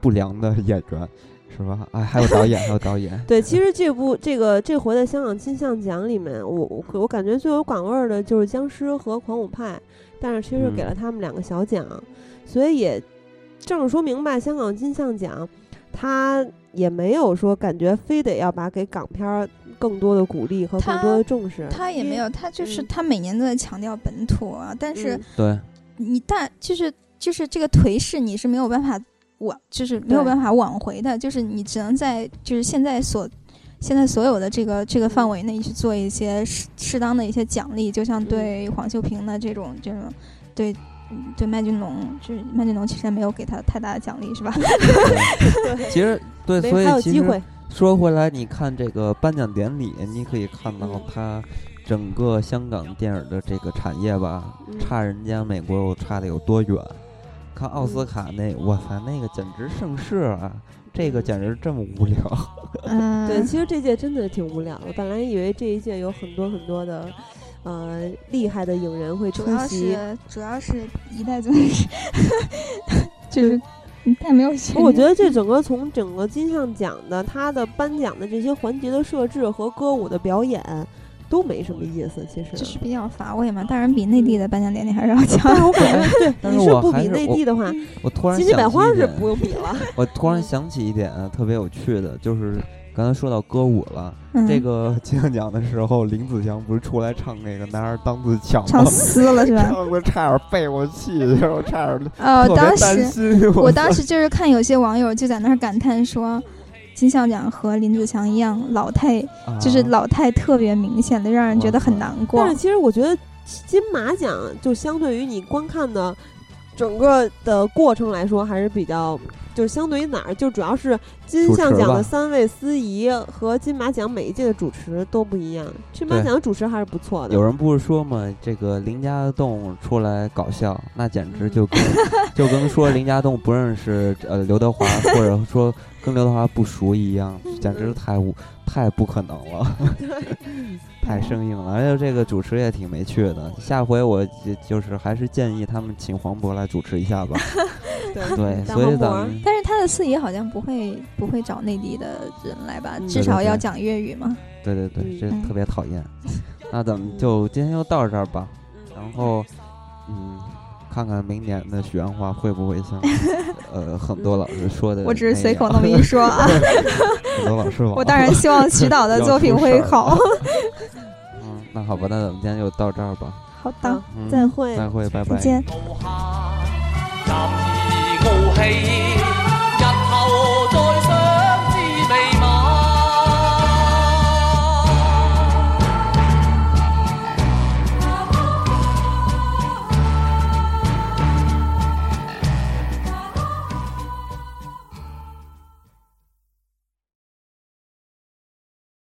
S2: 不良的 演员，是吧？哎，还有导演，还有导演
S1: 对，其实这部这个这回的香港金像奖里面，我我我感觉最有港味儿的就是僵尸和狂舞派，但是其实给
S2: 嗯
S1: 了他们两个小奖，所以也正是说明白香港金像奖，它也没有说感觉非得要把给港片儿更多的鼓励和更多的重视，
S3: 他也没有，他就是
S1: 嗯
S3: 他每年都在强调本土啊，但是
S1: 嗯
S2: 对，
S3: 你大就是就是这个颓势，你是没有办法挽，就是没有
S1: 对
S3: 办法挽回的，就是你只能在就是现在所。现在所有的这个这个范
S1: 嗯
S3: 围内去做一些适适当的一些奖励，就像
S1: 嗯
S3: 对黄秀平的这种这种，对嗯对麦浚龙，就是麦浚龙其实也没有给他太大的奖励，是吧？
S1: 对
S2: 其实对，
S1: 没
S2: 所
S1: 还有
S2: 以其
S1: 机
S2: 实
S1: 会，嗯
S2: 说回来，你看这个颁奖典礼，你可以看到他整个香港电影的这个产业吧，
S1: 嗯
S2: 差人家美国又差的有多远？看奥
S1: 嗯
S2: 斯卡那，我操，那个简直盛世啊！这个简直这么无聊，
S3: 嗯，
S1: 对，其实这届真的挺无聊的。本来以为这一届有很多很多的，呃，厉害的影人会出
S3: 主要
S1: 席。
S3: 是主要是一代宗 师，就是你太没有学。
S1: 我觉得
S3: 嗯
S1: 这整个从整个金像奖的它的颁奖的这些环节的设置和歌舞的表演都没什么意思，其实。
S3: 就是比较乏味嘛，当然比内地的颁奖典礼还是要强
S1: 但。是我感觉，对，
S2: 但是
S1: 你是
S2: 我
S1: 不
S2: 还
S1: 比
S2: 是
S1: 内
S2: 我
S1: 地的话，
S2: 我突然想
S1: 金鸡
S2: 起
S1: 百花
S2: 一
S1: 是
S2: 点
S1: 不用比了。
S2: 我突然想起一点啊特别有趣的，就是刚才说到歌舞了，
S3: 嗯
S2: 这个 金像奖的时候，林子祥不是出来唱那个“男儿当自强”
S3: 唱
S2: 吗？
S3: 撕了是吧？
S2: 唱的差点背过气，然后差点
S3: 呃，
S2: 特别
S3: 当
S2: 担
S3: 时
S2: 心。
S3: 我当时就是看有些网友就在那儿感叹说，金像奖和林子祥一样老态，
S2: 啊
S3: 就是老态特别明显的，让人觉得很难过
S1: 但是。其实我觉得金马奖就相对于你观看的整个的过程来说，还是比较就相对于哪儿，就主要是金
S2: 主
S1: 像
S2: 持
S1: 奖的
S2: 吧
S1: 三位司仪和金马奖每一届的主持都不一样。金马
S2: 对
S1: 奖的主持还是不错的
S2: 有，人不是说嘛，这个林家栋出来搞笑，那简直
S1: 嗯
S2: 就 跟就跟说林家栋不认识呃刘德华，或者说跟刘德华不熟一样，
S1: 嗯
S2: 简直太无太不可能了。太生硬了，而且这个主持也挺没趣的。下回我就就是还是建议他们请黄渤来主持一 下吧。
S1: 对
S2: 对，
S1: 大
S2: 所以
S1: 黄渤
S2: 咱
S1: 儿
S2: 们
S3: 但是他的司仪好像不会不会找内地的人来吧，
S1: 嗯
S3: 至
S2: 对
S3: 少
S2: 对
S3: 要
S2: 对
S3: 讲粤语嘛。
S2: 对对对，这
S3: 嗯
S2: 特别讨 厌。那咱们就今天就到这儿吧，然后嗯，看看明年的许鞍华会不会 像呃很多老师说的那样，
S3: 我只是随口那么一 说啊，
S2: 很多老师网
S3: 我当然 希望徐导的
S2: 要
S3: 作
S2: 出
S3: 品
S2: 事
S3: 会
S2: 儿
S3: 好。
S2: 嗯，那好吧，那咱们今天就到这儿吧。
S3: 好
S1: 好
S3: 的，
S2: 嗯，
S1: 再会。
S2: 再会，拜
S3: 再
S2: 拜。
S3: 见。
S5: 傲客，淡而傲气，